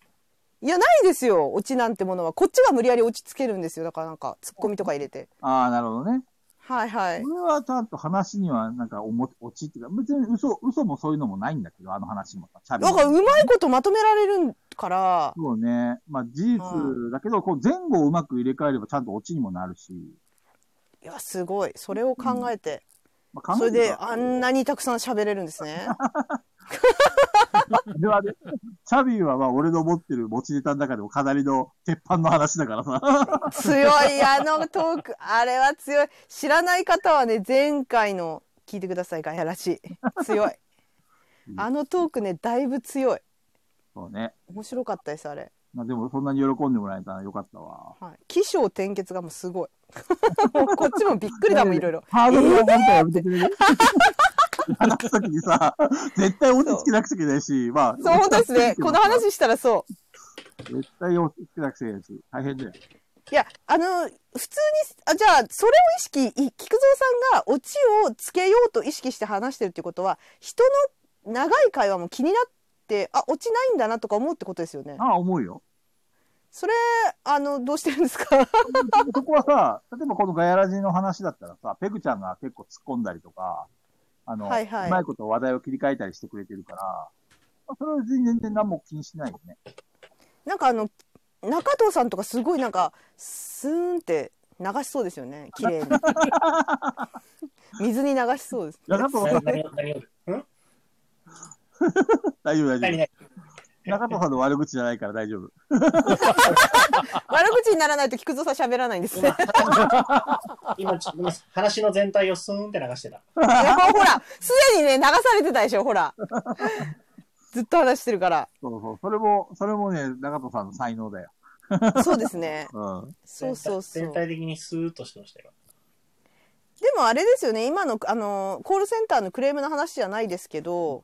いや、ないですよ、落ちなんてものは。こっちが無理やり落ち着けるんですよ。だからなんか、ツッコミとか入れて。
うああ、なるほどね。
はいはい
こ。れはちゃんと話には、なんか、おも、オチっていうか、別に嘘、嘘もそういうのもないんだけど、あの話も。しゃ
なんか、うまいことまとめられるから、
そうね。まあ事実だけど、こう前後をうまく入れ替えればちゃんとオチにもなるし。
いや、すごい。それを考えて。
まあ、
それで、あ
あ
んなにたくさん喋れるんですね。
れはね、チャビーはまあ俺の持ってる持ちネタの中でもかなりの鉄板の話だからさ。
強い、あのトーク。あれは強い。知らない方はね、前回の聞いてください、ガヤらしい。強い。あのトークね、だいぶ強い。
そうね。
面白かったです、あれ。
まあでもそんなに喜んでもらえたらよかったわ。
はい。起承転結がもうすごい。 もうこっちもびっくりだもん、いろいろ。
ハードルを本当やめてくれ る話すときにさ、絶対オチつけなくちゃいけないし、まあ、
そう、本当ですね。 この話したらそう。
絶対オチつけなくちゃいけないし、大変だよ。
いや、あの、普通に、あじゃあ、それを意識、い菊蔵さんがオチをつけようと意識して話してるってことは、人の長い会話も気になって、あ、オチないんだなとか思うってことですよね。
ああ、思うよ。
それ、あの、どうしてるんですか
そこはさ、例えばこのガヤラジの話だったらさ、ペグちゃんが結構突っ込んだりとか、あの、
はいはいう
まいこと話題を切り替えたりしてくれてるから、まあそれは全然何も気にしないよね。
なんかあの、中藤さんとかすごいなんか、スーンって流しそうですよね。綺 麗に。水に流し そうです。
中藤さ
何
ん、
何を何をん
大丈夫大
何
丈
々
夫。中藤さんの悪口じゃないから大丈夫。
悪にならないと菊蔵さん喋らないんですね。
今、ちょ今話の全体をスーンって流してた。
いやほら、すでにね、流されてたでしょ、ほ ら。ずっと話してるから。
そうそう。それも、それもね、長戸さんの才能だよ。
そうですね。
うん。
そうそうそう。
全
で
体的にスーッとしてましたよ。
もあれですよね、今の、あの、コールセンターのクレームの話じゃないですけど、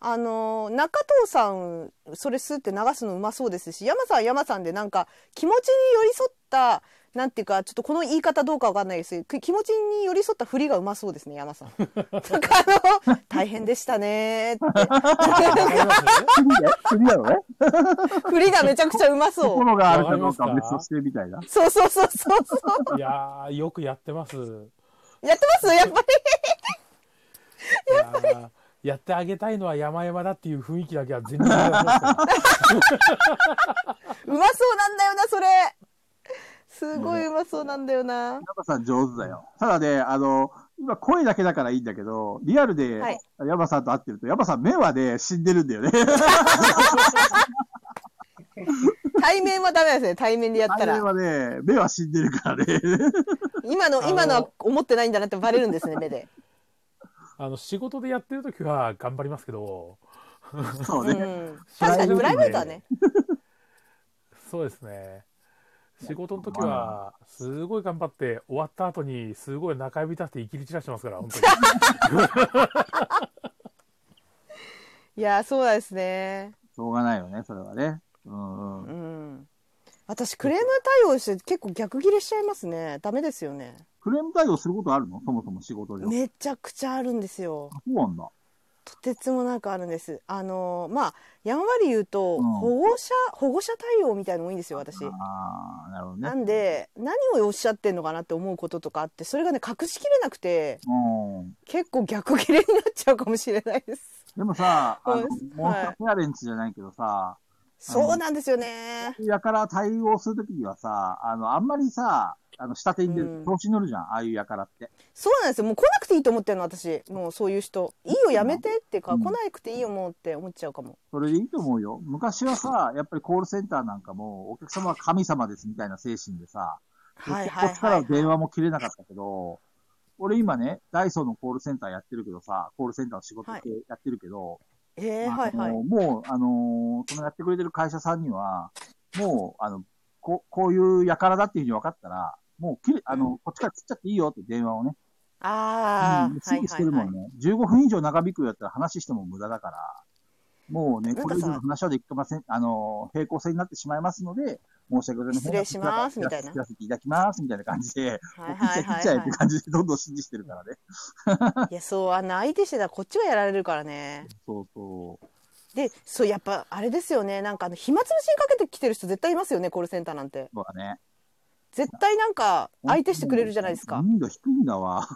あの、中藤さん、それスって流すのうまそうですし、山さんは山さんでなんか、気持ちに寄り添った、なんていうか、ちょっとこの言い方どうかわかんないですけど、気持ちに寄り添った振りがうまそうですね、山さ ん。なんかあの、大変でしたねーって。
わかります
次だよ。次だろうね。
振りがめちゃくちゃうまそう。
心があるかどうかは別としてみたいな。
そうそうそうそうそ。
いやー、よくやってます。いう
やってますやっぱり。
やーやってあげたいのは山々だっていう雰囲気だけは全然違いますから
うまそうなんだよな、それ。すごいうまそうなんだよな。
ヤマさん上手だよ。ただね、あの、今声だけだからいいんだけど、リアルで
はい
ヤマさんと会ってると、ヤマさん目はね、死んでるんだよね。
対面はダメですね、対面でやった
あれ
ら。
はね、目は死んでるからね。
今の、今のは思ってないんだなってバレるんですね、目で。
あの、仕事でやってる時は頑張りますけど、
そう
う
ね。
ん。確かにプライベートはね。
そうですね。仕事の時は、すごい頑張って、終わった後に、すごい中指立って生きり散らしてますから、本当に。
いや、そうなんですね。
しょうがないよね、それはね。うんう。
うんん。私、クレーム対応して結構逆ギレしちゃいますね。ダメですよね。
クレーム対応することあるのそもそも仕事では。
めちゃくちゃあるんですよ。
そうなんだ。
とてつもなくあるんです。あの、まあ、やんわり言うと、
うん
保護者、保護者対応みたいのもいいんですよ、私。
ああ、なるほどね。
なんで何をおっしゃってんのかなって思うこととかあってそれがね隠しきれなくて
うん。
結構逆切れになっちゃうかもしれないです。
でもさ、あの
そうです、
モンスターペアレンツじゃないけどさ、
そうなんですよね。
やから対応するときにはさ、あの、あんまりさ、あの、下手に出
う
る
ん
と調子に乗るじゃん、ああいうやからって。
そうなんですよ。もう来なくていいと思ってるの私。もうそういう人。いいよやめてっていうか、
うん
来なくていいよもうって思っちゃうかも。
それでいいと思うよ。昔はさ、やっぱりコールセンターなんかも、お客様は神様ですみたいな精神でさ、
はいはい
こっちから
はい。
電話も切れなかったけど、俺今ね、ダイソーのコールセンターやってるけどさ、コールセンターの仕事ってやってるけど、
えー、
まあ
はいは
あの
い。
もう、あのーそのやってくれてる会社さんには、もう、あの、ここういうやからだっていうふうに分かったら、もう切れ、あの、こっちから切っちゃっていいよって電話をね。
ああ、
うん、す
はい
ぐし
は
て
い
るも
は
ん
い
ね。。15分以上長引くやったら話しても無駄だから、もうね、
なん
こ
か
れ
さ
以上の話はできません、あの、平行線になってしまいますので、申し訳ございません。
失礼しますみたいな
切らせていただきます、みたいな感じで、
はい
切っち
は
ゃ
い
え、切っ
はい
ちゃえっ
は
て感じでどんどん指示してるからね。
い。いや、そう、あんな相手してたらこっちがやられるからね。
そうそう。
で、そう、やっぱあれですよね。なんかあの、暇つぶしにかけてきてる人絶対いますよね、コールセンターなんて。
そうだね。
絶対なんか、相手してくれるじゃないですか。
頻度低いんだわ。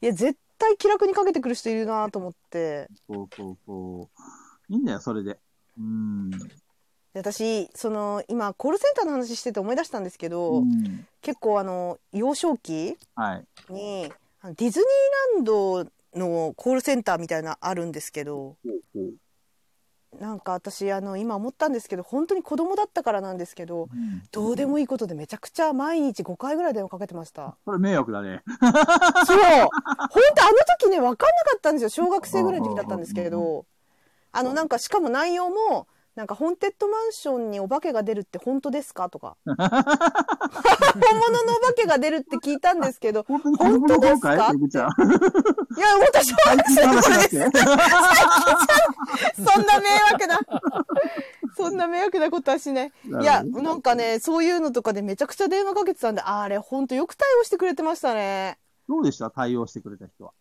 いや絶対気楽にかけてくる人いるなと思って
そうそうそう。いいんだよ、それで。うん。
で私その今コールセンターの話してて思い出したんですけど、
うん
結構あの幼少期
はい。
にあのディズニーランドのコールセンターみたいなあるんですけどなんか私あの今思ったんですけど本当に子供だったからなんですけど
うん
どうでもいいことでめちゃくちゃ毎日5回ぐらい電話かけてました。
それ迷惑だね。
そう本当あの時ね分かんなかったんですよ小学生ぐらいの時だったんですけどあのなんかしかも内容もなんかホーンテッドマンションにお化けが出るって本当ですかと か本物のお化けが出るって聞いたんですけど
本当に子供の頃かい
本
ペ
当
グ
で
ち
す
ゃん
か。いや本当小学生の頃です
最近の話だって。
そんな迷惑なそんな迷惑なことはしない い
な
や
るほど
なんかねそういうのとかでめちゃくちゃ電話かけてたんであれ本当よく対応してくれてましたね
どうでした対応してくれた人は。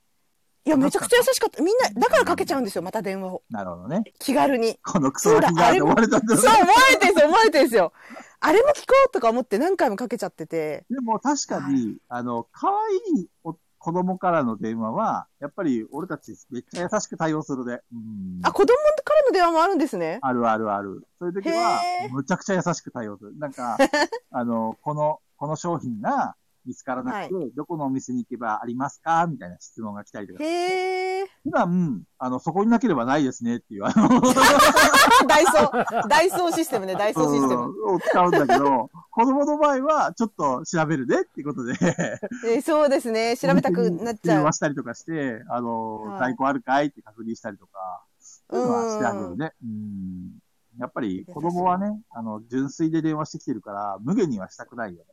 いやめちゃくちゃ優しかったみんなだからかけちゃうんですよまた電話を
なるほどね。
気軽に
このクソガキがって思われたんだ
そう
ろうね
思われてるんですよ思われてるんですよあれも聞こうとか思って何回もかけちゃってて
でも確かに、あの、可愛いお子供からの電話は、やっぱり俺たちめっちゃ優しく対応するで。うん
あ子供からの電話もあるんですね
あるあるある。そういう時は
へ、ー
むちゃくちゃ優しく対応する。なん か、あの、この、この商品が見つからなくて、どこのお店に行けばありますかみたいな質問が来たりとか。
へえ
普段、あの、そこになければないですねっていう、あの、
ダイソー、ダイソーシステムね、ダイソーシステム。
うんを使うんだけど、 子供の場合は、ちょっと調べるねっていうことで、
えーそうですね、 調べたくなっちゃ
電
う
話。したりとかして、あの、
はい
在庫あるかいって確認したりとか、そういうのはしてあげるね。うん。やっぱり子供はね、あの、純粋で電話してきてるから、無限にはしたくないよね。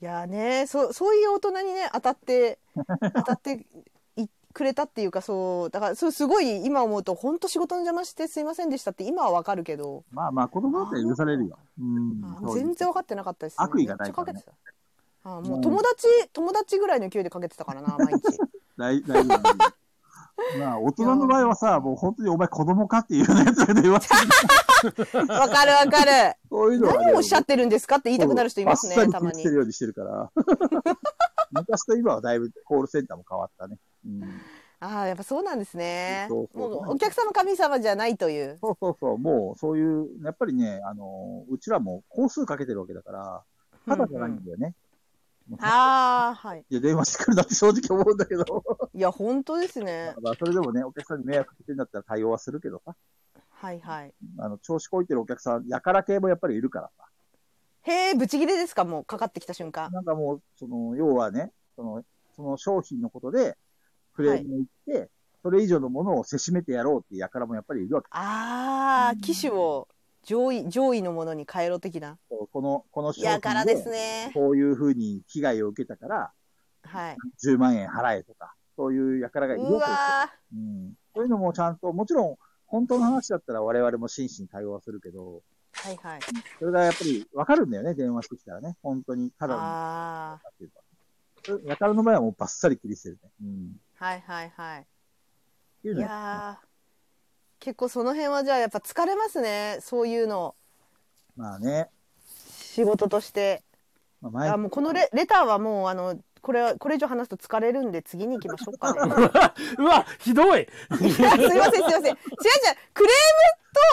いやーね、そう、そういう大人にね、当たって、当たっていくれたっていうか、そう、だから、そう、すごい今思うと、本当仕事の邪魔してすいませんでしたって今はわかるけど、
まあまあ、子供だったら許されるよ。うん
あー。
そう
全然分かってなかったです、
悪意がないからね
めっちゃかけてた。あーもう友達、友達ぐらいの勢いでかけてたか らな、毎日。
大大丈夫なんだよ。 まあ、大人の場合はさ、もう本当にお前子供かっていうようなやつが電話してる。
わかるわかる。
そういうのはね
何をおっしゃってるんですかって言いたくなる人います
あっさ
ね、
り
たま
切っ
に
て。るようにしてるから。 昔と今はだいぶコールセンターも変わったね。うん、
ああ、やっぱそうなんですね。
そうそう
もうお客様神様じゃないという。
そうそうそう、もうそういう、やっぱりね、あの、うちらも工数かけてるわけだから、ただじゃないんだよね。
ああ、はい。
いや、電話してくるなって正直思うんだけど。
いや、本当ですね。
まあ、それでもね、お客さんに迷惑かけてんだったら対応はするけどさ。
はいはい。
あの、調子こいてるお客さん、やから系もやっぱりいるからさ。
へえ、ブチギレですかもうかかってきた瞬間。
なんかもう、その、要はね、その、その商品のことで、クレームに行って、それ以上のものをせしめてやろうっていうやからもやっぱりいるわけ。
ああ、機種を上位、上位のものに変えろ的な。
この、この商品
やからですね。
こういうふうに被害を受けたから、
はい。
10万円払えとか、そういうやからがいるわ
う
けですよ。
わ
うん。そういうのもちゃんと、もちろん、本当の話だったら我々も真摯に対応はするけど、
ーはいはい。
それがやっぱり分かるんだよね、電話してきたらね。本当に、ただのや
あ
からっていうか。それやからの場合はもうバッサリ切り捨てるね。うん。
あ、はいはいはい。
っていう
い
の
やー結構その辺はじゃあやっぱ疲れますね。そういうの。
まあね。
仕事として。
まあ、前
あもうこのレレターはもうあのこれはこれ以上話すと疲れるんで次に行きましょうか ね。
うわ、ひどい
いやすいませんすいません。違う違うクレーム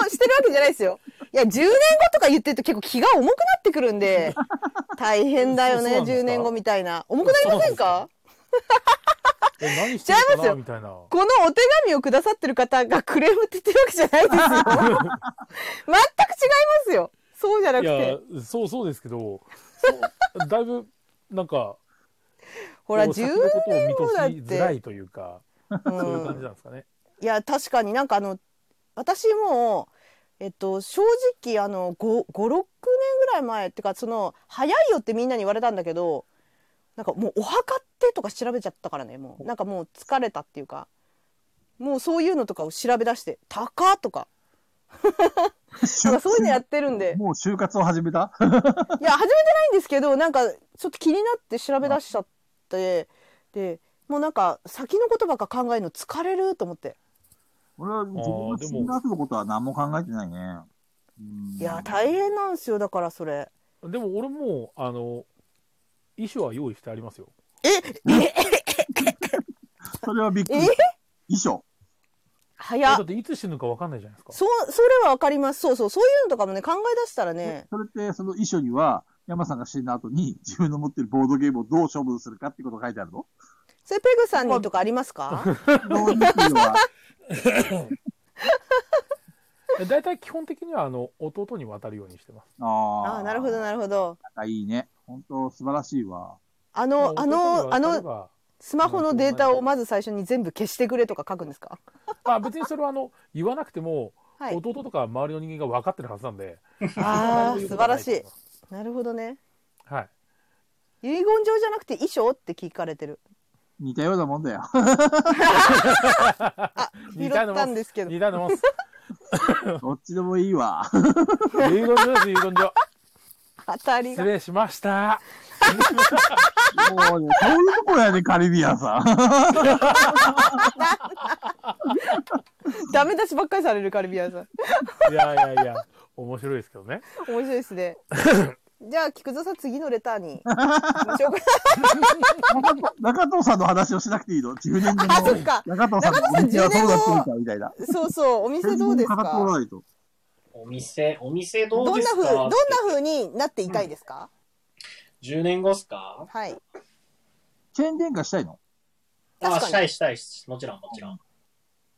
としてるわけじゃないですよ。いや10年後とか言ってると結構気が重くなってくるんで 大変だよ
そう
ね
なんですか
10年後みたいな重くなりませんか？
え何してる
違いま
か
す
な
よ
みたいな。
このお手紙をくださってる方がクレームって言ってるわけじゃないですよ。 全く違いますよ。そうじゃなく
い
て
や、そうそうですけ ど、そうだいぶ、なんか、
ほら
こう
10
先
年
のことを見
後だっ
通しづら
て。
いというか、
うん
そういう感じなんですかね。
いや確かになんかあの私もえっと正直あの56年ぐらい前ってかその早いよってみんなに言われたんだけどなんかもうお墓ってとか調べちゃったからねもうなんかもう疲れたっていうかもうそういうのとかを調べ出して「高」とかなんかそういうのやってるんで
もう就活を始めた
いや始めてないんですけどなんかちょっと気になって調べ出しちゃってでもうなんか先のことばっか考えるの疲れると思って。
俺は自分の
あーでも
死んだ後のことは何も考えてないね。うん
いや大変なんですよだからそれ。
でも俺もうあの衣装は用意してありますよ。
それはびっくり
え。
衣装。
早っ
だっていつ死ぬかわかんないじゃないですか。
そう、それはわかります。そうそう、そういうのとかもね、考え出したらね、
それって、その遺書には、山さんが死んだ後に 自分の持ってるボードゲームをどう処分するかってことが書いてある の
それペグさんにとかありますか
どういうふうのは、
え大体基本的にはあの弟に渡るようにしてます。
あ
ああ、なるほど、な
る
るほど。
ほど。いいね。本当素晴らしいわ。
あの、あ
弟
の、
に渡
あ
れ
の、
ば
スマホのデータをまず最初に全部消してくれとか書くんですか
あ別にそれはあの言わなくても、
はい。
弟とか周りの人間が分かってるはずなんで。
ああ、素晴らしい
は。
なるほどね。
はい。
遺言状じゃなくて衣装って聞かれてる。
似たようなもんだ よ。
拾っ
似たようなもん
たんですけど。
似たようなもんです。
どっちでもいいわ。
遺言状です遺言 状。
当たり
失
が。
礼しました。
もうね、そういうとこやね、カリビアンさ ん。
ダメ出しばっかりされるカルビアンさん。
いやいやいや面白いですけどね。
面白いで すね。じゃあ、菊蔵さん次のレターに行きましょうか。
中藤さんの話をしなくていいの ?10 年後
あ、そっ
の。
か。
中藤さんの
中藤さん
お店はどうなってる
10
か
年
みたいな。
そうそう、お店どうです
全然
か
語っておらないと。
お店、お店ど
ど
うんで
な
す
ふう、
か
どんな風になっていたいですか。
?10 年後っすか
はい。
チェーン展開したいの
あ、
確か
し
に
たいしたいし、もちろんもちろん。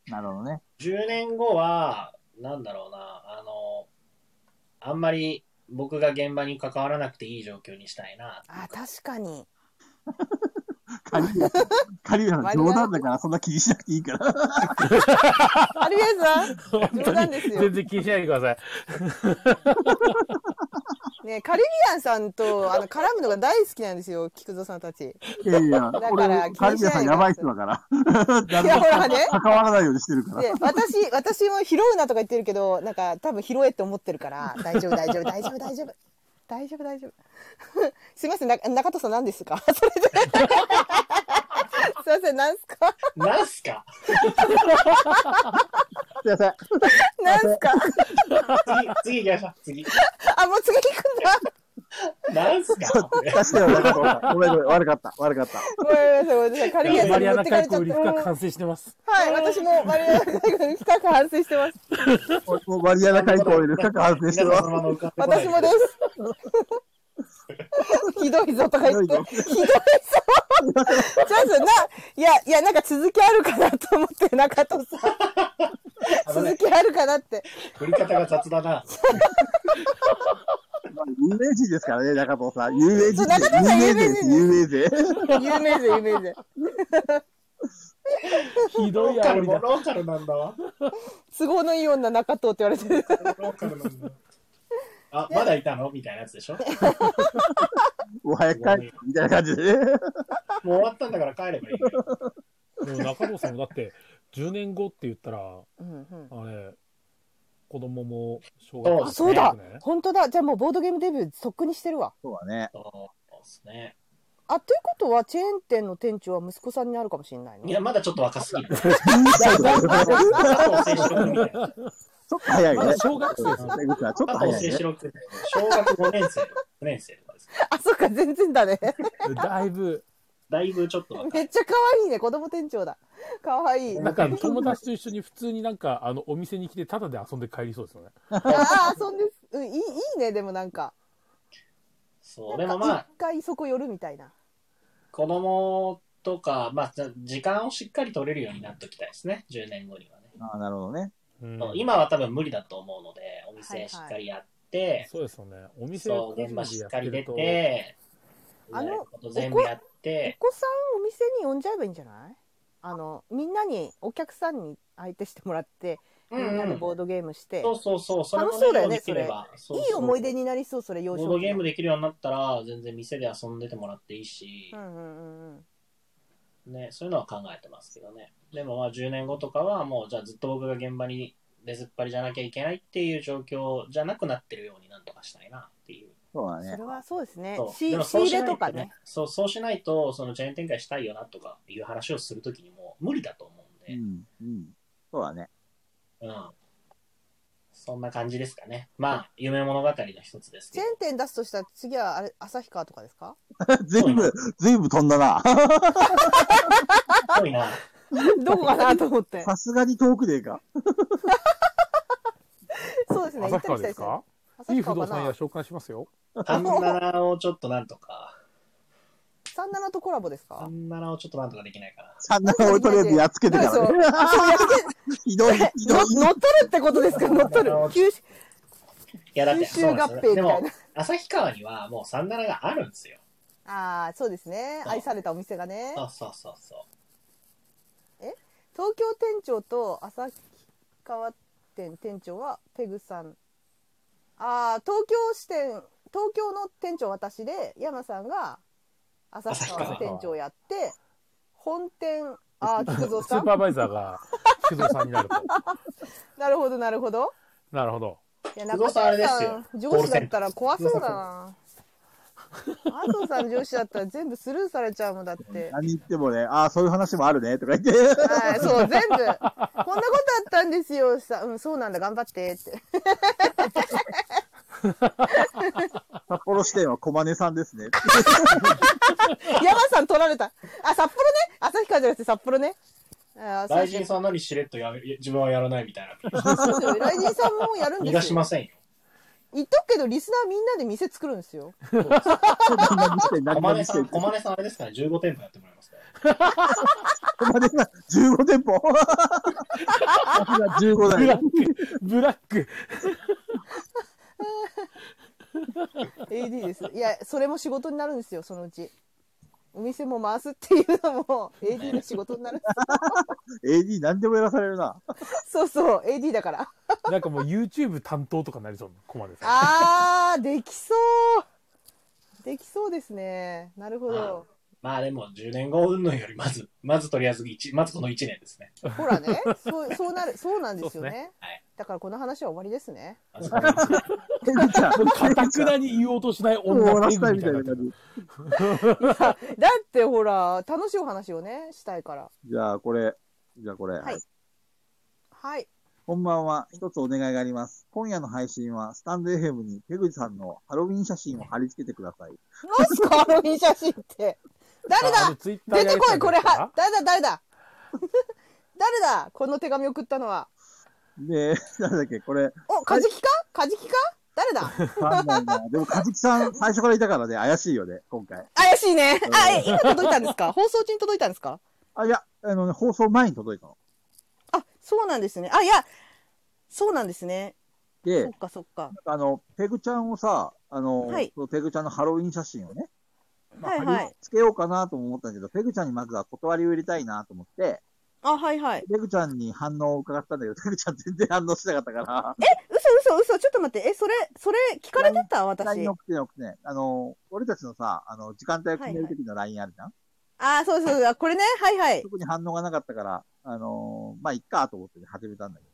なるほどね。
10年後は、なんだろうな、あの、あんまり僕が現場に関わらなくていい状況にしたいな。
あ確かに
仮に、仮に
割りが
冗談だからそんな気にしなくていいから。
ハリウェイさん
本
冗
当
談
に
ですよ
全然気にしないでください。
ねカリビアンさんとあの絡むのが大好きなんですよ菊蔵さんたち
いやいや、
から
俺、
気
カ
に
リ
し
ビアさん
ないでください
やばい人だから。
いやほらね
関わらないようにしてるから。
で 私私も拾うなとか言ってるけどなんか多分拾えって思ってるから大丈夫大丈夫大丈夫大丈夫大丈夫大丈夫 すいませんな中戸さん何ですか それですいません何すか
なんすか
すいません。
何すか
次、次行きましょう。次。
あもう次行くんだ
なんすか
確かに悪かった。ごめんごめん、悪かった。悪かった。
ごめんなさいごめんなさいカリビアンさ
マ
んに
リ
持
ア
っ
ナ
てかれ
海
ちゃっ
溝
た
り深く完成してます。
はい私もマリアナ海軍深く反省してます
もうもうマリアナ海溝より深く反省してる
皆さんその
わ。
まま浮かんでこない
私もです ひどいぞとか言っ
ひど
て
いぞ
ひどいぞ ちょっとないやいやなんか続きあるかなと思って中戸さん
あのね
続きあるかなって。
振り方が雑だな。
有名人ですからね、中藤さん。有名人
そう中藤さん
有名人有名人有名人
有名税、有名税。
ひど
ロ
い
ーカ
あ
ル
り
も
だ。
ローカルなんだわ。
都合のいい女中藤って言われてる。
ローカルなんだ。あ、まだいたのみたいなやつでしょも
もう早く帰って、みたいな感じでね。
う終わったんだから帰ればいいよ。
でも中藤さんもだって、10年後って言ったら、
うんうん
あれ、子供も小
そう
あ、
です
そうだ
ね。
本当だ。じゃあもうボードゲームデビューそっくにしてるわ。
そうだ ね。
そうですね。
あ、ということは、チェーン店の店長は息子さんになるかもしれない
い
ね。
や、まだちょっと若すぎる。
ち
加藤清志郎君みたいな。
ょっと早いね。
まだ小学生です
江口さんちょっと
加藤
早いね
清志。郎君みたいな。小学5年生、6年生とかですね。
あ、そっか、全然だね。
だいぶ、
だいぶちょっと若
め
い。
っちゃ可愛いね。子供店長だ。可愛い。
なんか友達と一緒に普通になんか、あの、お店に来てタダで遊んで帰りそうですよね。
ああ、そんです。うん、いい、いいね、でもなんか。
そう、で
な
も
ん
ま
か
あ、
一回そこ寄るみたいな。
子供とか、まあ、じゃ時間をしっかり取れるようになっておきたいですね。10年後にはね。
ああ、なるほどね。
うん
そう今は多分無理だと思うので、お店しっかりやって、
そうですよね。お店
そ
を
う、現場しっかり出
と、
て、
あ
や
の
ること全部やって、
お子さんをお店に呼んじゃえばいいんじゃないあのみんなにお客さんに相手してもらって、
うん
みんな
う
で
ん。
ボードゲームして
そうそうそう、それも
楽しそうだよね
できればそうそう
いい思い出になりそうそれ幼
ボ
少期
ードゲームできるようになったら、全然店で遊んでてもらっていいし
う、んうんうんうん
ね、そういうのは考えてますけどね。でもまあ10年後とかはもう、じゃあずっと僕が現場に出ずっぱりじゃなきゃいけないっていう状況じゃなくなってるようになんとかしたいなっていう。
そうだ
そ
ね
れ。はそうですね
そう
仕
でも
仕
そう
入
しな
れ
い
とかね。
そう、そうしないと、そのチェーン展開したいよなとかいう話をするときにもう無理だと思うん
う
で、
ん。うん。そうだね。
うんそんな感じですかね。まあ、夢物語の一つです
チ
け
ェ
ど
ー。ン店出すとしたら次はあれ旭川とかですか
ずいぶん、ずいぶん飛んだな。
すご いな。
どこかなと思って
さすがに遠くでえか。
そうですね行っ
旭
て
川で
みたいですすね
かいい不動
旭川か
産屋
な
紹介しますよ。
単7をちょっとなん とか、
三七とコラボですか
単7をちょっとなんとかできないかな。
あんな俺とりあえずやっつ けてか
そ
ら
う
ね。
あそうやって
ひどい、ひどい。
乗乗っ取るってことですか乗っ取る九州
いや、だっ
九
て、
州
そう
合
なんです
併み
よ。
たい
で
な
も、旭川にはもう37があるんですよ。
ああそうですね愛されたお店がね
そうそうそうそう。
東京店長と旭川店店長はペグさんああ東京支店東京の店長私で山さんが旭川の店長やって本店ああ菊蔵
ス
さ
ー
ん
パーバイザーが 菊蔵さんになると。
なるほどなるほど
なるほど。
いや
菊蔵さんあれですよ
上司だったら怖そうだな麻生さん上司だったら全部スルーされちゃうもんだって
何言ってもね、ああ、そういう話もあるね、とか言って。
はい、そう、全部。こんなことあったんですよ。さ、うん、そうなんだ、頑張ってって。
札幌支店は小金さんですね。
山さん取られた。あ、札幌ね。旭川じゃなくて札幌ね。あ、
大臣さん何しれっとやめ自分はやらないみたいな。
そうですよ雷神さんもやるん
逃
で
が
す
し
よ
ま。せんよ。
言っとくけど、リスナーみんなで店作るんですよ。
何々支店、何々
小金
支
さん、
店。
小金さんあれですから、15店舗やってもらいますから。
までが15店舗。私が15だ
ブラッ
よ。
ク、ブラック。
AD ですいやそれも仕事になるんですよそのうちお店も回すっていうのも AD の仕事になる
AD 何でもやらされるな。
そうそう AD だから
なんかもう YouTube 担当とかなりそうな、ここまでさ。
あーできそうできそうですねなるほど
まあでも10年後云々よりまず、まずとりあえず1、まずこの1年ですね。
ほらねそうそうなるそうなんですよね
そう
はい
だからこの話は終わりですね
まずこの一年
エビちゃん、
もうかたくなに言おうとしない
終わ
女
ら
ペ
せた
グ
い
み
み
た
た
い
い
な
な。感じ。
だってほら楽しいお話をねしたいから
じゃあこれ、じゃあこれ。
はいはい
こんばんは。一つお願いがあります。今夜の配信は、スタンド FM にペグジさんのハロウィン写真を貼り付けてください。
何すかハロウィン写真って誰
ああ
だ
の Twitter
出
や
て
りた
こ
ん
いこれ
ですか
は誰だ誰だ誰だこの手紙送ったのは
で、 なんだっけ、これ、
おカジキかカジキか誰だ
わかんないな。でも、カジキさん、最初からいたからね、怪しいよね、今回。
怪しいねあえ今届いたんですか放送中に届いたんですか
あ、いや、あのね、放送前に届いたの。
あそうなんですねあいやそうなんですねそ
で
っ、かそっか
あの、ペグちゃんをさ、あの、
はい
そのペグちゃんのハロウィン写真をね、まあ
はいは
貼り
い
付けようかなとも思ったんだけど、ペグちゃんにまずは断りを入れたいなと思って、
あはいはい
ペグちゃんに反応を伺ったんだけど、ペグちゃん全然反応してなかったから、
嘘嘘嘘ちょっと待ってえそれそれ聞かれてた私
LINE 送ってね、送ってね。あの、俺たちのさ、あの、時間帯を決めるときの LINE あるじゃん、
あそうそうそうこれねはいはい
特に反応がなかったから、あのーまあ、いっかと思って始めたんだけ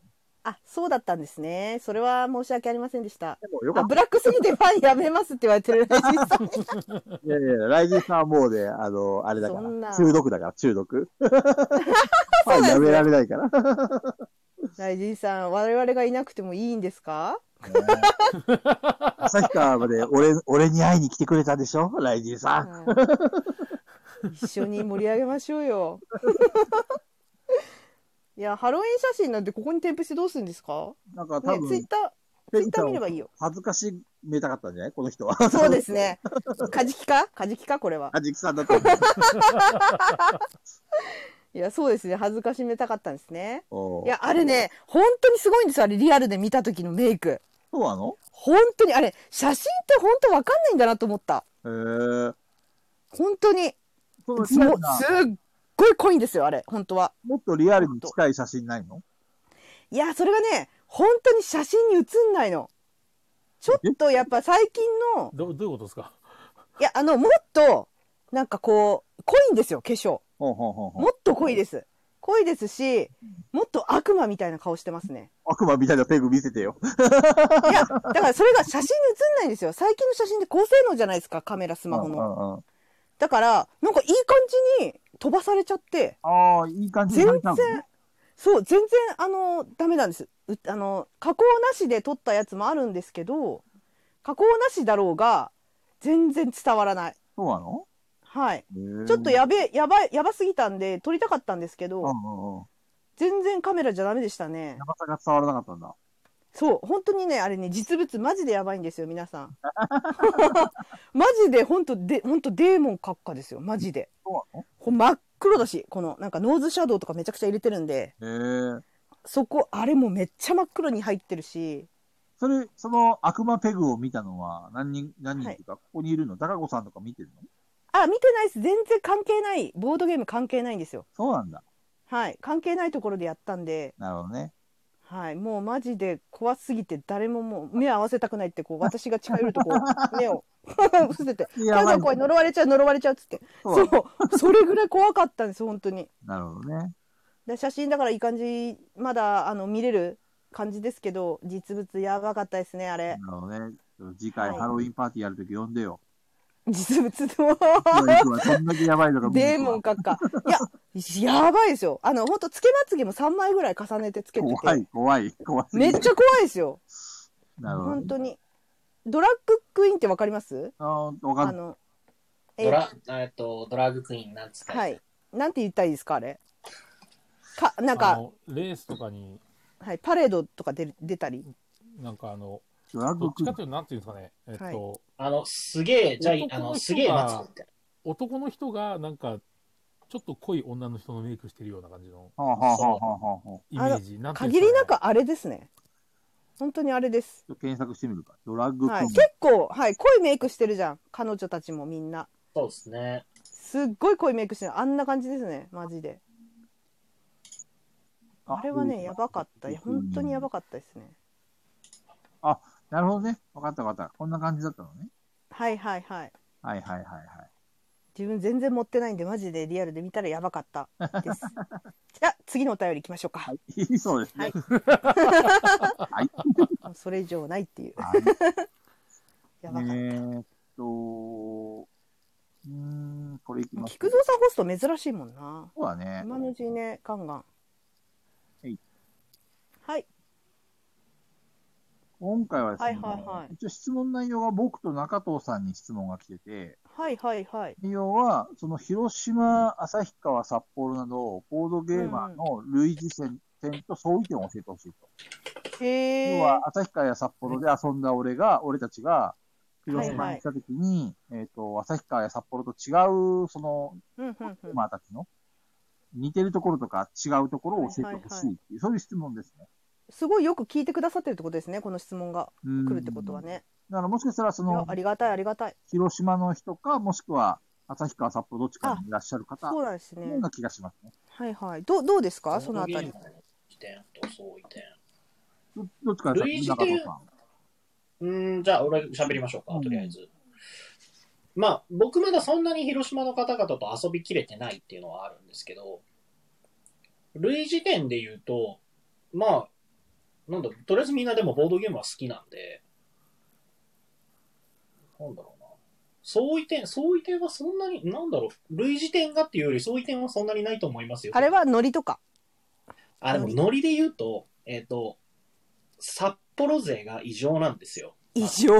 あそうだったんですねそれは申し訳ありませんでした
ど。でもよか
あ
っ
ブラックすぎてファンやめますって言われてるらし いです
た。いやいやいや、ライジンさんはもうね、あのーあれだか
そん
ら、
な
中 毒だから、中毒。
そうなんですね
やめられないから。
大臣さん我々がいなくてもいいんですか
旭川まで俺、俺に会いに来てくれたでしょライジンさん。
はい一緒に盛り上げましょうよいやハロウィン写真なんてここに添付してどうするんですか
なんか多
ねツ
分
イッ、タ
ペグ
ーツイッ
ち
タ
ゃん
ー見れば
を
いい よ
恥ずかしめたかったんじゃないこの人は。
そうですねカジキかカジキかこれは
カジキさんだと思う。
いやそうですね恥ずかしめたかったんですね
おう
いやあれね本当にすごいんですよあれリアルで見た時のメイク
そうなの
本当にあれ写真って本当わかんないんだなと思った
へえ。
本当に
そ
も
の
う
リ
すっ
アルな
ごい濃いんですよあれ本当は
もっとリアルに近い写真ないの
いや、それがね、本当に写真に写んないの。ちょっとやっぱ最近の、
どどういうことですか
いや、あの、もっと、なんかこう、濃いんですよ、化粧。
ほうほうほうほう
も。っと濃いです。濃いですし、もっと悪魔みたいな顔してますね。
悪魔みたいなペグ見せてよ。
いや、だからそれが写真に写んないんですよ。最近の写真って高性能じゃないですか、カメラ、スマホ
う
の。
んうんうん
だから、なんかいい感じに飛ばされちゃって、
ああ、いい感じに
全
泣
然
いたのね。、
そう、全然、あの、ダメなんです。うあの、加工なしで撮ったやつもあるんですけど、加工なしだろうが、全然伝わらない。
そうなの
はい。
へー
ちょっとやべえ、やばい、やばすぎたんで、撮りたかったんですけ
うんう
ど、
んうん。
全然カメラじゃダメでしたね
や。ばさが伝わらなかったんだ。
そう、本当にね、あれね、実物マジでやばいんですよ、皆さん。 マジで、本当で、本当デーモン閣下ですよ、マジで。
そう
ほん真っ黒だし、この、なんかノーズシャドウとかめちゃくちゃ入れてるんで、
なのへえ。
そこ、あれもめっちゃ真っ黒に入ってるし、
それ、その悪魔ペグを見たのは何人、何人っていうか、ここにいるのダカゴさんとか見てるの
あ、見てないです。全然関係ない。ボードゲーム関係ないんですよ。
そうなんだ。
はい。関係ないところでやったんで、
なるほどね。
はい。もうマジで怖すぎて、誰ももう目合わせたくないって、こう、私が近寄るとこう、目を 伏せて、
や
や
ば
だ
い。
怖い、呪われちゃう、呪われちゃうっつって。
そうなん
そ
だ
う。 それぐらい怖かったんです、本当に。
なるほどね。
で写真だからいい感じ、まだ、あの、見れる感じですけど、実物やばかったですね、あ
な
れ。
るほどね。次回
はい
ハロウィンパーティーやるとき呼んでよ。
実物
今
の。
日行くわそんだけやばいのが
デーモン閣下。いや、やばいですよ。あの、ほんと、つけまつげも3枚ぐらい重ねてつけてて。
怖い、怖い、怖い。
めっちゃ怖いですよ。
なるほど
本
ね。
当に。ドラッグクイーンってわかります
あーわか
あ
んない。
の、 え
ドラ、えっと、ドラッグクイーンなんつったっけ
はい。なんて言ったらいいですか、あれ。か、な
あ
んか、
のレースとかに、
はい、パレードとか出る出たり。
なんかあの、
ドラッ
ど
グ
っ
ク
ち
イ
か
ーン
というと、なんていうんですかね、えっと、
はい
あの、すげえ、じゃあ
男の人、が
あの、すげえマツコみたい
男の人がなんか、ちょっと濃い女の人のメイクしてるような感じの
はあ、はあはあはあはあは
イメージ。なんていうん
限
です
り
か
な
ね
くあれですね。本当にあれです。
ちょっと検索してみるか。ドラッグコ
はい、
ン
結構、はい、濃いメイクしてるじゃん。彼女たちもみんな。
そうですね。
すっごい濃いメイクしてる。あんな感じですね、マジで。あれはね、やばかった。いや本当にやばかったですね。
なるほどね。わかったわかった。こんな感じだったのね。
はいはいはい。
はいはいはいはい。
自分全然持ってないんで、マジでリアルで見たらやばかった です。じゃあ、次のお便り行きましょうか。
はい、 いいそうですね。はい。
それ以上ないっていう。
はい
やばかった。
えーっと、うーん、これいきます。
菊蔵さんホスト珍しいもんな。
そうだね。
今のうちにね、ガンガン。
はい。
はい。
今回はですね、
はいはいはい
一応質問内容が僕と中藤さんに質問が来てて、
はいはいはい。
内容は、その広島、旭川、札幌など、ボードゲーマーの類似点と相違点を教えてほしいと。要
へえ。
は、旭川や札幌で遊んだ俺が、俺たちが、広島に来た時に、えっ、と、旭川や札幌と違う、その、
うんうんうん。
まあたちの、似てるところとか違うところを教えてほしいっていう、
はい
そういう質問ですね。
すごいよく聞いてくださってるってことですね、この質問が
うん
来るってことは。ね。
だからもしかしたら、そ
いや
の
あ、りがたい、ありがたい。
広島の人か、もしくは、旭川、札幌どっちかにいらっしゃる方、
そ
の
うなんです
よう
ね。
な気がしますね。
はいはい。どうどうですか、そのあた
ボー
り
ド。ゲームの起点と相違点。
どどっちから
類似
中
点
藤さん。
うーん、じゃあ俺喋りましょう
う
か、
ん
とりあえず。まあ、僕まだそんなに広島の方々と遊びきれてないっていうのはあるんですけど、類似点で言うと、まあ、なんだろう、とりあえずみんなでもボードゲームは好きなんで、なんだろうな。相違点、相違点はそんなに、なんだろう、類似点がっていうより相違点はそんなにないと思いますよ。
あれはノリとか。
あ、でもノリで言うと、えっ、と、札幌勢が異常なんですよ。
異常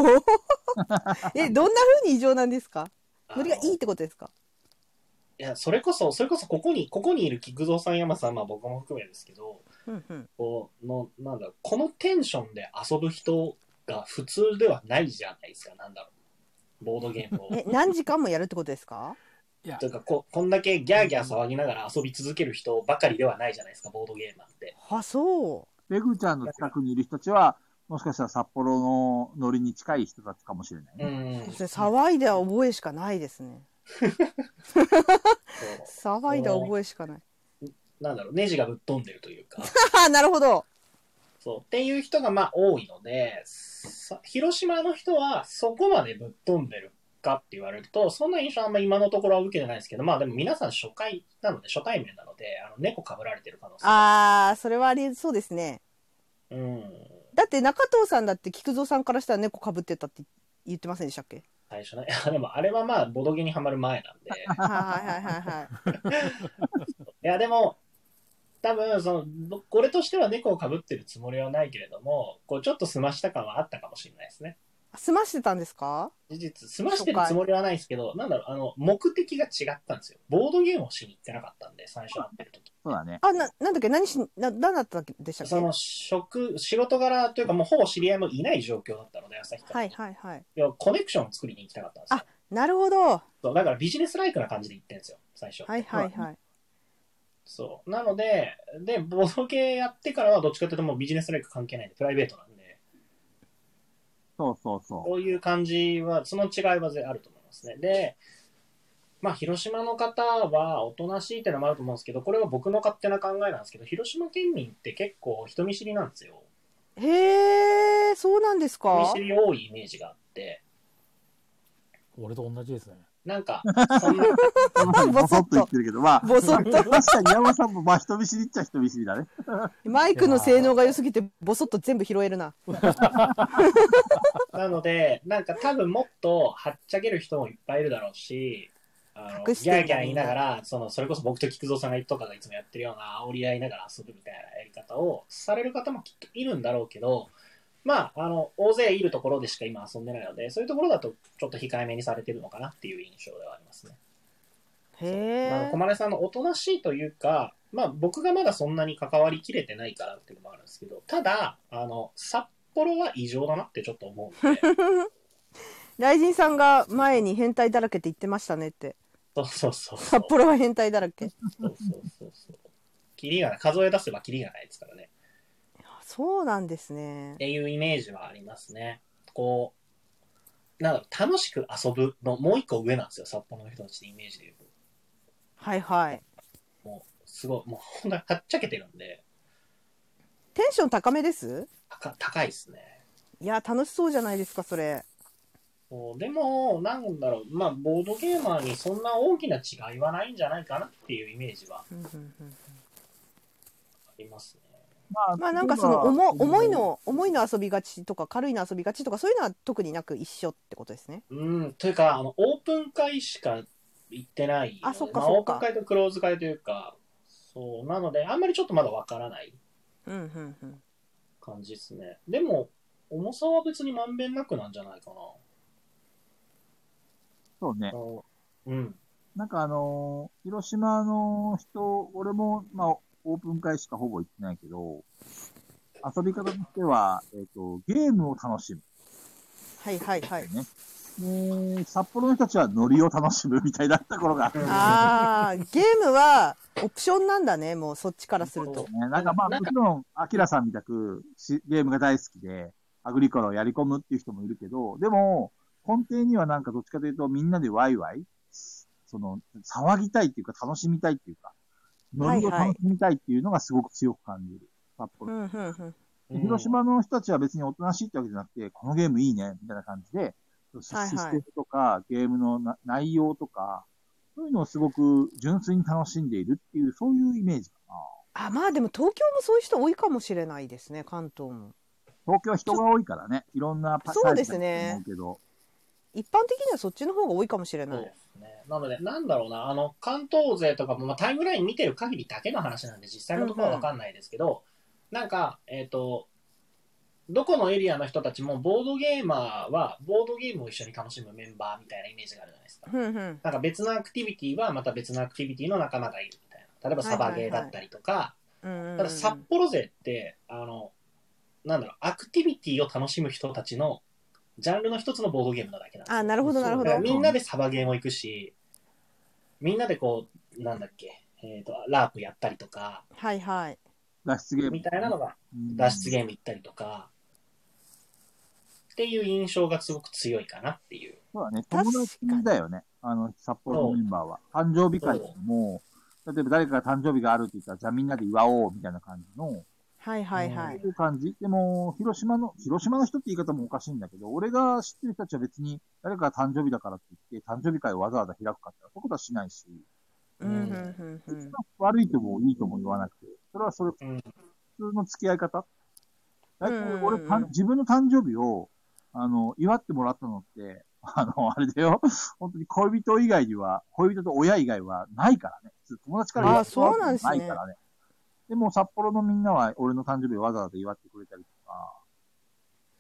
え、どんな風に異常なんですかノリがいいってことですか
いや、それこそ、それこそ、ここに、ここにいる菊蔵さん、山さん、まあ僕も含めですけど、
うんうん。
こう、の、なんだろう、このテンションで遊ぶ人が普通ではないじゃないですか、なんだろう。ボードゲームを。
え、何時間もやるってことですか
というかこ、こんだけギャーギャー騒ぎながら遊び続ける人ばかりではないじゃないですか、ボードゲーマーって。
あ、そう。
ペグちゃんの近くにいる人たちは、もしかしたら札幌のノリに近い人たちかもしれないね。
う
そ
ん。
うですね騒いだ覚えしかないですね。
そう
騒いだ覚えしかない。
なんだろう、ネジがぶっ飛んでるというか。
あ、 なるほど。
そう。っていう人がまあ多いので、さ広島の人はそこまでぶっ飛んでるかって言われると、そんな印象はあんま今のところは受けてないですけど、まあでも皆さん初回なので、初対面なので、あの猫被られてる可能性。
ああ、それはありえそうですね。
うん。
だって中藤さんだって菊蔵さんからしたら猫かぶってたって言ってませんでしたっけ
最初ね。 あでもあれはまあ、ボドゲにはまる前なんで。
はいはいはいはいはい。
いや、でも、多分、その、ぼ俺としては猫を被ってるつもりはないけれども、こう、ちょっと済ました感はあったかもしれないですね。
済ましてたんですか
事実、済ましてるつもりはないですけど、なんだろう、あの、目的が違ったんですよ。ボードゲームをしに行ってなかったんで、最初会ってる時。
そうだね。
あ、な、なんだっけ何し、な、何だったっけでしたっけ
その、職、仕事柄というか、もうほぼ知り合いもいない状況だったので、朝日から。
はいはいはい。
いやコネクションを作りに行きたかったんですよ
あ。なるほど。は
そうだからビジネスライクな感じで行ってんですよ、最初。
いはいはい。
そう。なので、で、ボドゲやってからはどっちかというともうビジネスライク関係ないんで、プライベートなんで、
そうそうそ
こういう感じは、その違いはぜあると思いますね。で、まあ、広島の方はおとなしいっていうのもあると思うんですけど、これは僕の勝手な考えなんですけど、広島県民って結構人見知りなんですよ。
へえ、そうなんです
人見
か
知り多いイメージがあって、
俺と同じですね。
なんか、そんな、
う。
ぼ
ぼ
そ
そ
っ
っ
と
と言ってるけど、まあ、
ぼそっと。
確かに山さんも、まあ、人見知りっちゃ人見知りだね。
マイクの性能が良すぎて、ぼそっと全部拾えるな。
なので、なんか多分もっとはっちゃける人もいっぱいいるだろうし、あのギ
隠してんだ
ャーギャー言いながら、そのそれこそ僕と菊蔵さんがとかがいつもやってるような煽り合いながら遊ぶみたいなやり方をされる方もきっといるんだろうけど、まあ、あの、大勢いるところでしか今遊んでないので、そういうところだとちょっと控えめにされてるのかなっていう印象ではありますね。
へ
まあ、
え
小。金さんのおとなしいというか、まあ、僕がまだそんなに関わりきれてないからっていうのもあるんですけど、ただ、あの、札幌は異常だなってちょっと思うんで、
雷神さんが前に変態だらけって言ってましたねって。
そうそうそう。そう
札幌は変態だらけ。
そうそうそう。キリがない。数え出せばキリがないですからね。
そうなんですね
っ。ていうイメージはありますね。こう、なんだろう楽しく遊ぶのもう一個上なんですよ、札幌の人たちのイメージで言うと。
はいはい。
もう、すごい、もうほんとにはっちゃけてるんで、
テンション高めです
高高いですね。
いや、楽しそうじゃないですか、それ。
そうでも、なんだろう、まあ、ボードゲーマーにそんな大きな違いはないんじゃないかなっていうイメージは
うんうんうん
ありますね。
まあ
まあなんかその重重いの、重いの遊びがちとか軽いの遊びがちとかそういうのは特になく一緒ってことですね。
うん、というか、あの、オープン会しか行ってない。
あそっか
まあ
そっ
オープ
か
ン会とクローズ会というか、そう、なので、あんまりちょっとまだわからない
うんうんうん。
感じですね。でも、重さは別にまんべんなくなんじゃないか
そうね
な。。うん。
なんかあのー広島の人、俺も、まあ、オープン会しかほぼ行ってないけど、遊び方としては、えっ、と、ゲームを楽しむ。
はいはいはい。
で札幌の人たちはノリを楽しむみたいだった頃が、ね、
ああ、ゲー ムはオプションなんだね、もうそっちからすると。
なんかまあ、
なん
も
か
ちろん、アキラさんみたくし、ゲームが大好きで、アグリコラをやり込むっていう人もいるけど、でも、根底にはなんかどっちかというと、みんなでワイワイ、その、騒ぎたいっていうか、楽しみたいっていうか、ノリを楽しみたいっていうのがすごく強く感じる。札幌
う。んうんうん。
うん
広島の人たちは別におとなしいってわけじゃなくて、このゲームいいね、みたいな感じで、シ
はい
システムとか、ゲームのな内容とか、そういうのをすごく純粋に楽しんでいるっていう、そういうイメージかな。
あまあでも東京もそういう人多いかもしれないですね、関東も。
東京は人が多いからね、いろんなパ
そうですね
タイプだと思う
一般的にはそっちの方が多いかもしれ
そ
な
うで
い。
すね。なので、なんだろうな、あの、関東勢とかも、まあ、タイムライン見てる限りだけの話なんで、実際のところはわかんないですけど、なんか、えっ、と、どこのエリアの人たちも、ボードゲーマーは、ボードゲームを一緒に楽しむメンバーみたいなイメージがあるじゃないですか。
うんうん。
なんか別のアクティビティは、また別のアクティビティの仲間がいるみたいな。例えばサバゲーだったりとか、
うんうん
ただ札幌勢って、あの、なんだろう、アクティビティを楽しむ人たちの、ジャンルの一つのボードゲームなだけなんですよ
あなるほどなるほ
だから
ど。
みんなでサバゲーも行くし、みんなでこう、なんだっけ、えっ、と、ラープやったりとか、
はいはい。
脱出ゲーム。
みたいなのが
うん
脱出ゲーム行ったりとか、っていう印象がすごく強いかなっていう。
そうだね、
確
友
かに
達だよね。あの、札幌のメンバーは。誕生日会も、例えば誰かが誕生日があるって言ったら、じゃあみんなで祝おうみたいな感じの、
はいはいは
そう
い。
いう感じ。でも、広島の、広島の人って言い方もおかしいんだけど、俺が知ってる人たちは別に、誰かが誕生日だからって言って、誕生日会をわざわざ開くかって言ったら、そういうことはしないし、
うんうんうんうん。
悪いともいいとも言わなくて、それはそれ、
うん
普通の付き合い方。だいたい
うんうん
俺、
うん
たん自分の誕生日を、あの、祝ってもらったのって、 あの、あれだよ。本当に恋人以外には、恋人と親以外はないからね。普通友達から
あそうなんですね
ないからね。でも、札幌のみんなは俺の誕生日をわざわざ祝ってくれたりとか、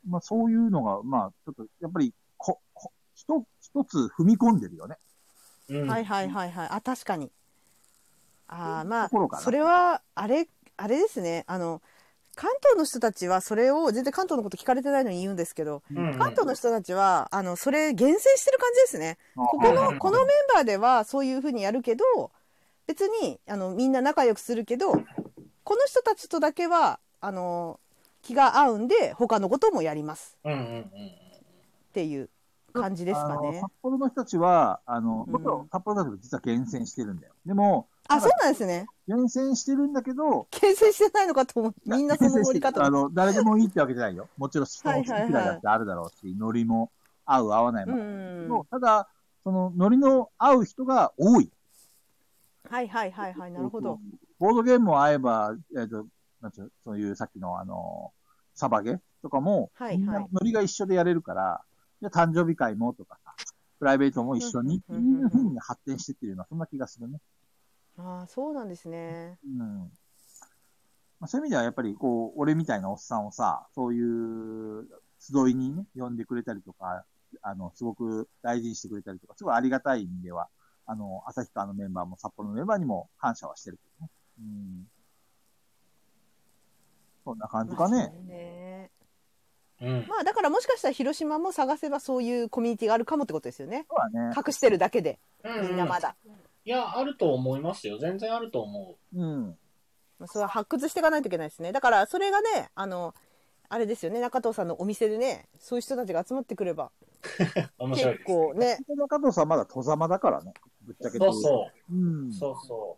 まあそういうのが、まあちょっと、やっぱり、こ、こ、一、一つ踏み込んでるよね。
うん。
はいはいはいはい。あ、確かに。ああ、ま
ところか
あ、
な
それは、あれ、あれですね。あの、関東の人たちはそれを、全然関東のこと聞かれてないのに言うんですけど、
うんうん
関東の人たちは、あの、それ厳選してる感じですね。ここ
うんうんう
の、
ん
このメンバーではそういうふうにやるけど、別に、あの、みんな仲良くするけど、この人たちとだけは、あの、気が合うんで、他のこともやります
うんうんうん
っていう感じですか
あの
ね
札。幌の人たちは、あの、
うん
もちろん札幌だけど実は厳選してるんだよ。でも、
あ、そうなんですね。
厳選してるんだけど、
厳選してないのかと思う。みんなその盛
厳
り
選して
方
るあの、誰でもいいってわけじゃないよ。もちろん、スポーツ嫌いだってあるだろうし、ノリも合う合わないもあるけど、
は
ただ、その、ノリの合う人が多い。
いはいはいはい、なるほど。。
ボードゲームを合えば、えっ、と、なんちゅう、そういうさっきのあの、サバゲとかも、
はい
みん
は
ないノリが一緒でやれるから、じゃあ誕生日会もとかさ、プライベートも一緒にっていう風に発展してってるような、そんな気がするね。
ああ、そうなんですね。
うんまあ、そういう意味ではやっぱりこう、俺みたいなおっさんをさ、そういう集いにね、呼んでくれたりとか、あの、すごく大事にしてくれたりとか、すごいありがたい意味では、あの、旭川のメンバーも札幌のメンバーにも感謝はしてるけどね。うん。そんな感じかね。
ね。
ううん。
まあだからもしかしたら広島も探せばそういうコミュニティがあるかもってことですよね
そうだね。
隠してるだけで
うん
みんなまだ、
いや、あると思いますよ。全然あると思
うん。
まあそれは発掘していかないといけないですねだからそれがねあのあれですよね中藤さんのお店でねそういう人たちが集まってくれば
う。面白い
結
です。
構ね
中藤さんまだ戸ざまだからね。ぶっちゃけて
そ
言。
うそう
うん
う。。そうそ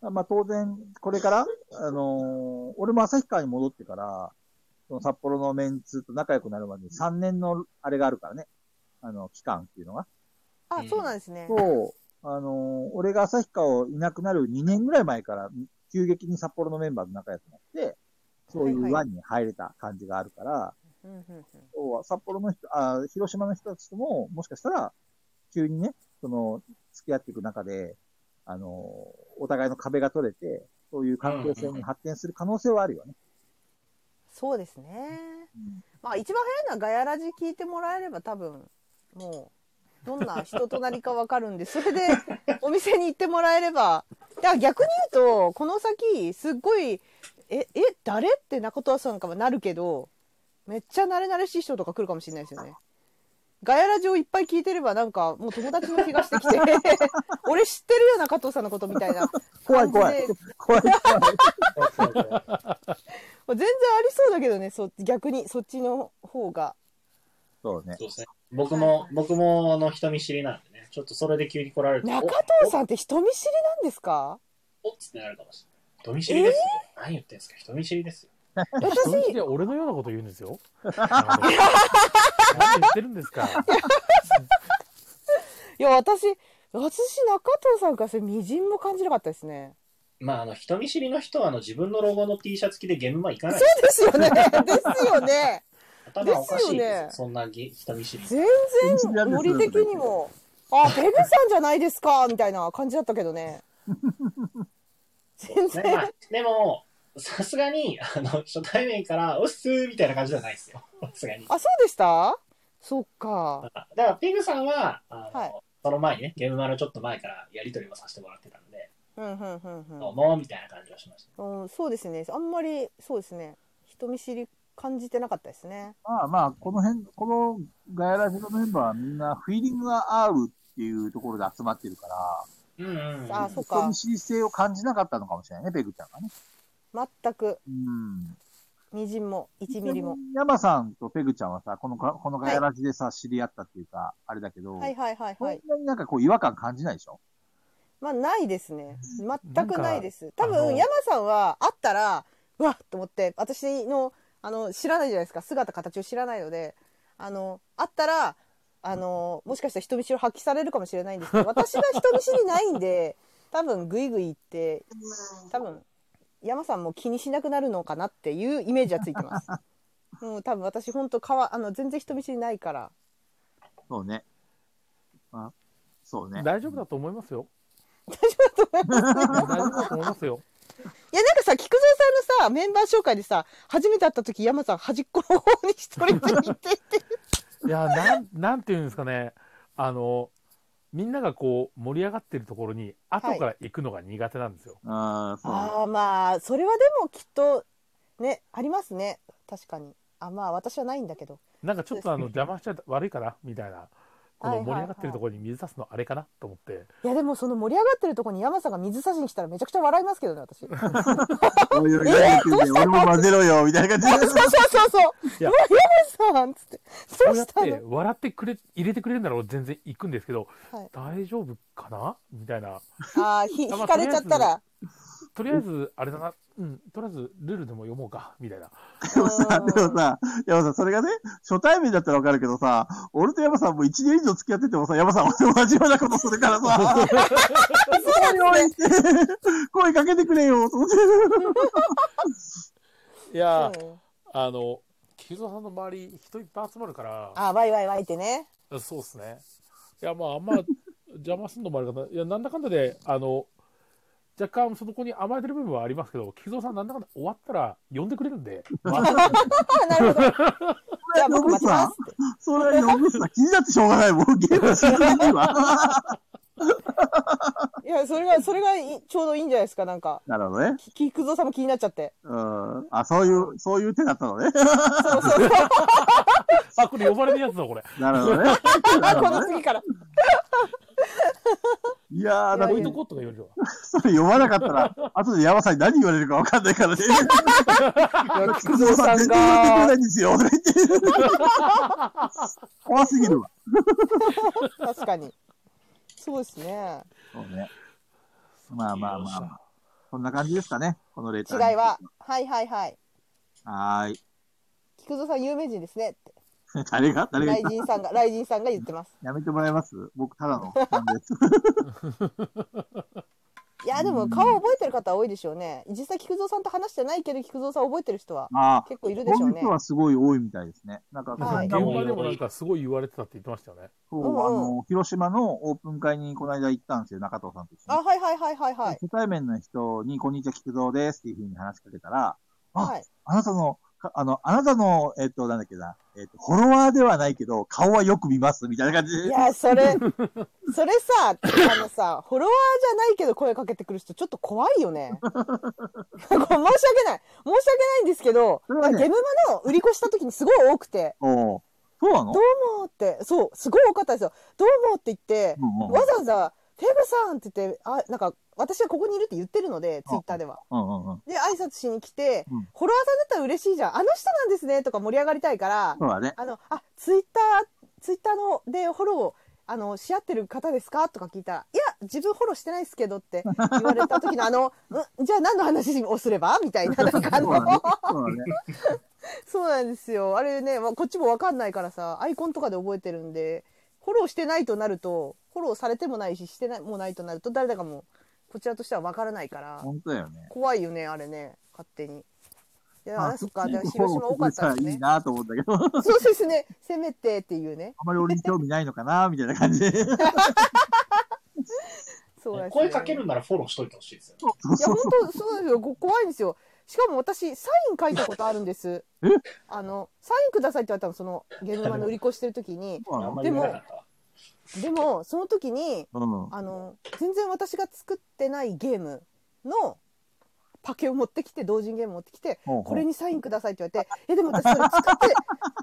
まあ当然、これから、あのー俺も旭川に戻ってから、その札幌のメンツと仲良くなるまでに3年のあれがあるからね。あの、期間っていうのが。
あ
うん
そうなんですね、
そう、あのー俺が旭川をいなくなる2年ぐらい前から、急激に札幌のメンバーと仲良くなって、そういう
はいはい
輪に入れた感じがあるから、
うんうんうん
要は札幌の人、あ広島の人たちとも、もしかしたら、急にね、その、付き合っていく中で、あのーお互いの壁が取れて、そういう関係性に発展する可能性はあるよね。
そうですねまあ一番早いのはガヤラジ聞いてもらえれば多分もうどんな人となりかわかるんでそ れでお店に行ってもらえればだから逆に言うとこの先すっごい「ええ誰?」って中戸さんかもなるけどめっちゃ慣れ慣れしい人とか来るかもしれないですよね。ガヤラジをいっぱい聞いてればなんかもう友達の気がし てきて俺知ってるよな加藤さんのことみたいな
怖い怖い
感じで。
怖い怖い。
う。そうそうそう
全然ありそうだけどねそ逆にそっちの方が
そうね。
そうですね。僕も、僕もあの人見知りなんでね、ちょっとそれで急に来られると、
中
藤
さんって人見知りなんですか
おおっつってなるかもしれない。人見知りですよ。何言ってんすか人見知りですよ。
人見知りは俺のようなこと言うんです よ。あの何言ってるんですか。
いや私私中藤さんからそれみじんも感じなかったですね
まあ、あの、人見知りの人は、あの、自分のロゴの T シャツ着でゲームマン行か
そ
な
う
い。
ですよね ですよね
頭おかし
で
いですす
よね
そんなぎ人見知り。
全
全
然
然
森的にもあペグさんじゃないですかみたいな感じだったけどね全
ね
然、
まあ、でも、さすがに、あの、初対面から、うっすーみたいな感じじゃないですよ。さすがに。
あそうでしたそっか
だから、ペグさんは、あの、
はい
その前にね、ゲームマンのちょっと前からやりとりをさせてもらってたので、
うんうんうんうん
どうも、みたいな感じはしました。
うん、そうですねあんまりそうですね人見知り感じてなかったですね
まあまあ、この辺、このガヤラジのメンバーはみんなフィーリングが合うっていうところで集まってるから、
うんうん、うん。
あそっ
人
か
見知り性を感じなかったのかもしれないね、ペグちゃんがね。
全く
うん。
みじんも1ミリも。
山さんとペグちゃんはさ、このか、このガヤラジでさ、知り合ったっていうか、あれだけど、
はいはいはい
そん
はい
なになんかこう違和感感じないでしょ
まあないですね全くないです多
あの
分山さんは会ったらうわっと思って私のあの知らないじゃないですか姿形を知らないのであの会ったらあのもしかしたら人見知りを発揮されるかもしれないんですけ ど私が人見知りないんで多分グイグイ行って多分山さんも気にしなくなるのかなっていうイメージはつい てます。もう多分私本当かわあの全然人見知りないから
そうね。あそうね。
大丈夫だと思いますよ。
大丈夫だと思います
大丈夫だと思いますよ。
いやなんかさ菊蔵さんのさメンバー紹介でさ初めて会った時山さん端っこの方に一人で行っていて
いやなんなんていうんですかねあのみんながこう盛り上がってるところに後から行くのが苦手なんですよ、
ああ、そうね。
ああまあそれはでもきっとねありますね確かにあまあ私はないんだけど
なんかちょっとあの邪魔しちゃ悪いかなみたいなこ
は
の
いはい
盛り上がってるところに水差すのあれかなと思って、
いやでもその盛り上がってるとこに山さんが水差しに来たらめちゃくちゃ笑いますけどね私そう
おいおい何言ってんだよ俺も混ぜろよ、みたいな感じで。
そうそう
い
そう
や
うわ山さんっつって
こ
ど
う
う
やっ
した
て
の
笑ってくれ入れてくれるなら俺全然行くんですけど、
はい
大丈夫かなみたいな
ああひ
まあ
引かれちゃったら
とりあえずあれだなうんとりあえずルールでも読もうかみたいな
でもさ、
う ん
でもさ、山さん、それがね、初対面だったらわかるけどさ、俺と山さんも一年以上付き合っててもさ、山さん俺も同じようなことするからさ、おいおいって、声かけてくれよ、と思って。
いや
そうよ
あの木蔵さんの周り人いっぱい集まるから
ああワイワイワイってね
そうですね。いや、まあ、あんま邪魔すんのもあるかな。いや、なんだかんだで、あの、若干その子に甘えてる部分はありますけど、木造さんなんだかんだ終わったら呼んでくれるん で、また
あなるほどじゃあ僕待ちますって
それは呼ぶさ、気になってしょうがないもん。ゲームしないわ。
いやや、それが、それがいちょうどいいんじゃないですか、なんか。
なるほどね。
き菊蔵さんも気になっち ゃって。
うん。あ、そういう、そういう手だったのね。
そうそうそう。
あ、これ呼ばれるやつだ、これ。
なるほどね。な
あ、
る
こ
ほど
の
ね
次から。
いやー、だっ
い
ポ
や
イ
い
ン
や
トコットが言われるわ。
それ読まなかった ら、後で山さんに何言われるか分かんないからね。
菊蔵さん
全然言ってくれな
が
い、んですよ。とか言って 怖すぎるわ。
確かに。そうですね。
そうね。まあまあまあ、まあ。こんな感じですかね。このレタ
違
ーに。
いは。はいはいはい。
はーい。
菊蔵さん有名人ですねって。
誰が誰が言った
雷神さんが、雷神さんが言ってます。
やめてもらえます僕、ただ のファンです。
いや、でも顔覚えてる方多いでしょうね。実際菊蔵さんと話してないけど、菊蔵さん覚えてる人は
ああ。
結構いるでし
こ
ょ
う
う
いう
ね
人。はすごい多いみたいですね。なんか、
はい
現
そんなもん
場でもなんかすごい言われてたって言ってましたよね。
そう、
うんうん
あの、広島のオープン会にこの間行ったんですよ、中藤さんと一緒
あ、
に。
はいはいはいはいはい。
初対面の人に、こんにちは、菊蔵ですっていうふうに話しかけたら、あ
はい。
あなたの、かあの、あなたの、えっと、なんだっけな、えっと、フォロワーではないけど、顔はよく見ます、みたいな感じ
い
で。
や、それ、それさ、あのさ、フォロワーじゃないけど声かけてくる人、ちょっと怖いよね。 これ申し訳ない。申し訳ないんですけど、
それはね
ゲムマの売り越した時にすごい多くて、
おうそうなの
どうもって、そう、すごい多かったんですよ。どうもって言って、
うんうん
わざわざ、ペグさんって言って、あ、なんか、私はここにいるって言ってるので、ツイッターでは。
うんうんうん。
で、挨拶しに来て、
うん
フォロワーさんだったら嬉しいじゃん。あの人なんですね、とか盛り上がりたいから、
そうだね。
あの、あ、ツイッター、ツイッターのでフォローを、あの、し合ってる方ですかとか聞いたら、いや、自分フォローしてないですけどって言われた時の、あの、うんじゃあ何の話をすればみたいな、なんかあ
そうだね
の、。
そうだね。
そうなんですよ。あれね、まあ、こっちもわかんないからさ、アイコンとかで覚えてるんで、フォローしてないとなると、フォローされてもないし、してないもないとなると、誰だかも、こちらとしてはわからないから、
本当だよね。
怖いよね、あれね、勝手に。いや、
ま
あ、そっか、じゃあ広
フォロ
島
ー
多かった
してくれたら
んです
いい
ね。
なと思うんだけど、あ
そうですね、せめてっていうね。
まり俺に興味ないのかな、みたいな感じで。
そうなんですよ
声かけるならフォローしといてほしいですよね。
そう
いや、
そう
本当そうですよ。こ怖いんですよ。しかも私、サイン書いたことあるんです。
え
あの、サインくださいって言われたの、その、ゲームマンの売り越してる時に。
そうな
あん
の
まり言わなかったわ。
でも、その時に、
うん。
あの、全然私が作ってないゲームの、パケを持ってきて、同人ゲーム持ってきて、
ほうほう
これにサインくださいって言われて、え、でも私それ作って、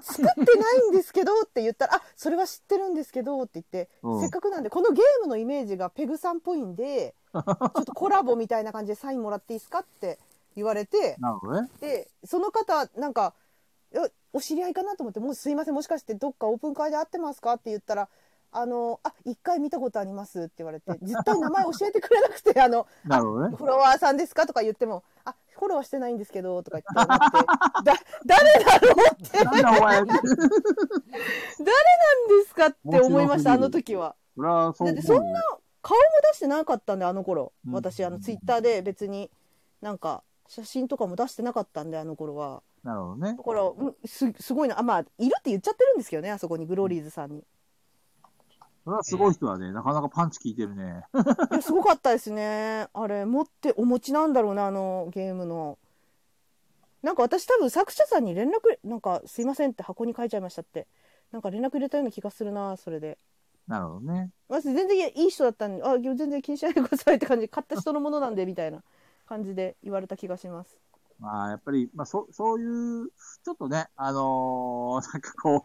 作ってないんですけどって言ったら、あ、それは知ってるんですけどって言って、
うん
せっかくなんで、このゲームのイメージがペグさんっぽい んで、ちょっとコラボみたいな感じでサインもらっていいですかって言われて、
なるほどね。
で、その方、なんか、いやお知り合いかなと思って、もうすいません、もしかしてどっかオープン会で会ってますかって言ったら、あの、あ、一回見たことありますって言われ て、絶対名前教えてくれなくて、あの、
なるほどね。
フォロワーさんですかとか言っても、あ、フォローはしてないんですけど、とか言って思って、だ、誰だろうって、な
なんだお前。
んですかって思いました、あの時は。
そりゃそう思
だっ
う
て
よ。
そんな顔も出してなかったんであの頃
うん
私あのツイッターで別になんか写真とかも出してなかったんであの頃は
なるほどね
だ。からうんすすごいなあまあいるって言っちゃってるんですけどねあそこにグローリー ズさんに
それはすごい人だね。なかなかパンチ効いてるね。
いやすごかったですねあれ持ってお持ちなんだろうなあのゲームのなんか私多分作者さんに連絡なんかすいませんって箱に書いちゃいましたってなんか連絡入れたような気がするなそれで
なるほどね。
まず全然いい人だったんで、あ、全然気にしないでくださいって感じで、買った人のものなんで、みたいな感じで言われた気がします。
まあ、やっぱり、まあ、そ、そういう、ちょっとね、あのーなん かこ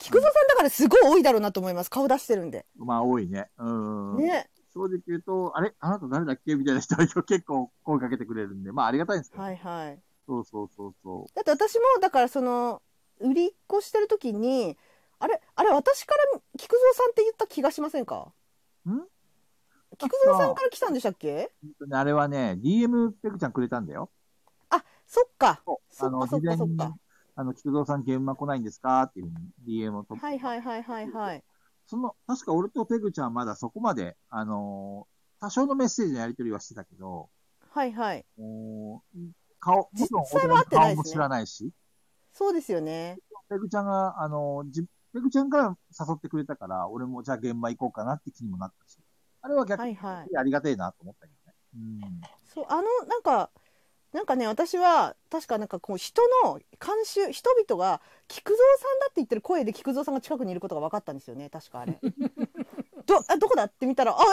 菊蔵さんだからすごい多いだろうなと思います。顔出してるんで。
う、まあ、多いね。うん。
ね。
正直言うと、あれあなた誰だっけみたいな人は 結構声かけてくれるんで、まあ、ありがたいんですけど。
はいはい。
そうそうそうそ
だって私も、だからその、売りっ子してる時に、あれ、あれ、私から菊蔵さんって言った気がしませんか
ん
菊蔵さんから来たんでしたっけ
う。本当にあれはね、DM ペグちゃんくれたんだよ。
そっか。
あ
そっ
の、
かそ
事前
っかそ
に
っか。
あの、菊蔵さん現場来ないんですかっていうふうに DM を取って。
はいはいはいはいはい。
その、確か俺とペグちゃんはまだそこまで、あのー多少のメッセージのやり取りはしてたけど、
はいはい。
もう顔、もちろん
実際は会ってな
顔
いですね
も知らないし、
そうですよね。
ペグちゃんが、あのーじペグちゃんから誘ってくれたから、俺もじゃあ現場行こうかなって気にもなったし、あれは逆
は
に
いはい。
ありがてえなと思ったけどね。
そうあのなんかなんかね私は確かなんかこう人の慣習人々 が菊蔵さんだって言ってる声で菊蔵さんが近くにいることが分かったんですよね確かあれど、あ、どこだって見たら、あ、い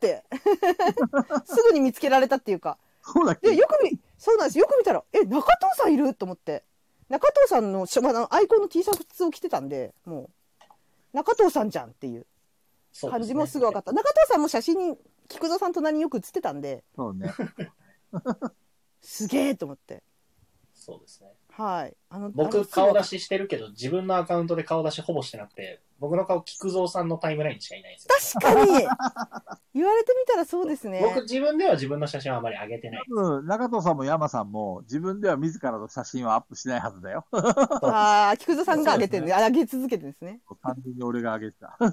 たいたいたって すぐに見つけられたっていうか。
そうだっ
で、
け
よく見、そうなんです。よく見たら、え、中藤さんいると思って。中藤さんの、しょまあ、アイコンの T シャツを着てたんで、もう、中藤さんじゃんっていう
そうですね
感じもすぐ分かった。中藤さんも写真に、菊蔵さん隣によく写ってたんで、
そうね。
すげえと思って。
そうですね。
はい。あの、あの
僕、顔出ししてるけど、自分のアカウントで顔出しほぼしてなくて、僕の顔、菊蔵さんのタイムラインしかいないんですよ。
確かに言われてみたらそうですね。
僕、自分では自分の写真はあまり上げてない。
うん、中藤さんも山さんも自分では自らの写真はアップしないはずだよ。
ああ、菊蔵さんが上げてるんで、上げ続けてるんですね。
単純に俺が上げてた。
は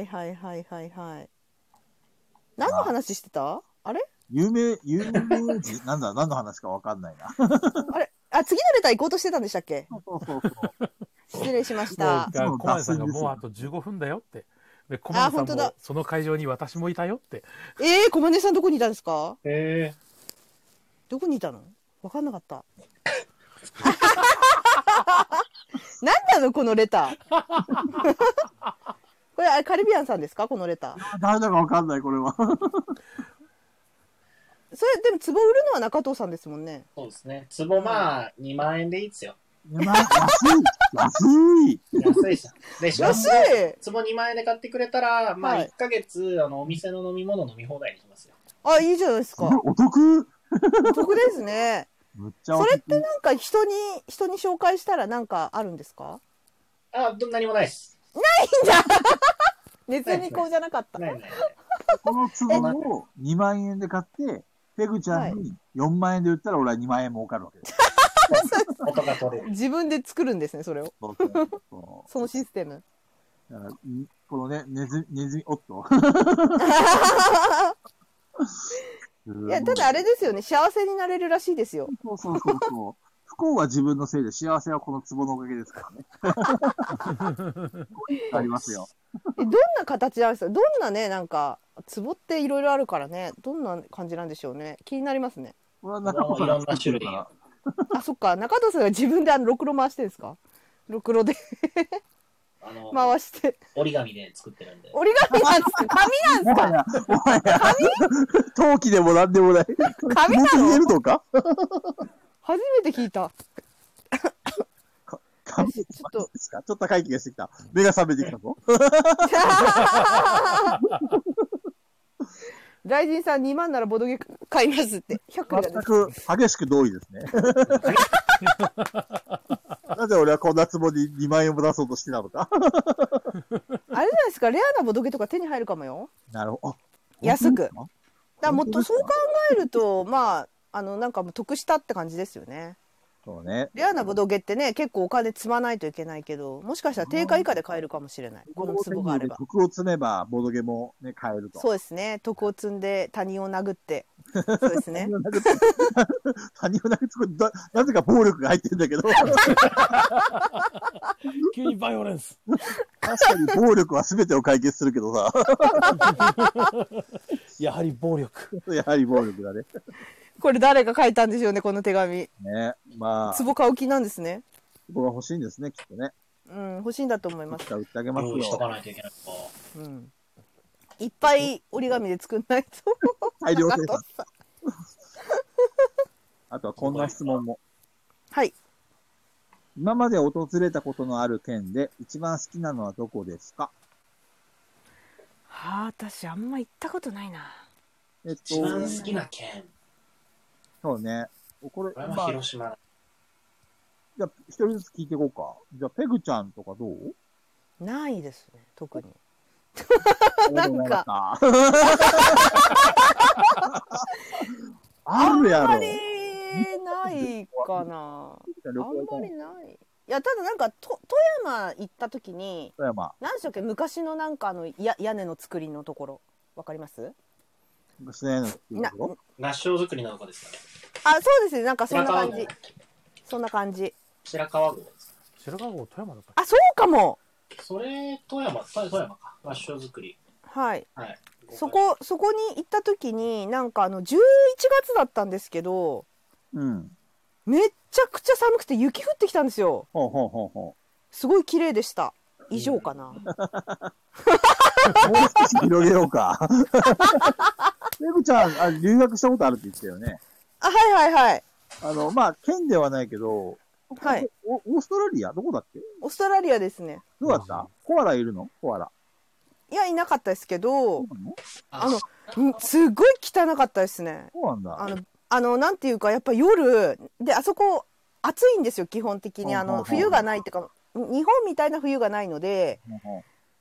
いはいはいはいはい。何の話してたあれ
有名、有名人、なんだ、何の話かわかんないな。
あれあ、次のレター行こうとしてたんでしたっけ
そうそうそうそう。
失礼しまし
もう
た。
だから小前さんが
脱線です
も
よ
うあと15分だよって。で、小前さ
本
ん
当
も
だ
その会場に私もいたよって。
えー、小金さんどこにいたんですか
へえ。
どこにいたのわかんなか った。何なのこのレ ター。これ、あれカリビアンさんですかこのレター。
誰だかわかんない、これは。
それ、でも、壺売るのは中藤さんですもんね。
そうですね。壺まあ、2万円でいいですよ。
まあ安い安い
安いじゃん。で、しかも
安い
壺2万円で買ってくれたら、まあ、
はい
1ヶ月、あの、お店の飲み物飲み放題にしますよ。
あ、いいじゃないです か。
お得
お得ですね。
むっちゃお
そ
得。
れってなんか人に、人に紹介したらなんかあるんですか
あ、ど何もないです。
熱にこうじゃなかった。
ないない ない。
この壺を2万円で買って、ペグちゃんに4万円で売ったら俺は2万円儲かるわけです。
音が取れる。
自分で作るんですね、それを。
そうそうそう
そのシステム。
だからんこのね、ネズミ、ネズミ、おっと。
いや、ただあれですよね、幸せになれるらしいですよ。
そうそうそうそう。不幸は自分のせいで幸せはこの壺のおかげですからね。ありますよ。
えどんな形なんですかどんなね、なんか、ツボっていろいろあるからね、どんな感じなんでしょうね。気になりますね。
これは中子さんが作ってるから。
あ、そっか、中藤さんが自分であの、ろくろ回してるんですかろくろで
あの、
回して。
折り紙で作ってるんで。
折り紙なんですか紙なん
も
です
は
か
や、もはや、陶器でもなんでもない。
紙なの
本当に言え るのか
初めて聞いた。
紙
ちょっと
ですかちょっと高い気がしてきた。目が覚めてきたぞ。
大臣さん2万ならボドゲ買いますって。100
全
回だね。
く激しく同意です ね。なぜ俺はこんな壺に2万円も出そうとしてたのか。
あれじゃないですか、レアなボドゲとか手に入るかもよ。
なるほど。
安
本当で
く
すか
だからもっ
本
と
当です
そ
か
う考えると、まあ、あの、なんかもう得したって感じですよね。
そうね。
レアなボドゲってね、結構お金積まないといけないけど、もしかしたら定価以下で買えるかもしれない。この壺があれば。
徳を積めば、ボードゲもね、買えると。
そうですね。徳を積んで他人を殴って。そうですね。
他人を殴ってこれだなぜか暴力が入ってるんだ けど、
急にバイオレンス。
確かに暴力は全てを解決するけどさ、
やはり暴力。
やはり暴力だね。
これ誰が書いたんでしょうね、この手紙。
ね、まあ、
壺買う気なんですね。
壺が欲しいんですね、きっとね。
うん、欲しいんだと思いま
いつ
す。
か売ってあげます
用意しと
よ。
かないといけないのか。
うん。いっぱい折り紙で作んないと。
大量生
中
産
藤。さん
あとはこんな質問も。
はい。
今まで訪れたことのある県で一番好きなのはどこですか
はあ、私あんま行ったことないな。
えっ
一番
と、
好きな県。
そうね。これ、
これは
まあ、
広島。
じゃあ一人ずつ聞いていこうか。じゃあ、ペグちゃんとかどう
ないですね、特に。
なんか。 あるや
あんま
ろ。
りないかな。あんまりない。いや、ただなんか、と富山行った時に、
富山。
何でしたっけ、昔のなんかあの、や屋根の作りのところ。わかります
しないのっていう
な
こ
合唱作りなのかですかね。
あ、そうですね、なんかそんな感
白川
じ
郷。
そんな感じ。
白川郷ですか。
白川郷、富山だった。
あ、そうかも
それ、富山、富富山か。合唱作り。
はい。
はい。
そこ、そこに行った時に、なんかあの、11月だったんですけど、
とうん。
めっちゃくちゃ寒くて雪降ってきたんですよ。
ほうほうほうほ
すごい綺麗でした。以上かな。
もう少し広げようか。レブちゃんあ、留学したことあるって言ってたよね。
あ、はいはいはい。
あの、まあ、県ではないけど、
はい
お。オーストラリアどこだっけ
オーストラリアですね。
どうだったコアラいるのコアラ。
いや、いなかったですけ
そ、
ど
うなの
あの、うんすごい汚かったですね。
そうなんだ。
あの、あの、なんていうか、やっぱ夜、で、あそこ、暑いんですよ、基本的に。あ
うんうんう
の、
ん
冬がないっていうか、日本みたいな冬がないので、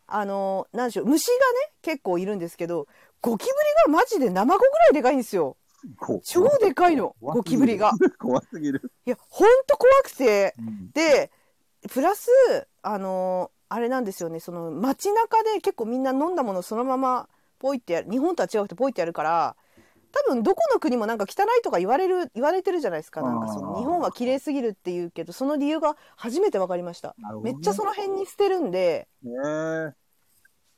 あの、なんでしょう、虫がね、結構いるんですけど、ゴキブリがマジで生子ぐらいでかいんですよ。
こ
超でかいの、
怖
ゴキブリが。
怖すぎる。
いや、ほんと怖くて、
うん
で、プラス、あの、あれなんですよね、その街中で結構みんな飲んだものそのままポイってやる、日本とは違くてポイってやるから、多分どこの国もなんか汚いとか言われる、言われてるじゃないですか。なんかそ
あ
の
ー
日本は綺麗すぎるって言うけど、その理由が初めて分かりました。
なるほど
め
ね
っちゃその辺に捨てるんで、
へー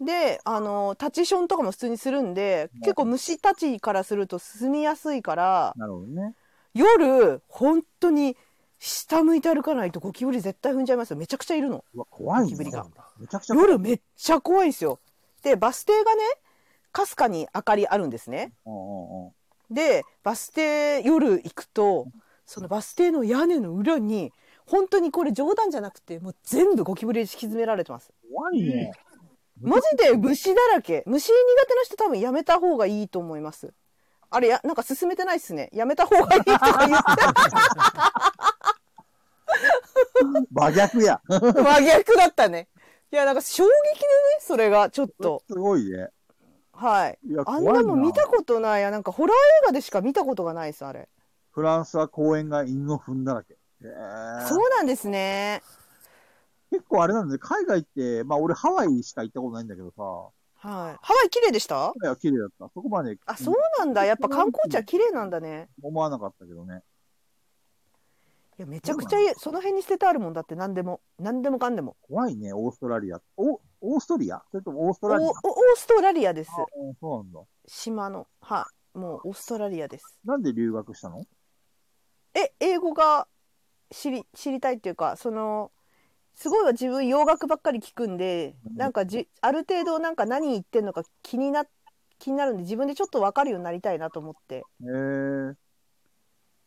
で、あの、タチションとかも普通にするんで、結構虫たちからすると住みやすいから、
なるほどね。
夜本当に下向いて歩かないとゴキブリ絶対踏んじゃいますよめちゃくちゃいるの
うわ、怖いね
ゴキブリが。
めちゃくちゃ怖い。
夜めっちゃ怖いんですよでバス停がねかすかに明かりあるんですね
うんうんうん
でバス停夜行くとそのバス停の屋根の裏に本当にこれ冗談じゃなくてもう全部ゴキブリで敷き詰められてます
怖いね。
マジで虫だらけ虫苦手な人多分やめた方がいいと思いますあれやなんか進めてないっすねやめた方がいいとか言って
真逆や。
真逆だったね。いや、なんか衝撃でね、それが、ちょっ と。
すごいね。
はい。
いや、
あ
怖い
ん
な。
なもん見たことない。いや、なんかホラー映画でしか見たことがないです、あれ。
フランスは公園が犬の糞だらけ。へー
そうなんですね。
結構あれなんで、海外って、まあ俺ハワイしか行ったことないんだけどさ、ハ
はい。ハワイ綺麗でした
ワイは綺麗だった。そこまで
あ、そうなんだ。やっぱ観光地は綺麗なんだね。
思わなかったけどね。
いや、めちゃくちゃいい。その辺に捨ててあるもんだって、何でも。何でもかんでも。
怖いね、オーストラリア。お、オーストリアそれともオースト
おお
ラリア
オーストラリアです。
あうんそうなんだ。
島の。はい。もう、オーストラリアです。
なんで留学したの
え、英語が知り、知りたいっていうか、その、すごいは自分洋楽ばっかり聞くんで、なんかじ、ある程度なんか何言ってんのか気にな、気になるんで自分でちょっとわかるようになりたいなと思って
へえ。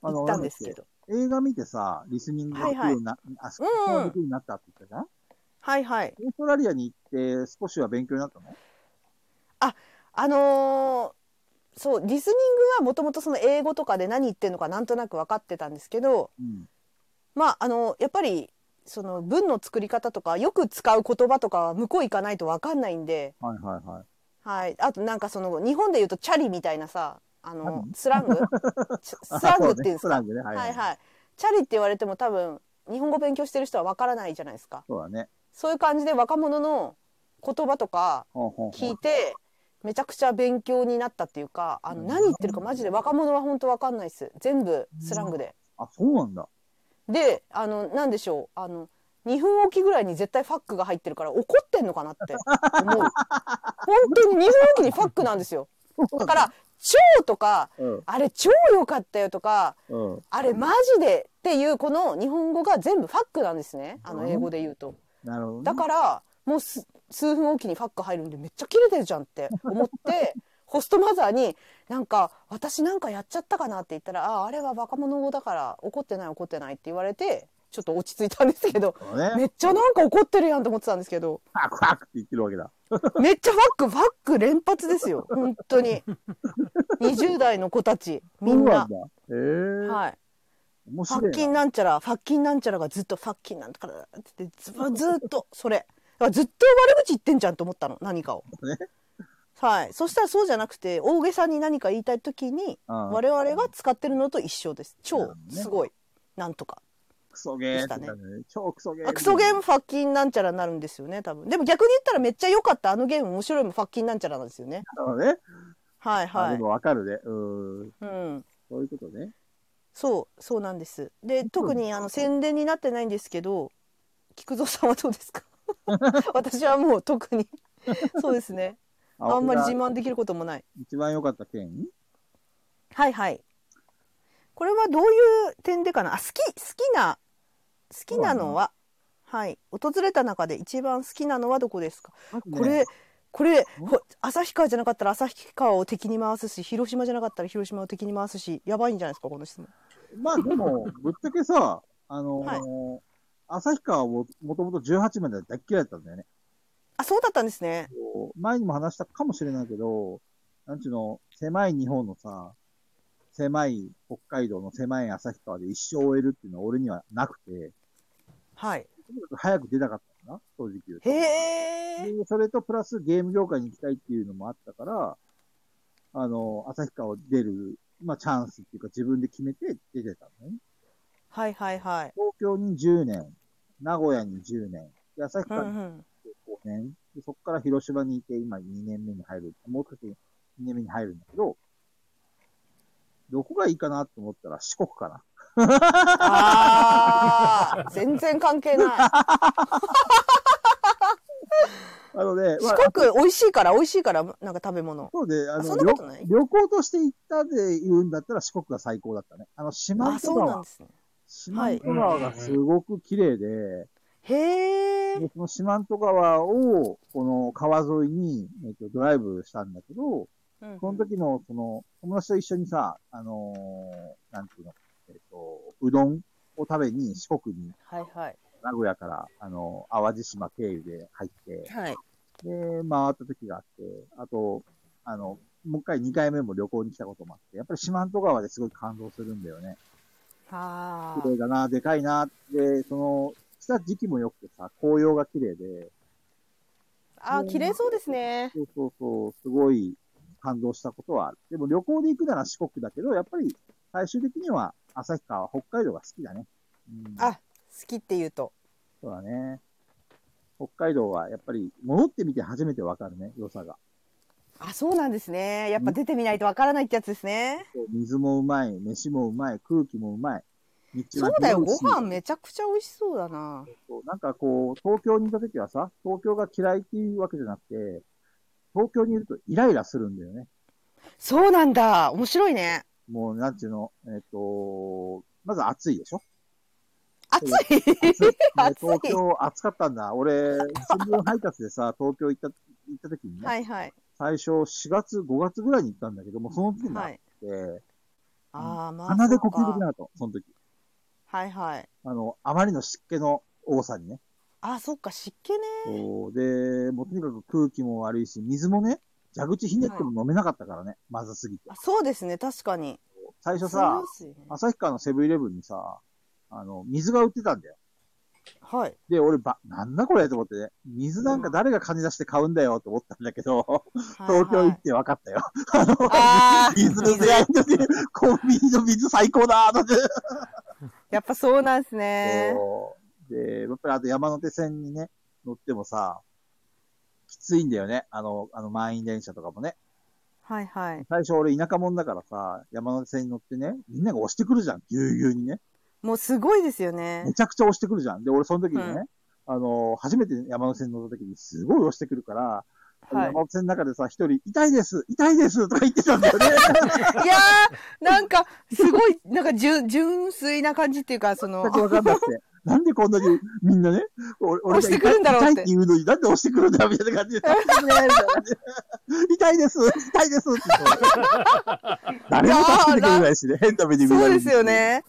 行ったんですけ
なんだっ
ど。
け映画見てさ、リスニングができるようにな、あ、スピ
うん
ーできるようになったって言ったじゃん
はいはい。
オーストラリアに行って少しは勉強になったの
あのーそう、リスニングはもともとその英語とかで何言ってんのかなんとなく分かってたんですけど、
うん。
まあ、あのやっぱり、その文の作り方とか、よく使う言葉とかは向こう行かないと分かんないんで、
はいはいはい。
はい。あとなんかその、日本で言うとチャリみたいなさ、あの、
何
スラン グちスラングっていうんです
ス
か、
ラングね。は
はいい
は。
はいい、チャリって言われても多分、日本語勉強してる人はわからないじゃないですか。
そうだね。
そういう感じで若者の言葉とか
ほうほうほ
聞
う
いて、めちゃくちゃ勉強になったっていうか、あの、何言ってるかマジで若者は本当わかんないです。全部スラングで。
あ、そうなんだ。
で、あの、なんでしょう。あの、2分おきぐらいに絶対ファックが入ってるから怒ってんのかなって思う。本当に2分おきにファックなんですよ。だから、超とか、
うん。
あれ超良かったよとか、
うん。
あれマジでっていうこの日本語が全部ファックなんですね。あの英語で言うと。
なるほどね。
だから、もうす数分おきにファック入るんでめっちゃ切れてるじゃんって 思って、ホストマザーになんか私なんかやっちゃったかなって言ったら、ああ、あれは若者語だから怒ってない怒ってないって言われて、ちょっと落ち着いたんですけど、
そうだね。
めっちゃなんか怒ってるやんと思ってたんですけど、
パクパクって言ってるわけだ。
めっちゃファック、ファック連発ですよ。本 当に。20代の子たち、みんな
そ。うなんだ。へえ。
はい。
面
ファ
白い
ッキ
な。
ンなんちゃら、ファッキンなんちゃらがずっとファッキンなんとからって言ってずずっと、それ。だからずっと悪口言ってんじゃんと思ったの、何かを。
ね
はい。そしたらそうじゃなくて、大げさに何か言いたいときに、
うん
我々が使ってるのと一緒です。
なる
超
ほどね
すごい。なんとか。
クソゲーって言ったね。超クソゲー。
あクソゲームファッキンなんちゃらになるんですよね、多分。でも逆に言ったらめっちゃ良かった、あのゲーム面白いもファッキンなんちゃらなんですよね。
なのね。
はい
あ
は
で
い
も。わかるね。うん。
うん。
そういうことね。
そう、そうなんです。で、特にあの宣伝になってないんですけど、菊蔵さんはどうですか 私はもう特 に、そうですね。あんまり自
俺が
慢できることもない。
一番良かった県
はいはい。これはどういう点でかなあ、好き、好きな、好きなのは、はい。訪れた中で一番好きなのはどこですかこれ、これほ旭川じゃなかったら旭川を敵に回すし広島じゃなかったら広島を敵に回すしやばいんじゃないですかこの質問
まあで も、ぶっちゃけさ、あのー
はい
旭川をもともと18まで大っ嫌いだったんだよね。
あそうだったんですね
こう前にも話したかもしれないけど、なんちゅうの、狭い日本のさ、狭い北海道の狭い旭川で一生終えるっていうのは俺にはなくて、
はい
とにかく早く出たかったんだな、正直言うと
へえ
でそれとプラスゲーム業界に行きたいっていうのもあったから、あの、旭川を出る、まあチャンスっていうか自分で決めて出てたのね。
はいはいはい
東京に10年、名古屋に10年、で旭
うんう
川に
ん
5年、でそこから広島にいて、今2年目に入る、もう少し2年目に入るんだけど、どこがいいかなと思ったら四国かな。
あ ー全然関係ない
なので、まあ、
四国美味しいから美味しいからなんか食べ物
そうで、あ
あそ
の、
んなことない
旅旅行として行ったで言うんだったら四国が最高だったね。あの、四
あ
万十
そうなん
川、
ですね
四
は
万
い
十川がすごく綺麗で、
へえ
でその四万十川を、この川沿いに、えっとドライブしたんだけど、その時の、その、友達と一緒にさ、あのーなんていうの、えっ、と、うどんを食べに四国に、
はいはい
名古屋から、あのー淡路島経由で入って、
はい
で、回った時があって、あと、あの、もう一回二回目も旅行に来たこともあって、やっぱり四万十川ですごい感動するんだよね。
あ
綺麗だな、でかいな、で、その、来た時期も良くてさ、紅葉が綺麗で、
ーあー綺麗そうですね
そうそうそう、すごい感動したことはある。でも旅行で行くなら四国だけど、やっぱり最終的には旭川、北海道が好きだね。うん、
あ好きって言うと
そうだね。北海道はやっぱり戻ってみて初めてわかるね、良さが。
あそうなんですねやっぱ出てみないとわからないってやつですね
水もうまい、飯もうまい、空気もうまい。日中
そ
は
うだよご
広いし
飯めちゃくちゃ美味しそうだな
そうなんかこう、東京にいた時はさ、東京が嫌いっていうわけじゃなくて、東京にいるとイライラするんだよね。
そうなんだ面白いね
もう、なんちゅうの、えっ、と、まず暑いでしょ
暑い
暑いね
暑い
東京暑かったんだ。俺、新聞配達で さ、東京行った、行った時にね、
はいはい
最初4月、5月ぐらいに行ったんだけども、その時もあっ
は
て
い、ああまあ
鼻で
そ
呼
うか
吸できなかったの、その時。
はいはい
あの、あまりの湿気の多さにね。
あそっか湿気ね
そうで、もうとにかく空気も悪いし、水もね、蛇口ひねっても飲めなかったからね、まずすぎて
あ。そうですね確かに
最初さ、
水道水ね
旭川のセブンイレブンにさ、あの、水が売ってたんだよ。
はい
で、俺ば、なんだこれと思ってね、水なんか誰が金出して買うんだよと思ったんだけど、東京行って分かったよ。
ああー
水出会いの時、コンビニの水最高だだって。
やっぱそうなんですね
そうで、やっぱりあと山手線にね、乗ってもさ、きついんだよね。あの、あの満員電車とかもね。
はいはい
最初俺田舎者だからさ、山手線に乗ってね、みんなが押してくるじゃん。ぎゅうぎゅうにね。
もうすごいですよね
めちゃくちゃ押してくるじゃん。で、俺その時にね、
うん
あの、初めて山手線に乗った時にすごい押してくるから、
はい
山手線の中でさ、一人、痛いです痛いですとか言ってたんだ よね。
いやー、なんか、すごい、なんか、純、純粋な感じっていう か、そ
全
の
く、わかんなくて。なんでこんなにみんなね、俺俺が
押してくるんだろうって
痛いって言うのに、なんで押してくるんだみたいな感じで、助けてくれみたいな感じで痛いです痛いですって言っ て誰も助けてくれないしね、変な目に見ら
そ
れ
う
る
で
し
すよ。ね。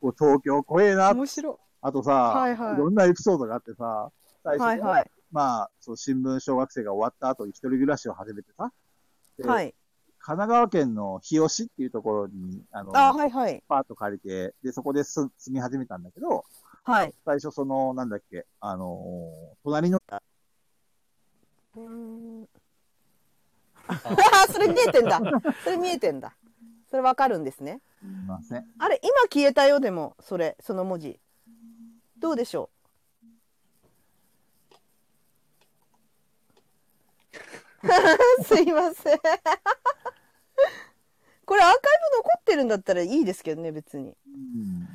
もう東京怖えな。
面白
あとさ、
はい
い
はい
ろんなエピソードがあってさ、最
い。はい
初、
はい。
まあ、そう新聞小学生が終わった後に一人暮らしを始めてさ、で
はい。
神奈川県の日吉っていうところに、あの、
あ、はいはい。
パート借りて、で、そこです住み始めたんだけど、
はい。
最初その、なんだっけ、あのー隣の、
うーんあ、 それ見えてんだ。それ見えてんだ。それわかるんですね。
すいません。
あれ、今消えたよ、でも、それ、その文字。どうで しょうすいません。これアーカイブ残ってるんだったらいいですけどね、別に。
うん